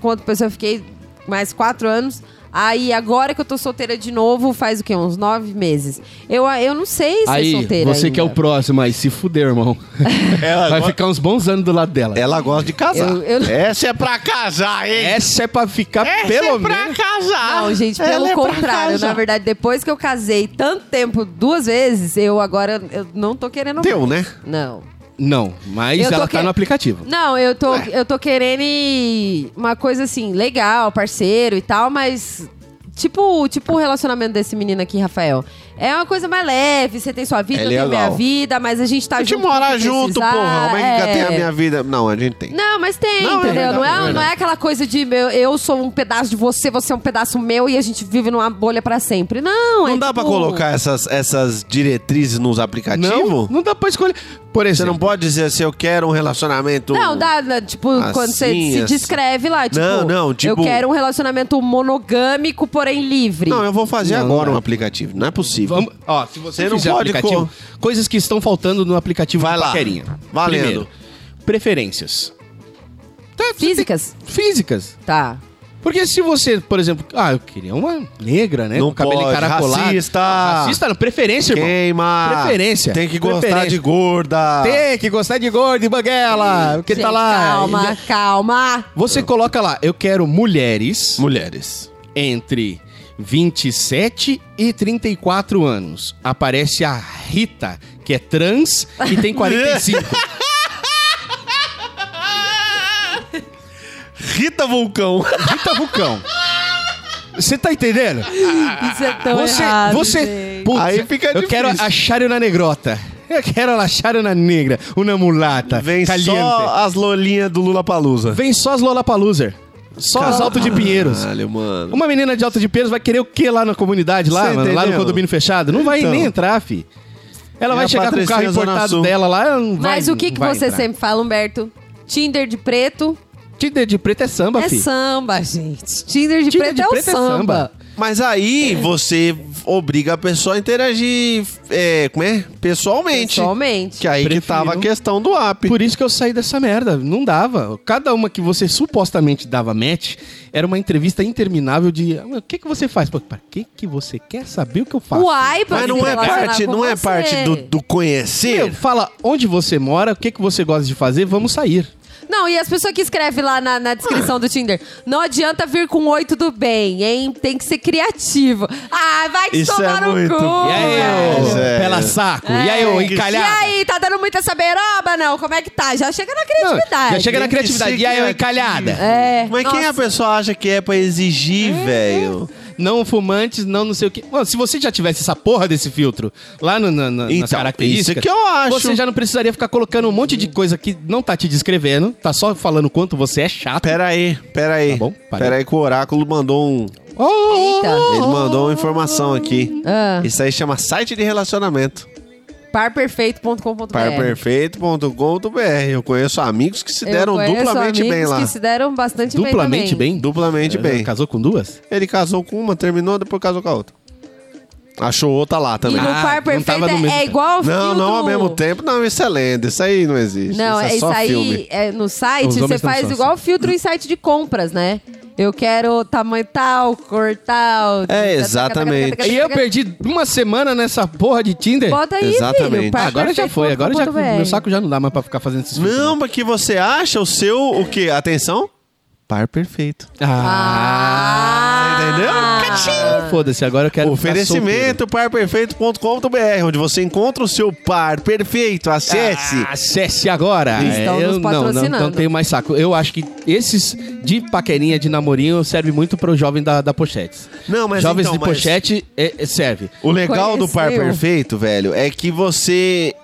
Speaker 2: com outra pessoa, fiquei mais quatro anos. Aí agora que eu tô solteira de novo, faz o quê? Uns nove meses. Eu, eu não sei ser
Speaker 4: Aí,
Speaker 2: solteira.
Speaker 4: você que é o
Speaker 2: ainda.
Speaker 4: próximo aí, se fuder, irmão.
Speaker 3: Ela,
Speaker 4: Vai
Speaker 3: go-
Speaker 4: ficar uns bons anos do lado dela.
Speaker 3: ela gosta de casar.
Speaker 2: Eu- eu-
Speaker 3: Essa é pra casar, hein?
Speaker 4: Essa é pra ficar
Speaker 3: Essa
Speaker 4: pelo
Speaker 3: é pra
Speaker 4: menos.
Speaker 3: casar.
Speaker 2: Não, gente,
Speaker 3: Ela
Speaker 2: pelo
Speaker 3: é pra
Speaker 2: contrário.
Speaker 3: casar.
Speaker 2: Na verdade, depois que eu casei tanto tempo, duas vezes, eu agora eu não tô querendo.
Speaker 3: Deu,
Speaker 2: mais.
Speaker 3: né?
Speaker 2: Não.
Speaker 4: Não, mas
Speaker 2: Eu tô
Speaker 4: ela tá
Speaker 2: que-
Speaker 4: no aplicativo.
Speaker 2: Não, eu tô, eu tô querendo ir- uma coisa assim, legal, parceiro e tal, mas. Tipo, tipo o relacionamento desse menino aqui, Rafael. É uma coisa mais leve, você tem sua vida,
Speaker 3: É
Speaker 2: eu tenho
Speaker 3: legal.
Speaker 2: minha vida, mas a gente tá
Speaker 3: a gente
Speaker 2: junto.
Speaker 3: morar
Speaker 2: quando
Speaker 3: junto,
Speaker 2: precisar,
Speaker 3: porra. Como é que
Speaker 2: é.
Speaker 3: tem a minha vida? Não, a gente tem.
Speaker 2: Não, mas tem,
Speaker 3: Não, é
Speaker 2: entendeu?
Speaker 3: verdade,
Speaker 2: não,
Speaker 3: é
Speaker 2: é, não
Speaker 3: verdade.
Speaker 2: é aquela coisa de meu, eu sou um pedaço de você, você é um pedaço meu e a gente vive numa bolha pra sempre. Não,
Speaker 3: Não,
Speaker 2: é
Speaker 3: dá pra
Speaker 2: tipo-
Speaker 3: colocar essas, essas diretrizes nos aplicativos?
Speaker 4: Não, não dá pra escolher. Por
Speaker 3: Você
Speaker 4: exemplo,
Speaker 3: não pode dizer assim, eu quero um relacionamento...
Speaker 2: Não, dá, dá, tipo,
Speaker 3: Assim,
Speaker 2: quando você
Speaker 3: assim.
Speaker 2: se descreve lá, tipo,
Speaker 3: Não, não, tipo-
Speaker 2: eu quero um relacionamento monogâmico, porém livre.
Speaker 3: Não, eu vou fazer
Speaker 4: Não,
Speaker 3: agora
Speaker 4: não
Speaker 3: um
Speaker 4: é.
Speaker 3: aplicativo. Não é possível.
Speaker 4: Vamos, ó, se você
Speaker 3: Você não
Speaker 4: não fizer
Speaker 3: pode
Speaker 4: aplicativo, coisas que estão faltando no aplicativo
Speaker 3: Vai
Speaker 4: do
Speaker 3: lá.
Speaker 4: Paquerinha.
Speaker 3: Valendo.
Speaker 4: preferências. Tá, você
Speaker 2: Físicas?
Speaker 4: tem- Físicas.
Speaker 2: Tá.
Speaker 4: Porque se você, por exemplo, ah, eu queria uma negra, né?
Speaker 3: Não
Speaker 4: com cabelo
Speaker 3: pode,
Speaker 4: encaracolado.
Speaker 3: racista.
Speaker 4: Não, racista não, preferência, irmão.
Speaker 3: Queima.
Speaker 4: Preferência.
Speaker 3: Tem que gostar
Speaker 4: Preferência.
Speaker 3: de gorda.
Speaker 4: Tem que gostar de gordo e banguela, porque
Speaker 2: Gente,
Speaker 4: tá lá.
Speaker 2: Calma, calma. Ah,
Speaker 4: Você coloca lá, eu quero mulheres
Speaker 3: Mulheres.
Speaker 4: entre 27 e 34 anos. Aparece a Rita, que é trans e tem 45.
Speaker 3: Rita Vulcão.
Speaker 4: Rita Vulcão. Você tá entendendo?
Speaker 3: Ah,
Speaker 2: Isso é tão
Speaker 4: você,
Speaker 2: errado,
Speaker 4: você,
Speaker 2: gente.
Speaker 4: putz,
Speaker 3: Aí fica
Speaker 4: eu
Speaker 3: difícil.
Speaker 4: quero achar na negrota. Eu quero achar na negra, uma mulata,
Speaker 3: Vem
Speaker 4: caliente.
Speaker 3: só as lolinhas do Lula Palusa.
Speaker 4: Vem só as Lollapalooza. Só as Alto de Pinheiros.
Speaker 3: Caralho, mano.
Speaker 4: Uma menina de Alto de Pinheiros vai querer o que lá na comunidade,
Speaker 3: Você
Speaker 4: lá, mano, lá no
Speaker 3: entendeu?
Speaker 4: condomínio fechado? Não vai
Speaker 3: Então.
Speaker 4: nem entrar, fi. Ela
Speaker 3: É
Speaker 4: vai
Speaker 3: a
Speaker 4: chegar com o carro
Speaker 3: Patricinha Zona Sul.
Speaker 4: importado dela lá, ela não vai
Speaker 2: Mas o que,
Speaker 4: não
Speaker 2: que
Speaker 4: vai
Speaker 2: você
Speaker 4: entrar.
Speaker 2: sempre fala, Humberto? Tinder de preto
Speaker 4: Tinder de preto é samba,
Speaker 2: é
Speaker 4: fi.
Speaker 2: samba, gente. Tinder de
Speaker 4: Tinder
Speaker 2: preto
Speaker 4: de
Speaker 2: é o
Speaker 4: preto é samba.
Speaker 2: samba.
Speaker 3: Mas aí você obriga a pessoa a interagir, é, como é? Pessoalmente.
Speaker 2: Pessoalmente.
Speaker 3: Que aí
Speaker 4: Prefiro.
Speaker 3: que tava a questão do app.
Speaker 4: Por isso que eu saí dessa merda. Não dava. Cada uma que você supostamente dava match era uma entrevista interminável de "Ah, o que que você faz? Pô, pra que que você quer saber o que eu faço?
Speaker 2: Uai, pra
Speaker 3: Mas
Speaker 2: se
Speaker 3: não é
Speaker 2: relacionar
Speaker 3: parte,
Speaker 2: com
Speaker 3: não é
Speaker 2: você.
Speaker 3: parte do, do conhecer.
Speaker 4: Meu, fala onde você mora, o que que você gosta de fazer, vamos sair.
Speaker 2: Não, e as pessoas que escrevem lá na, na descrição do Tinder, não adianta vir com oi tudo bem, hein? Tem que ser criativo. Ah, vai te
Speaker 3: Isso
Speaker 2: tomar
Speaker 3: é
Speaker 2: no
Speaker 3: muito
Speaker 2: cu.
Speaker 3: bom.
Speaker 4: E aí,
Speaker 2: velho.
Speaker 4: ô,
Speaker 3: Sério.
Speaker 4: pela saco. E aí, ô, encalhado.
Speaker 2: É. E aí, tá dando muita saberoba, não? Como é que tá? Já chega na
Speaker 4: Não,
Speaker 2: criatividade.
Speaker 4: já chega na
Speaker 3: Tem que
Speaker 4: criatividade.
Speaker 3: ser
Speaker 4: E aí, ô,
Speaker 3: criativo.
Speaker 4: encalhada.
Speaker 2: É.
Speaker 3: Mas quem a
Speaker 2: nossa.
Speaker 3: pessoa acha que é pra exigir, velho?
Speaker 4: Não fumantes, não não sei o quê. Mano, se você já tivesse essa porra desse filtro lá no, na, na,
Speaker 3: Então,
Speaker 4: nas características...
Speaker 3: isso que eu acho.
Speaker 4: Você já não precisaria ficar colocando um monte de coisa que não tá te descrevendo, tá só falando quanto você é chato.
Speaker 3: Pera aí, pera aí.
Speaker 4: Tá bom, parei.
Speaker 3: pera aí que o oráculo mandou um...
Speaker 2: Eita.
Speaker 3: Ele mandou uma informação aqui.
Speaker 2: então. Ah,
Speaker 3: Isso aí chama site de relacionamento.
Speaker 2: parperfeito.com.br
Speaker 3: Parperfeito.com.br. Eu conheço amigos que se
Speaker 2: Eu
Speaker 3: deram
Speaker 2: conheço
Speaker 3: duplamente
Speaker 2: amigos
Speaker 3: bem lá.
Speaker 2: que se deram bastante
Speaker 4: Duplamente
Speaker 2: bem
Speaker 4: bem?
Speaker 3: Duplamente
Speaker 4: Ela
Speaker 3: bem.
Speaker 4: Casou com duas?
Speaker 3: Ele casou com uma, terminou, depois casou com a outra. Achou outra lá
Speaker 2: também.
Speaker 3: também.
Speaker 2: E no
Speaker 4: Ah,
Speaker 2: par
Speaker 4: não tava
Speaker 2: perfeito
Speaker 4: no
Speaker 2: é-
Speaker 4: mesmo
Speaker 2: é
Speaker 4: tempo.
Speaker 2: igual ao
Speaker 3: Não, não ao
Speaker 2: filtro-
Speaker 3: mesmo tempo. Não, isso é lenda. Isso aí não existe.
Speaker 2: Não,
Speaker 3: isso
Speaker 2: é
Speaker 3: é
Speaker 2: isso
Speaker 3: só filme.
Speaker 2: aí é, no site,
Speaker 4: Os homens
Speaker 2: você
Speaker 4: não
Speaker 2: faz
Speaker 3: assim.
Speaker 4: são
Speaker 2: igual o filtro em site de compras, né? Eu quero tamanho tal, cor tal.
Speaker 3: É, exatamente.
Speaker 4: E eu perdi uma semana nessa porra de Tinder.
Speaker 2: Bota aí,
Speaker 3: Exatamente.
Speaker 2: filho.
Speaker 4: Ah, agora já foi, agora já
Speaker 2: perfeito.com.br.
Speaker 4: meu saco já não dá mais pra ficar fazendo esses filtros,
Speaker 3: Não, mas que você acha o seu, o quê? Atenção? Par perfeito.
Speaker 4: Ah,
Speaker 3: Entendeu?
Speaker 2: Ah.
Speaker 3: Catim!
Speaker 4: foda-se, agora eu quero ficar
Speaker 3: Oferecimento parperfeito.com.br, onde você encontra o seu par perfeito. Acesse.
Speaker 4: solteiro. Acesse agora.
Speaker 2: Estão nos
Speaker 4: É, eu não, não,
Speaker 2: patrocinando.
Speaker 4: não tenho mais saco. Eu acho que esses de paquerinha, de namorinho, serve muito pro jovem da, da pochete.
Speaker 3: Não, mas
Speaker 4: Jovens
Speaker 3: então,
Speaker 4: de
Speaker 3: mas-
Speaker 4: pochete é- é- serve.
Speaker 3: O legal do par
Speaker 2: Conheceu.
Speaker 3: perfeito, velho, é que você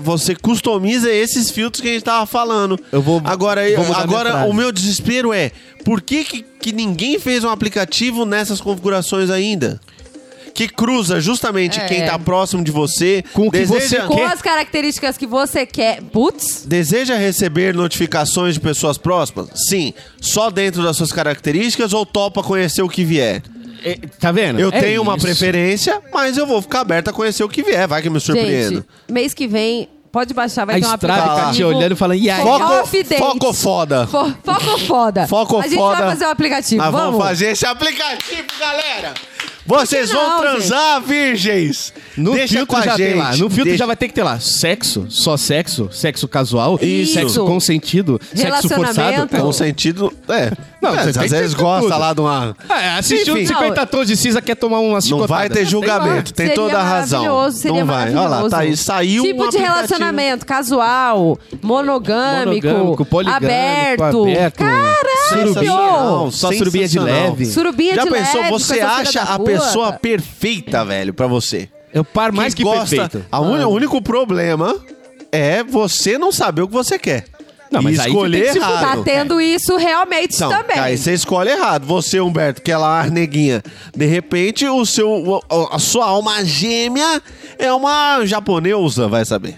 Speaker 3: você customiza esses filtros que a gente tava falando.
Speaker 4: Eu vou-
Speaker 3: agora
Speaker 4: vou mudar minha
Speaker 3: agora
Speaker 4: frase.
Speaker 3: o meu desespero é por que, que que ninguém fez um aplicativo nessas configurações ainda? Que cruza justamente
Speaker 2: É.
Speaker 3: quem tá próximo de você,
Speaker 4: Com o que você
Speaker 2: Com
Speaker 4: Quê?
Speaker 2: as características que você quer. Putz.
Speaker 3: Deseja receber notificações de pessoas próximas? Sim. Só dentro das suas características ou topa conhecer o que vier?
Speaker 4: É, tá vendo?
Speaker 3: Eu
Speaker 4: É
Speaker 3: tenho uma
Speaker 4: isso.
Speaker 3: preferência, mas eu vou ficar aberto a conhecer o que vier. Vai que eu me surpreendo.
Speaker 2: Gente, mês que vem, pode baixar, vai
Speaker 4: A
Speaker 2: ter uma
Speaker 4: Estrada
Speaker 3: tá
Speaker 4: te olhando e falando, e aí?
Speaker 3: Foco-
Speaker 2: Off date.
Speaker 3: foco foda.
Speaker 2: Fo- foco foda.
Speaker 3: Foco
Speaker 2: A gente
Speaker 3: foda.
Speaker 2: vai fazer um aplicativo.
Speaker 3: Nós
Speaker 2: vamos.
Speaker 3: vamos fazer esse aplicativo, galera. Vocês
Speaker 2: Por que
Speaker 3: vão
Speaker 2: não,
Speaker 3: transar, virgens.
Speaker 4: No
Speaker 3: Deixa
Speaker 4: filtro
Speaker 3: com a
Speaker 4: já
Speaker 3: gente.
Speaker 4: tem lá. No filtro
Speaker 3: Deixa-
Speaker 4: já vai ter que ter lá sexo, só sexo, sexo casual,
Speaker 3: Isso.
Speaker 4: sexo consentido, sexo forçado.
Speaker 2: Relacionamento.
Speaker 3: Com sentido. É.
Speaker 4: Não,
Speaker 3: É,
Speaker 4: você
Speaker 3: às
Speaker 4: tem que
Speaker 3: vezes
Speaker 4: ter tudo.
Speaker 3: gosta lá de uma.
Speaker 4: É, assistiu
Speaker 3: Enfim.
Speaker 4: 50 tons de cinza, quer tomar uma
Speaker 3: Não
Speaker 4: chicotada.
Speaker 3: vai ter julgamento, É, tem
Speaker 2: Seria
Speaker 3: toda a razão.
Speaker 2: maravilhoso, seria
Speaker 3: não vai. Olha lá,
Speaker 2: maravilhoso.
Speaker 3: tá aí, saiu
Speaker 2: Tipo
Speaker 3: um
Speaker 2: de
Speaker 3: aplicativo.
Speaker 2: relacionamento, casual, monogâmico,
Speaker 4: Monogâmico, poligâmico,
Speaker 2: aberto.
Speaker 4: aberto.
Speaker 2: Caralho,
Speaker 3: Sensacional,
Speaker 2: pior.
Speaker 4: Só surubinha de
Speaker 3: sensacional.
Speaker 4: leve.
Speaker 2: Surubinha
Speaker 3: Já
Speaker 2: de
Speaker 3: pensou,
Speaker 2: leve, com
Speaker 3: você
Speaker 2: essa filha
Speaker 3: acha
Speaker 2: da
Speaker 3: a
Speaker 2: puta.
Speaker 3: pessoa perfeita, velho, pra você.
Speaker 4: É o par mais que,
Speaker 3: gosta.
Speaker 4: perfeito. Ah.
Speaker 3: A un- O único problema é você não saber o que você quer.
Speaker 4: Não, mas
Speaker 3: e
Speaker 4: aí
Speaker 3: escolher
Speaker 4: você tem que se
Speaker 3: errado.
Speaker 2: Tá tendo isso realmente
Speaker 3: Então,
Speaker 2: também.
Speaker 3: Aí você escolhe errado. Você, Humberto, que é lá a neguinha. De repente, o seu, o- a sua alma gêmea é uma japonesa, vai saber.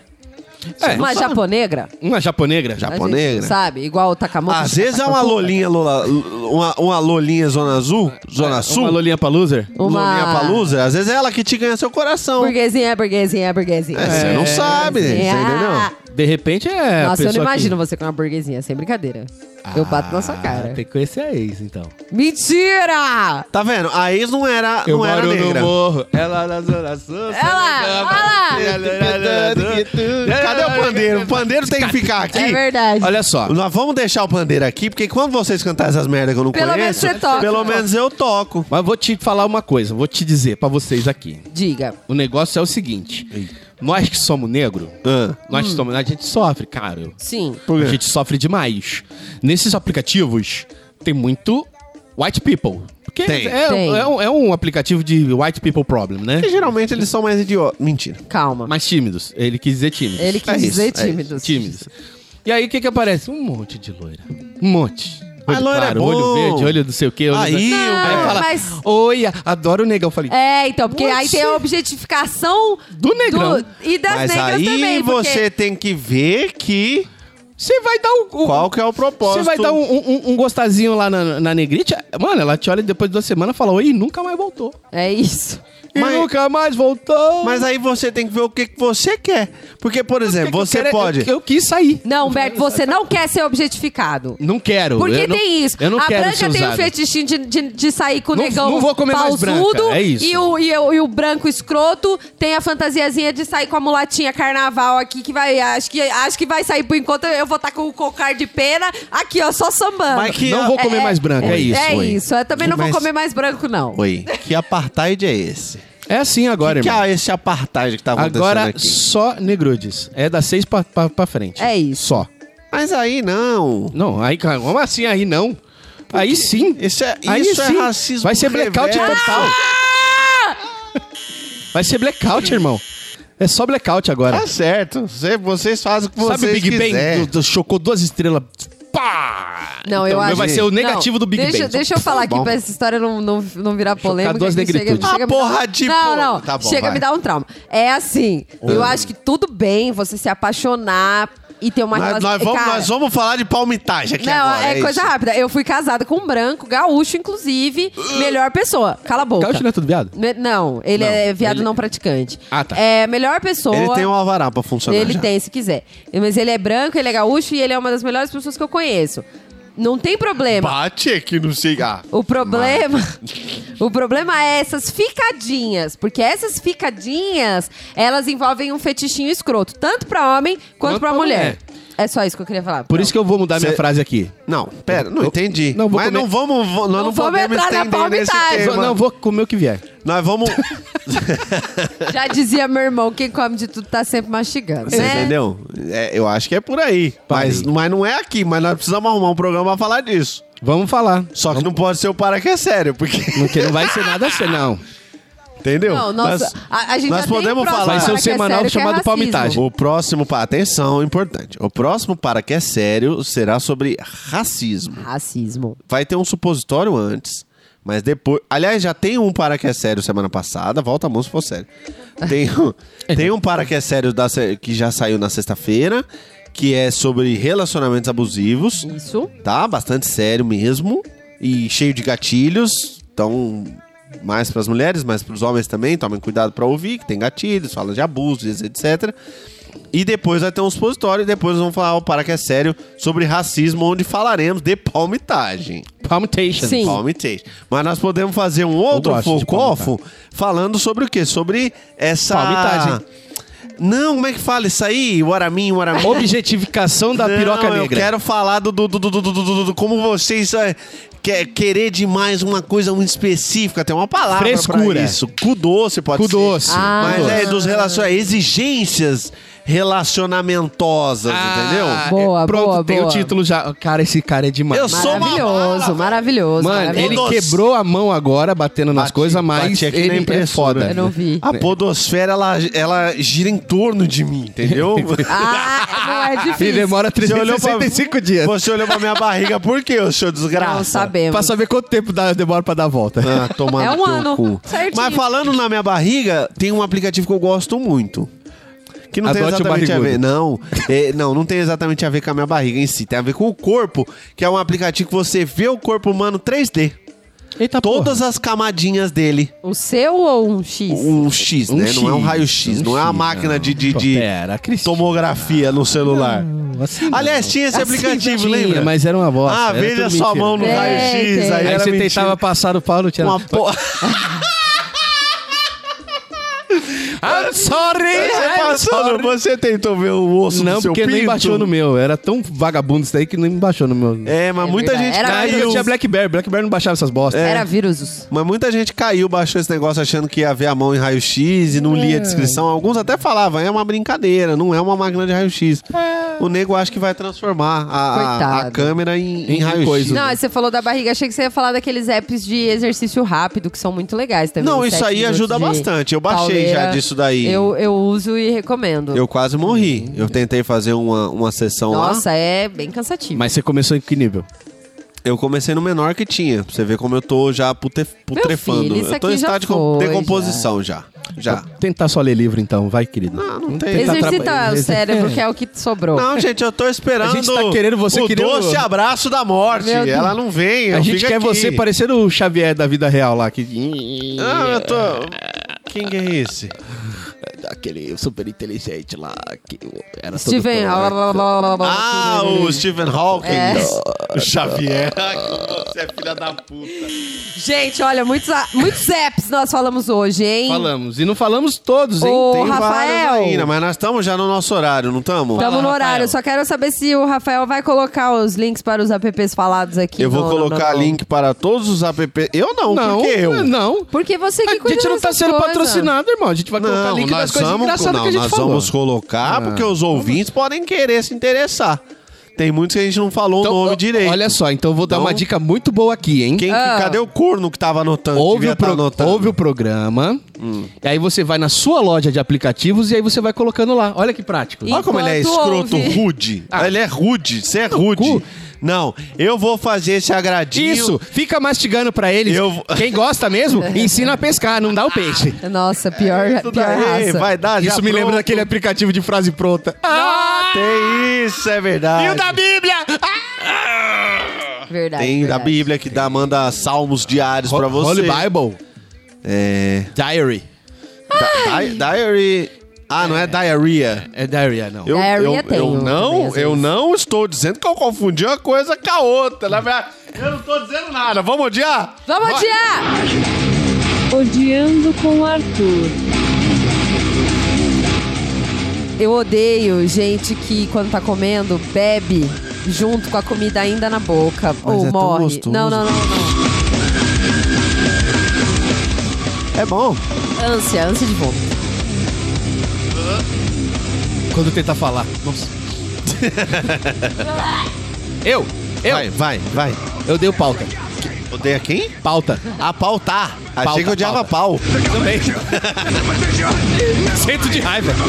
Speaker 4: É,
Speaker 2: Uma japonegra.
Speaker 4: uma japonegra.
Speaker 2: a
Speaker 4: Japo-
Speaker 2: gente
Speaker 3: Japonegra.
Speaker 2: Sabe? Igual o Takamoto.
Speaker 3: Às vezes é uma lolinha, Lola, uma, uma lolinha zona azul, zona sul,
Speaker 4: Uma lolinha pra loser.
Speaker 2: É, Uma-
Speaker 3: lolinha palusa. Às vezes é ela que te ganha seu coração.
Speaker 2: Burguesinha, burguesinha, burguesinha.
Speaker 3: É, você não sabe, você
Speaker 2: burguesinha.
Speaker 3: entendeu?
Speaker 4: De repente é. a
Speaker 2: Nossa, eu não
Speaker 4: pessoa
Speaker 2: imagino
Speaker 4: que...
Speaker 2: você com uma burguesinha, sem brincadeira. eu bato na sua cara.
Speaker 4: Ah, Tem que conhecer a ex, então.
Speaker 2: Mentira!
Speaker 3: Tá vendo? A ex não era,
Speaker 4: Eu
Speaker 3: não era
Speaker 4: moro no
Speaker 3: negra.
Speaker 4: morro. Ela na zona sul.
Speaker 2: Ela,
Speaker 3: é Cadê o pandeiro? O pandeiro tem que ficar aqui.
Speaker 2: É verdade.
Speaker 4: Olha só.
Speaker 3: Nós vamos deixar o pandeiro aqui, porque quando vocês cantarem essas merdas que eu não
Speaker 2: Pelo menos
Speaker 3: conheço,
Speaker 2: você toca.
Speaker 3: pelo menos eu toco.
Speaker 4: Mas vou te falar uma coisa, vou te dizer pra vocês aqui.
Speaker 2: Diga.
Speaker 4: O negócio é o seguinte: nós que somos negro,
Speaker 3: Ah.
Speaker 4: nós
Speaker 2: Hum.
Speaker 4: que somos, a gente sofre, cara.
Speaker 2: Sim.
Speaker 4: A gente sofre demais. Nesses aplicativos tem muito white people. Porque
Speaker 3: Tem.
Speaker 4: É,
Speaker 2: Tem.
Speaker 4: é um, é um aplicativo de white people problem, né?
Speaker 3: Porque geralmente eles são mais idiotas. Mentira.
Speaker 2: Calma.
Speaker 4: Mais tímidos. Ele quis dizer tímidos.
Speaker 2: Ele quis
Speaker 3: É isso,
Speaker 2: dizer
Speaker 3: é isso.
Speaker 2: tímidos.
Speaker 4: Tímidos. E aí o que que aparece? Um monte de loira. Um monte.
Speaker 3: Mas loira é
Speaker 4: claro,
Speaker 3: bom.
Speaker 4: olho verde, olho do sei o quê. olho
Speaker 3: Aí,
Speaker 4: da-
Speaker 3: Não,
Speaker 4: aí fala,
Speaker 2: mas-
Speaker 4: oi, adoro o negão. Eu falei,
Speaker 2: É, então, porque aí
Speaker 4: Você-
Speaker 2: tem a objetificação
Speaker 4: Do negrão.
Speaker 2: e das
Speaker 3: Mas
Speaker 2: negras
Speaker 3: aí
Speaker 2: também. porque-
Speaker 3: você tem que ver que
Speaker 4: você vai dar o... o-
Speaker 3: qual que é o propósito.
Speaker 4: Você vai dar um, um- um gostazinho lá na, na negrite, mano, ela te olha depois de duas semanas e fala, oi, nunca mais voltou.
Speaker 2: É isso.
Speaker 4: E
Speaker 3: Mas-
Speaker 4: nunca mais voltou.
Speaker 3: Mas aí você tem que ver o que, que você quer. Porque, por exemplo,
Speaker 4: Porque eu
Speaker 3: você
Speaker 4: quero- é
Speaker 3: pode.
Speaker 4: Eu, eu quis sair.
Speaker 2: Não, Humberto, você não quer ser objetificado.
Speaker 4: Não quero.
Speaker 2: Porque
Speaker 4: eu não-
Speaker 2: tem isso.
Speaker 4: Eu não
Speaker 2: a
Speaker 4: quero
Speaker 2: Branca
Speaker 4: ser
Speaker 2: tem um o
Speaker 4: usado.
Speaker 2: fetichinho de, de- de sair com o
Speaker 4: Não-
Speaker 2: negão
Speaker 4: não vou comer mais
Speaker 2: pausudo.
Speaker 4: branca, é isso.
Speaker 2: E o, e, o, e o branco escroto tem a fantasiazinha de sair com a mulatinha carnaval aqui, que vai. Acho que, acho que vai sair por enquanto. Eu vou estar com o cocar de pena aqui, ó, só sambando.
Speaker 3: Mas que-
Speaker 4: Não vou
Speaker 3: É-
Speaker 4: comer mais branco, é, isso.
Speaker 2: É
Speaker 3: oi.
Speaker 2: isso. Eu também não
Speaker 3: Mas-
Speaker 2: vou comer mais branco, não.
Speaker 3: Oi, que apartheid é esse?
Speaker 4: É assim agora,
Speaker 3: que, que
Speaker 4: irmão.
Speaker 3: é esse apartheid que tá acontecendo
Speaker 4: Agora
Speaker 3: aqui?
Speaker 4: só negrudes. É das seis pra, pra, pra frente.
Speaker 2: É isso.
Speaker 4: Só.
Speaker 3: Mas aí não.
Speaker 4: Não, aí, cara, como assim aí não? Aí sim.
Speaker 3: Isso é,
Speaker 4: Aí
Speaker 3: isso é
Speaker 4: sim.
Speaker 3: racismo.
Speaker 4: Vai ser blackout
Speaker 3: reverso.
Speaker 4: total.
Speaker 2: Ah!
Speaker 4: Vai ser blackout, irmão. É só blackout agora.
Speaker 3: Tá certo. Cê- Vocês fazem o que vocês
Speaker 4: Sabe o Big
Speaker 3: quiser.
Speaker 4: Bang? Do- do- chocou duas estrelas. Pá!
Speaker 2: Não, eu
Speaker 4: Então,
Speaker 2: acho.
Speaker 4: Vai ser o negativo
Speaker 2: Não,
Speaker 4: do Big
Speaker 2: deixa,
Speaker 4: Bang. Tá
Speaker 2: Deixa eu falar aqui
Speaker 3: bom.
Speaker 2: pra essa história não, não, não virar polêmica.
Speaker 4: duas
Speaker 2: que chega-
Speaker 4: negritudes.
Speaker 2: chega me
Speaker 3: Ah,
Speaker 2: dar- um
Speaker 3: porra de
Speaker 2: Não,
Speaker 3: porra.
Speaker 2: não.
Speaker 3: Tá bom,
Speaker 2: chega
Speaker 3: vai. Ah.
Speaker 2: me dar um trauma. É assim, eu acho que tudo bem você se apaixonar e ter uma
Speaker 3: Nós,
Speaker 2: relação-
Speaker 3: nós vamos,
Speaker 2: é Cara,
Speaker 3: nós vamos falar de palmitagem aqui
Speaker 2: Não,
Speaker 3: agora.
Speaker 2: é, coisa
Speaker 3: isso.
Speaker 2: rápida. Eu fui casada com um branco, gaúcho, inclusive. Melhor pessoa. Cala a boca.
Speaker 4: Couch não é tudo viado?
Speaker 2: Me- Não, ele
Speaker 4: Não,
Speaker 2: é viado
Speaker 4: ele-
Speaker 2: não praticante.
Speaker 4: Ah, tá.
Speaker 2: É, melhor pessoa.
Speaker 3: Ele tem um alvará pra funcionar
Speaker 2: Ele
Speaker 3: já.
Speaker 2: tem, se quiser. Mas ele é branco, ele é gaúcho e ele é uma das melhores pessoas que eu conheço. Não tem problema.
Speaker 3: Bate aqui no cigarro.
Speaker 2: O problema, o problema é essas ficadinhas, porque essas ficadinhas, elas envolvem um fetichinho escroto, tanto pra homem quanto
Speaker 4: Quanto
Speaker 2: pra
Speaker 4: pra
Speaker 2: mulher. É só isso que eu queria falar.
Speaker 4: Por isso que eu vou mudar minha
Speaker 3: Cê-
Speaker 4: frase aqui.
Speaker 3: Não, pera, não entendi.
Speaker 4: Não vou
Speaker 3: Mas
Speaker 4: comer-
Speaker 3: não vamos, vo- nós não,
Speaker 2: Não vamos
Speaker 3: podemos
Speaker 2: entrar na
Speaker 3: estender nesse
Speaker 2: palmitagem.
Speaker 3: tema.
Speaker 4: Vou- não, vou comer o que vier.
Speaker 3: Nós vamos,
Speaker 2: Já dizia meu irmão, quem come de tudo tá sempre mastigando,
Speaker 3: você
Speaker 2: né?
Speaker 3: entendeu? É, eu acho que é por aí.
Speaker 4: Parei.
Speaker 3: Mas, mas não é aqui, mas nós precisamos arrumar um programa pra falar disso.
Speaker 4: Vamos falar.
Speaker 3: Só que não pode ser o para que é sério, porque...
Speaker 4: Porque não vai ser nada assim, não.
Speaker 3: Entendeu?
Speaker 2: Não, nossa,
Speaker 3: Nós-
Speaker 2: a, a gente
Speaker 3: nós
Speaker 2: já tem
Speaker 3: podemos
Speaker 2: prova
Speaker 3: falar.
Speaker 4: Vai ser o
Speaker 2: que é
Speaker 4: semanal
Speaker 2: sério, que é
Speaker 4: chamado
Speaker 2: racismo.
Speaker 4: palmitagem.
Speaker 3: O próximo, pa- atenção, importante. O próximo para que é sério será sobre racismo.
Speaker 2: Racismo.
Speaker 3: Vai ter um supositório antes, mas depois. Aliás, já tem um para que é sério semana passada. Volta a mão se for sério. Tem, um- tem um para que é sério da se- que já saiu na sexta-feira, que é sobre relacionamentos abusivos.
Speaker 2: Isso.
Speaker 3: Tá? Bastante sério mesmo. E cheio de gatilhos. Então, mais pras mulheres, mas pros homens também. Tomem cuidado pra ouvir, que tem gatilhos, fala de abusos, etc. E depois vai ter um supositório e depois vamos falar o para que é sério sobre racismo, onde falaremos de palmitagem.
Speaker 4: Palmitation.
Speaker 2: Sim.
Speaker 3: Palmitation. Mas nós podemos fazer um outro
Speaker 4: gosto de
Speaker 3: focofo falando sobre o quê? Sobre essa.
Speaker 4: Palmitagem.
Speaker 3: Não, como é que fala isso aí? O araminho, o araminho.
Speaker 4: Objetificação da
Speaker 3: Não,
Speaker 4: piroca negra.
Speaker 3: Eu quero falar do, do, do, do, do, do, do- do- do- como vocês é, quer, querer demais uma coisa muito específica. Tem uma palavra
Speaker 4: Frescura.
Speaker 3: pra isso. Cu doce pode
Speaker 4: Cu
Speaker 3: ser.
Speaker 4: doce.
Speaker 2: Ah.
Speaker 4: Cu
Speaker 3: Mas
Speaker 4: doce.
Speaker 3: é dos relacion... exigências relacionamentosas,
Speaker 4: Ah,
Speaker 3: entendeu?
Speaker 2: Boa,
Speaker 4: é, Pronto,
Speaker 2: boa,
Speaker 4: tem
Speaker 2: boa.
Speaker 4: o título já. Cara, esse cara é demais.
Speaker 3: Eu sou uma
Speaker 2: Maravilhoso, maravilhoso.
Speaker 4: Mano,
Speaker 2: maravilhoso.
Speaker 4: ele
Speaker 3: Doce.
Speaker 4: quebrou a mão agora, batendo nas
Speaker 3: Bati-
Speaker 4: coisas, mas
Speaker 3: bati aqui na
Speaker 4: ele é
Speaker 3: impressora.
Speaker 4: foda.
Speaker 2: Eu não vi.
Speaker 3: A podosfera, ela, ela gira em torno de mim, entendeu?
Speaker 2: Ah, não é
Speaker 4: Ele
Speaker 2: difícil.
Speaker 4: demora 365 dias.
Speaker 3: Você olhou pra minha barriga por quê, ô seu desgraça?
Speaker 2: Não sabemos.
Speaker 4: Pra saber quanto tempo dá, demora pra dar a volta.
Speaker 3: Ah, tomando
Speaker 2: É um ano. Certinho.
Speaker 3: Mas falando na minha barriga, tem um aplicativo que eu gosto muito. Que não tem
Speaker 4: Adote o
Speaker 3: exatamente a
Speaker 4: barrigudo.
Speaker 3: ver. Não, é, não, não tem exatamente a ver com a minha barriga em si. Tem a ver com o corpo, que é um aplicativo que você vê o corpo humano 3D.
Speaker 4: Eita
Speaker 3: Todas as camadinhas dele.
Speaker 2: O seu ou um X?
Speaker 3: Um X, né?
Speaker 4: Um
Speaker 3: não é um
Speaker 4: X,
Speaker 3: raio-X.
Speaker 4: um
Speaker 3: não é uma
Speaker 4: X,
Speaker 3: máquina
Speaker 4: não.
Speaker 3: de, de,
Speaker 4: Pô,
Speaker 3: de
Speaker 4: pera, Cristina.
Speaker 3: tomografia no celular.
Speaker 4: assim não.
Speaker 3: Aliás, tinha esse
Speaker 4: Assim
Speaker 3: aplicativo,
Speaker 4: tinha,
Speaker 3: lembra?
Speaker 4: mas era uma bosta,
Speaker 3: Ah,
Speaker 4: era
Speaker 3: veja
Speaker 4: tudo
Speaker 3: sua
Speaker 4: mentira.
Speaker 3: mão no
Speaker 2: Tem, É,
Speaker 3: raio-X.
Speaker 2: tem.
Speaker 3: Aí,
Speaker 4: Aí
Speaker 3: era
Speaker 4: você
Speaker 3: mentira.
Speaker 4: tentava passar o Paulo tirando.
Speaker 3: Uma porra.
Speaker 4: I'm sorry!
Speaker 3: Você passou, no- você tentou ver o osso do
Speaker 4: Não,
Speaker 3: seu
Speaker 4: porque
Speaker 3: pinto?
Speaker 4: nem baixou no meu. Era tão vagabundo isso daí que nem baixou no meu.
Speaker 3: É, mas
Speaker 2: É
Speaker 3: muita
Speaker 2: verdade.
Speaker 3: gente
Speaker 2: Era
Speaker 4: Aí
Speaker 3: caiu. É.
Speaker 4: eu tinha Blackberry. Blackberry não baixava essas bostas.
Speaker 2: Era vírus.
Speaker 3: Mas muita gente caiu, baixou esse negócio achando que ia ver a mão em raio-x e não
Speaker 4: É.
Speaker 3: lia a descrição. Alguns até falavam, é uma brincadeira, não é uma máquina de raio-x.
Speaker 4: É.
Speaker 3: O nego acha que vai transformar a- a, a
Speaker 2: Coitado.
Speaker 3: câmera em, em
Speaker 4: Em
Speaker 3: raio-x.
Speaker 4: coisa.
Speaker 2: Não, aí você falou da barriga, achei que você ia falar daqueles apps de exercício rápido, que são muito legais também.
Speaker 3: Não, isso
Speaker 2: Sete
Speaker 3: aí
Speaker 2: minutos
Speaker 3: ajuda
Speaker 2: de
Speaker 3: bastante. Eu baixei já
Speaker 2: pauleira.
Speaker 3: disso daí.
Speaker 2: Eu, eu uso e recomendo.
Speaker 3: Eu quase morri.
Speaker 4: Uhum.
Speaker 3: Eu tentei fazer uma, uma sessão lá.
Speaker 2: Nossa, é bem cansativo.
Speaker 4: Mas você começou em que nível?
Speaker 3: Eu comecei no menor que tinha. Pra você ver como eu tô já pute, putrefando.
Speaker 2: filho, isso
Speaker 3: eu tô em
Speaker 2: aqui já
Speaker 3: estado de com-
Speaker 2: foi,
Speaker 3: decomposição já. Já.
Speaker 4: Tentar só ler livro então, vai, querido.
Speaker 3: Ah, não tem.
Speaker 4: Tentar
Speaker 2: Exercita
Speaker 4: traba-
Speaker 2: o
Speaker 4: exer-
Speaker 2: cérebro,
Speaker 4: É.
Speaker 2: que é o que sobrou.
Speaker 3: Não, gente, eu tô esperando.
Speaker 4: A gente tá querendo você
Speaker 3: o
Speaker 4: querer o-
Speaker 3: doce abraço da morte.
Speaker 2: Meu Deus.
Speaker 3: Ela não vem.
Speaker 4: A
Speaker 3: eu
Speaker 4: gente
Speaker 3: fico
Speaker 4: quer
Speaker 3: aqui.
Speaker 4: você parecer o Xavier da vida real lá. Que...
Speaker 3: Ah, eu tô. Quem que é esse?
Speaker 4: Aquele super inteligente lá que era
Speaker 2: Steven. blá, blá, blá, blá, blá,
Speaker 3: Ah,
Speaker 2: tudo
Speaker 3: o
Speaker 2: ali.
Speaker 3: Stephen Hawking.
Speaker 2: É.
Speaker 3: O Xavier. Ai, Você é filha da puta.
Speaker 2: Gente, olha, muitos, a- muitos apps nós falamos hoje, hein?
Speaker 4: Falamos. E não falamos todos, hein?
Speaker 2: Ô,
Speaker 3: Tem
Speaker 2: Rafael.
Speaker 3: vários ainda, mas nós estamos já no nosso horário, não estamos?
Speaker 2: Tamo no
Speaker 4: Rafael.
Speaker 2: horário, só quero saber se o Rafael vai colocar os links para os apps falados aqui.
Speaker 3: Eu vou
Speaker 2: no- no-
Speaker 3: colocar
Speaker 2: no-
Speaker 3: link para todos os apps. Eu não, porque eu.
Speaker 4: Não.
Speaker 2: Porque você que
Speaker 4: A
Speaker 2: cuida
Speaker 4: gente não tá
Speaker 2: dessas
Speaker 4: sendo
Speaker 2: coisas.
Speaker 4: patrocinado, irmão. A gente vai colocar
Speaker 3: Não,
Speaker 4: link das
Speaker 3: nós
Speaker 4: coisas
Speaker 3: vamos,
Speaker 4: engraçadas
Speaker 3: não,
Speaker 4: que a gente
Speaker 3: nós
Speaker 4: falou. Ah.
Speaker 3: vamos colocar porque os ouvintes podem querer se interessar. Tem muitos que a gente não falou
Speaker 4: Então,
Speaker 3: o nome
Speaker 4: ó,
Speaker 3: direito.
Speaker 4: Olha só, então eu vou dar
Speaker 3: Então-
Speaker 4: uma dica muito boa aqui, hein?
Speaker 3: Quem,
Speaker 2: Ah.
Speaker 3: Cadê o corno que tava anotando?
Speaker 4: Ouve
Speaker 3: Devia
Speaker 4: o, pro-
Speaker 3: tá anotando. Hum.
Speaker 4: ouve o programa, e aí você vai na sua loja de aplicativos e aí você vai colocando lá. Olha que prático.
Speaker 2: E-
Speaker 3: Olha como ele é
Speaker 2: Enquanto
Speaker 3: escroto,
Speaker 2: ouve.
Speaker 3: rude. Ele é rude, você é rude.
Speaker 4: cu.
Speaker 3: Não, eu vou fazer esse agradinho.
Speaker 4: Isso, fica mastigando pra eles.
Speaker 3: Eu vou-
Speaker 4: Quem gosta mesmo, ensina a pescar, não dá o peixe.
Speaker 2: Nossa, pior,
Speaker 3: É Isso
Speaker 2: pior
Speaker 3: daí,
Speaker 2: raça.
Speaker 3: vai dar, já
Speaker 4: Isso me lembra
Speaker 3: pronto.
Speaker 4: daquele aplicativo de frase pronta. Ah,
Speaker 3: Tipo Tem isso, é verdade.
Speaker 4: e o da Bíblia!
Speaker 2: Verdade.
Speaker 3: Tem da
Speaker 2: verdade.
Speaker 3: Bíblia que dá, manda salmos diários pra você.
Speaker 4: Holy Bible.
Speaker 3: É.
Speaker 4: Diary.
Speaker 3: Di- Diary. Ah, não é diarrhea.
Speaker 4: É diarrhea, não.
Speaker 3: Eu,
Speaker 2: Diarrhea
Speaker 3: eu,
Speaker 2: tem,
Speaker 3: eu
Speaker 2: eu também, às
Speaker 3: não, eu
Speaker 2: vezes.
Speaker 3: não estou dizendo que eu confundi uma coisa com a outra. Na verdade, eu não estou dizendo nada. Vamos odiar?
Speaker 2: Vamos
Speaker 3: Vai.
Speaker 2: odiar!
Speaker 1: Odiando com Arthur.
Speaker 2: Eu odeio gente que, quando tá comendo, bebe junto com a comida ainda na boca.
Speaker 3: Mas é
Speaker 2: ou
Speaker 3: tão
Speaker 2: morre.
Speaker 3: gostoso.
Speaker 2: não, não, não, não.
Speaker 3: É bom.
Speaker 2: Ânsia, ânsia de vômito.
Speaker 4: Quando tentar falar. Nossa. eu, eu,
Speaker 3: Vai, vai, vai.
Speaker 4: eu dei o pauta.
Speaker 3: Odeia quem?
Speaker 4: Pauta.
Speaker 3: A pautar. Achei
Speaker 4: Pauta,
Speaker 3: que eu odiava
Speaker 4: pauta.
Speaker 3: tá. pau. tá.
Speaker 4: Também. Sento de raiva.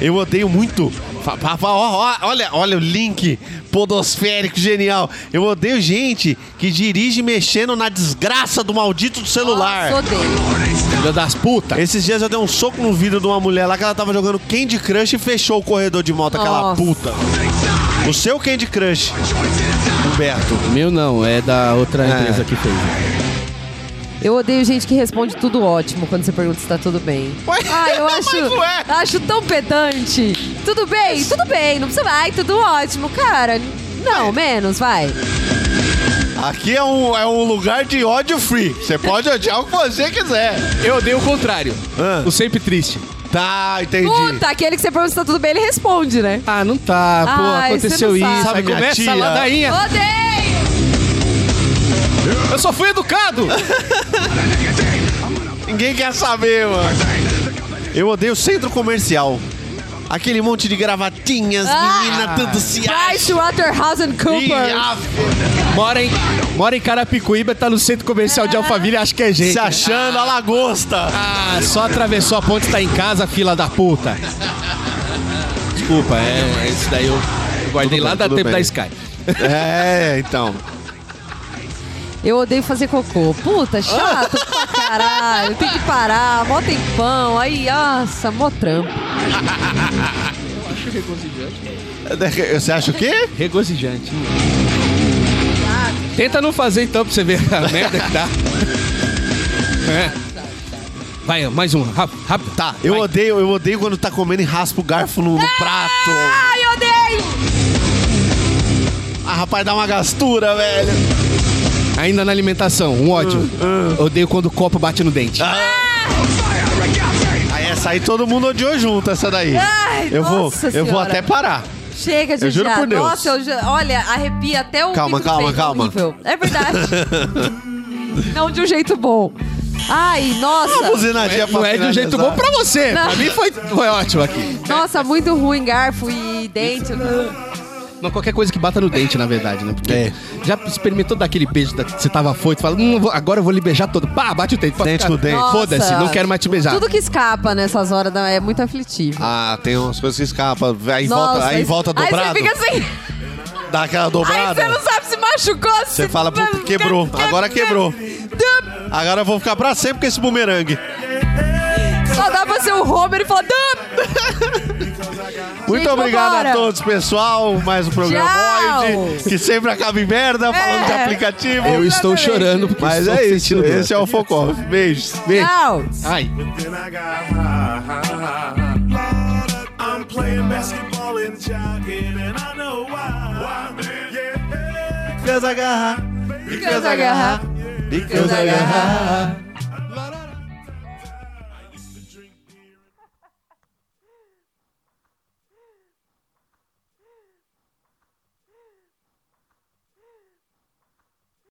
Speaker 3: Eu odeio muito. Fa- fa- fa- ó, ó, Olha, olha o link podosférico genial. Eu odeio gente que dirige mexendo na desgraça do maldito do celular.
Speaker 2: Nossa, odeio.
Speaker 4: Filha das putas.
Speaker 3: Esses dias eu dei um soco no vidro de uma mulher lá que ela tava jogando Candy Crush e fechou o corredor de moto, aquela
Speaker 2: Nossa.
Speaker 3: puta. O seu Candy Crush, Humberto.
Speaker 4: Meu não, é da outra
Speaker 3: empresa
Speaker 4: que fez.
Speaker 2: Eu odeio gente que responde tudo ótimo quando você pergunta se tá tudo bem.
Speaker 3: Ué?
Speaker 2: Ah, eu
Speaker 3: Mas
Speaker 2: acho,
Speaker 3: ué?
Speaker 2: acho tão pedante. Tudo bem, tudo bem, não precisa. Ai, tudo ótimo, cara. Não, menos, vai.
Speaker 3: Aqui é um, é um lugar de ódio free. Você pode odiar o que você quiser.
Speaker 4: Eu odeio o contrário.
Speaker 3: Ah.
Speaker 4: O sempre triste.
Speaker 3: Tá, entendi.
Speaker 2: Puta, aquele que você pergunta se tá tudo bem, ele responde, né?
Speaker 4: Ah, não tá. Pô,
Speaker 2: Ai,
Speaker 4: aconteceu
Speaker 2: você
Speaker 4: isso.
Speaker 2: não sabe.
Speaker 4: Aí
Speaker 3: Minha
Speaker 4: começa
Speaker 3: tia.
Speaker 4: a ladainha.
Speaker 2: Odeio!
Speaker 4: Eu só fui educado.
Speaker 3: Ninguém quer saber, mano. Eu odeio centro comercial. Aquele monte de gravatinhas,
Speaker 2: Ah.
Speaker 3: menina, tudo se
Speaker 2: Price,
Speaker 3: acha.
Speaker 2: Waterhouse and
Speaker 3: Ih,
Speaker 2: Cooper.
Speaker 3: ah,
Speaker 4: Mora em, mora em Carapicuíba, tá no centro comercial de Alphaville, acho que é gente.
Speaker 3: Se achando a lagosta.
Speaker 4: Ah, só atravessou a ponte, tá em casa, fila da puta. Desculpa, é, é isso daí eu eu guardei
Speaker 3: Tudo
Speaker 4: lá
Speaker 3: bem,
Speaker 4: da
Speaker 3: tudo
Speaker 4: tempo
Speaker 3: bem.
Speaker 4: da Sky.
Speaker 3: É, então.
Speaker 2: Eu odeio fazer cocô. Puta, chato pra caralho. Tem que parar, mó tempão. Aí, nossa, mó trampo.
Speaker 3: Um Você acha o quê?
Speaker 4: Regozijante. Tenta não fazer então pra você ver a merda que dá. É. Vai, mais um, rápido, rápido.
Speaker 3: Tá, eu odeio, eu odeio quando tá comendo e raspa o garfo no, no prato.
Speaker 2: Ai, odeio!
Speaker 3: Ah, rapaz, dá uma gastura, velho.
Speaker 4: Ainda na alimentação, um ódio.
Speaker 3: Ah,
Speaker 4: Odeio quando o copo bate no dente.
Speaker 3: Aí essa aí todo mundo odiou junto, essa daí.
Speaker 2: Ai,
Speaker 3: eu vou,
Speaker 2: nossa
Speaker 3: eu vou
Speaker 2: senhora.
Speaker 3: até parar.
Speaker 2: Chega de
Speaker 3: Eu juro
Speaker 2: odiar.
Speaker 3: por Deus.
Speaker 2: Nossa, eu já- olha, arrepia até o
Speaker 3: Calma,
Speaker 2: bico do
Speaker 3: calma,
Speaker 2: peito,
Speaker 3: calma.
Speaker 2: horrível. É verdade. não de um jeito bom. Ai, nossa.
Speaker 3: Buzinadinha Ah, pra
Speaker 4: Não é de um jeito
Speaker 3: finalizar.
Speaker 4: bom pra você.
Speaker 2: Não.
Speaker 4: Pra mim foi, foi ótimo aqui.
Speaker 2: Nossa, muito ruim garfo e dente.
Speaker 4: Mas qualquer coisa que bata no dente, na verdade, né? Porque
Speaker 3: É.
Speaker 4: já experimentou dar aquele beijo da- que você tava foito, fala, hum, vou- agora eu vou lhe beijar todo. Pá, bate o dente. Fala,
Speaker 3: Dente
Speaker 4: cara,
Speaker 3: no dente.
Speaker 2: Nossa.
Speaker 4: Foda-se, não quero mais te beijar.
Speaker 2: Tudo que escapa nessas horas não, é muito aflitivo.
Speaker 3: Ah, tem umas coisas que escapam. Aí volta, aí volta dobrado.
Speaker 2: Aí você fica assim.
Speaker 3: Dá aquela
Speaker 2: Aí
Speaker 3: dobrada.
Speaker 2: você não sabe se machucou.
Speaker 3: Você fala, puta, quebrou. Agora quebrou. Agora eu vou ficar pra sempre com esse bumerangue.
Speaker 2: Só dá pra ser o Homer e falar. "Dup!"
Speaker 3: Muito
Speaker 2: Gente,
Speaker 3: obrigado
Speaker 2: vambora.
Speaker 3: a todos, pessoal. Mais um programa
Speaker 2: Tchau.
Speaker 3: que sempre acaba em merda, falando de aplicativo.
Speaker 4: Eu estou
Speaker 2: Exatamente.
Speaker 4: chorando porque
Speaker 3: Mas
Speaker 4: estou
Speaker 3: é isso.
Speaker 4: sentindo dor.
Speaker 3: Esse é o Focoff. Beijos. Beijos.
Speaker 2: Tchau.
Speaker 4: Ai.
Speaker 6: I'm playing basketball and jogging, and I know why. Why, man? Yeah.
Speaker 3: Deus agarrar.
Speaker 2: Deus agarrar.
Speaker 3: Deus agarrar.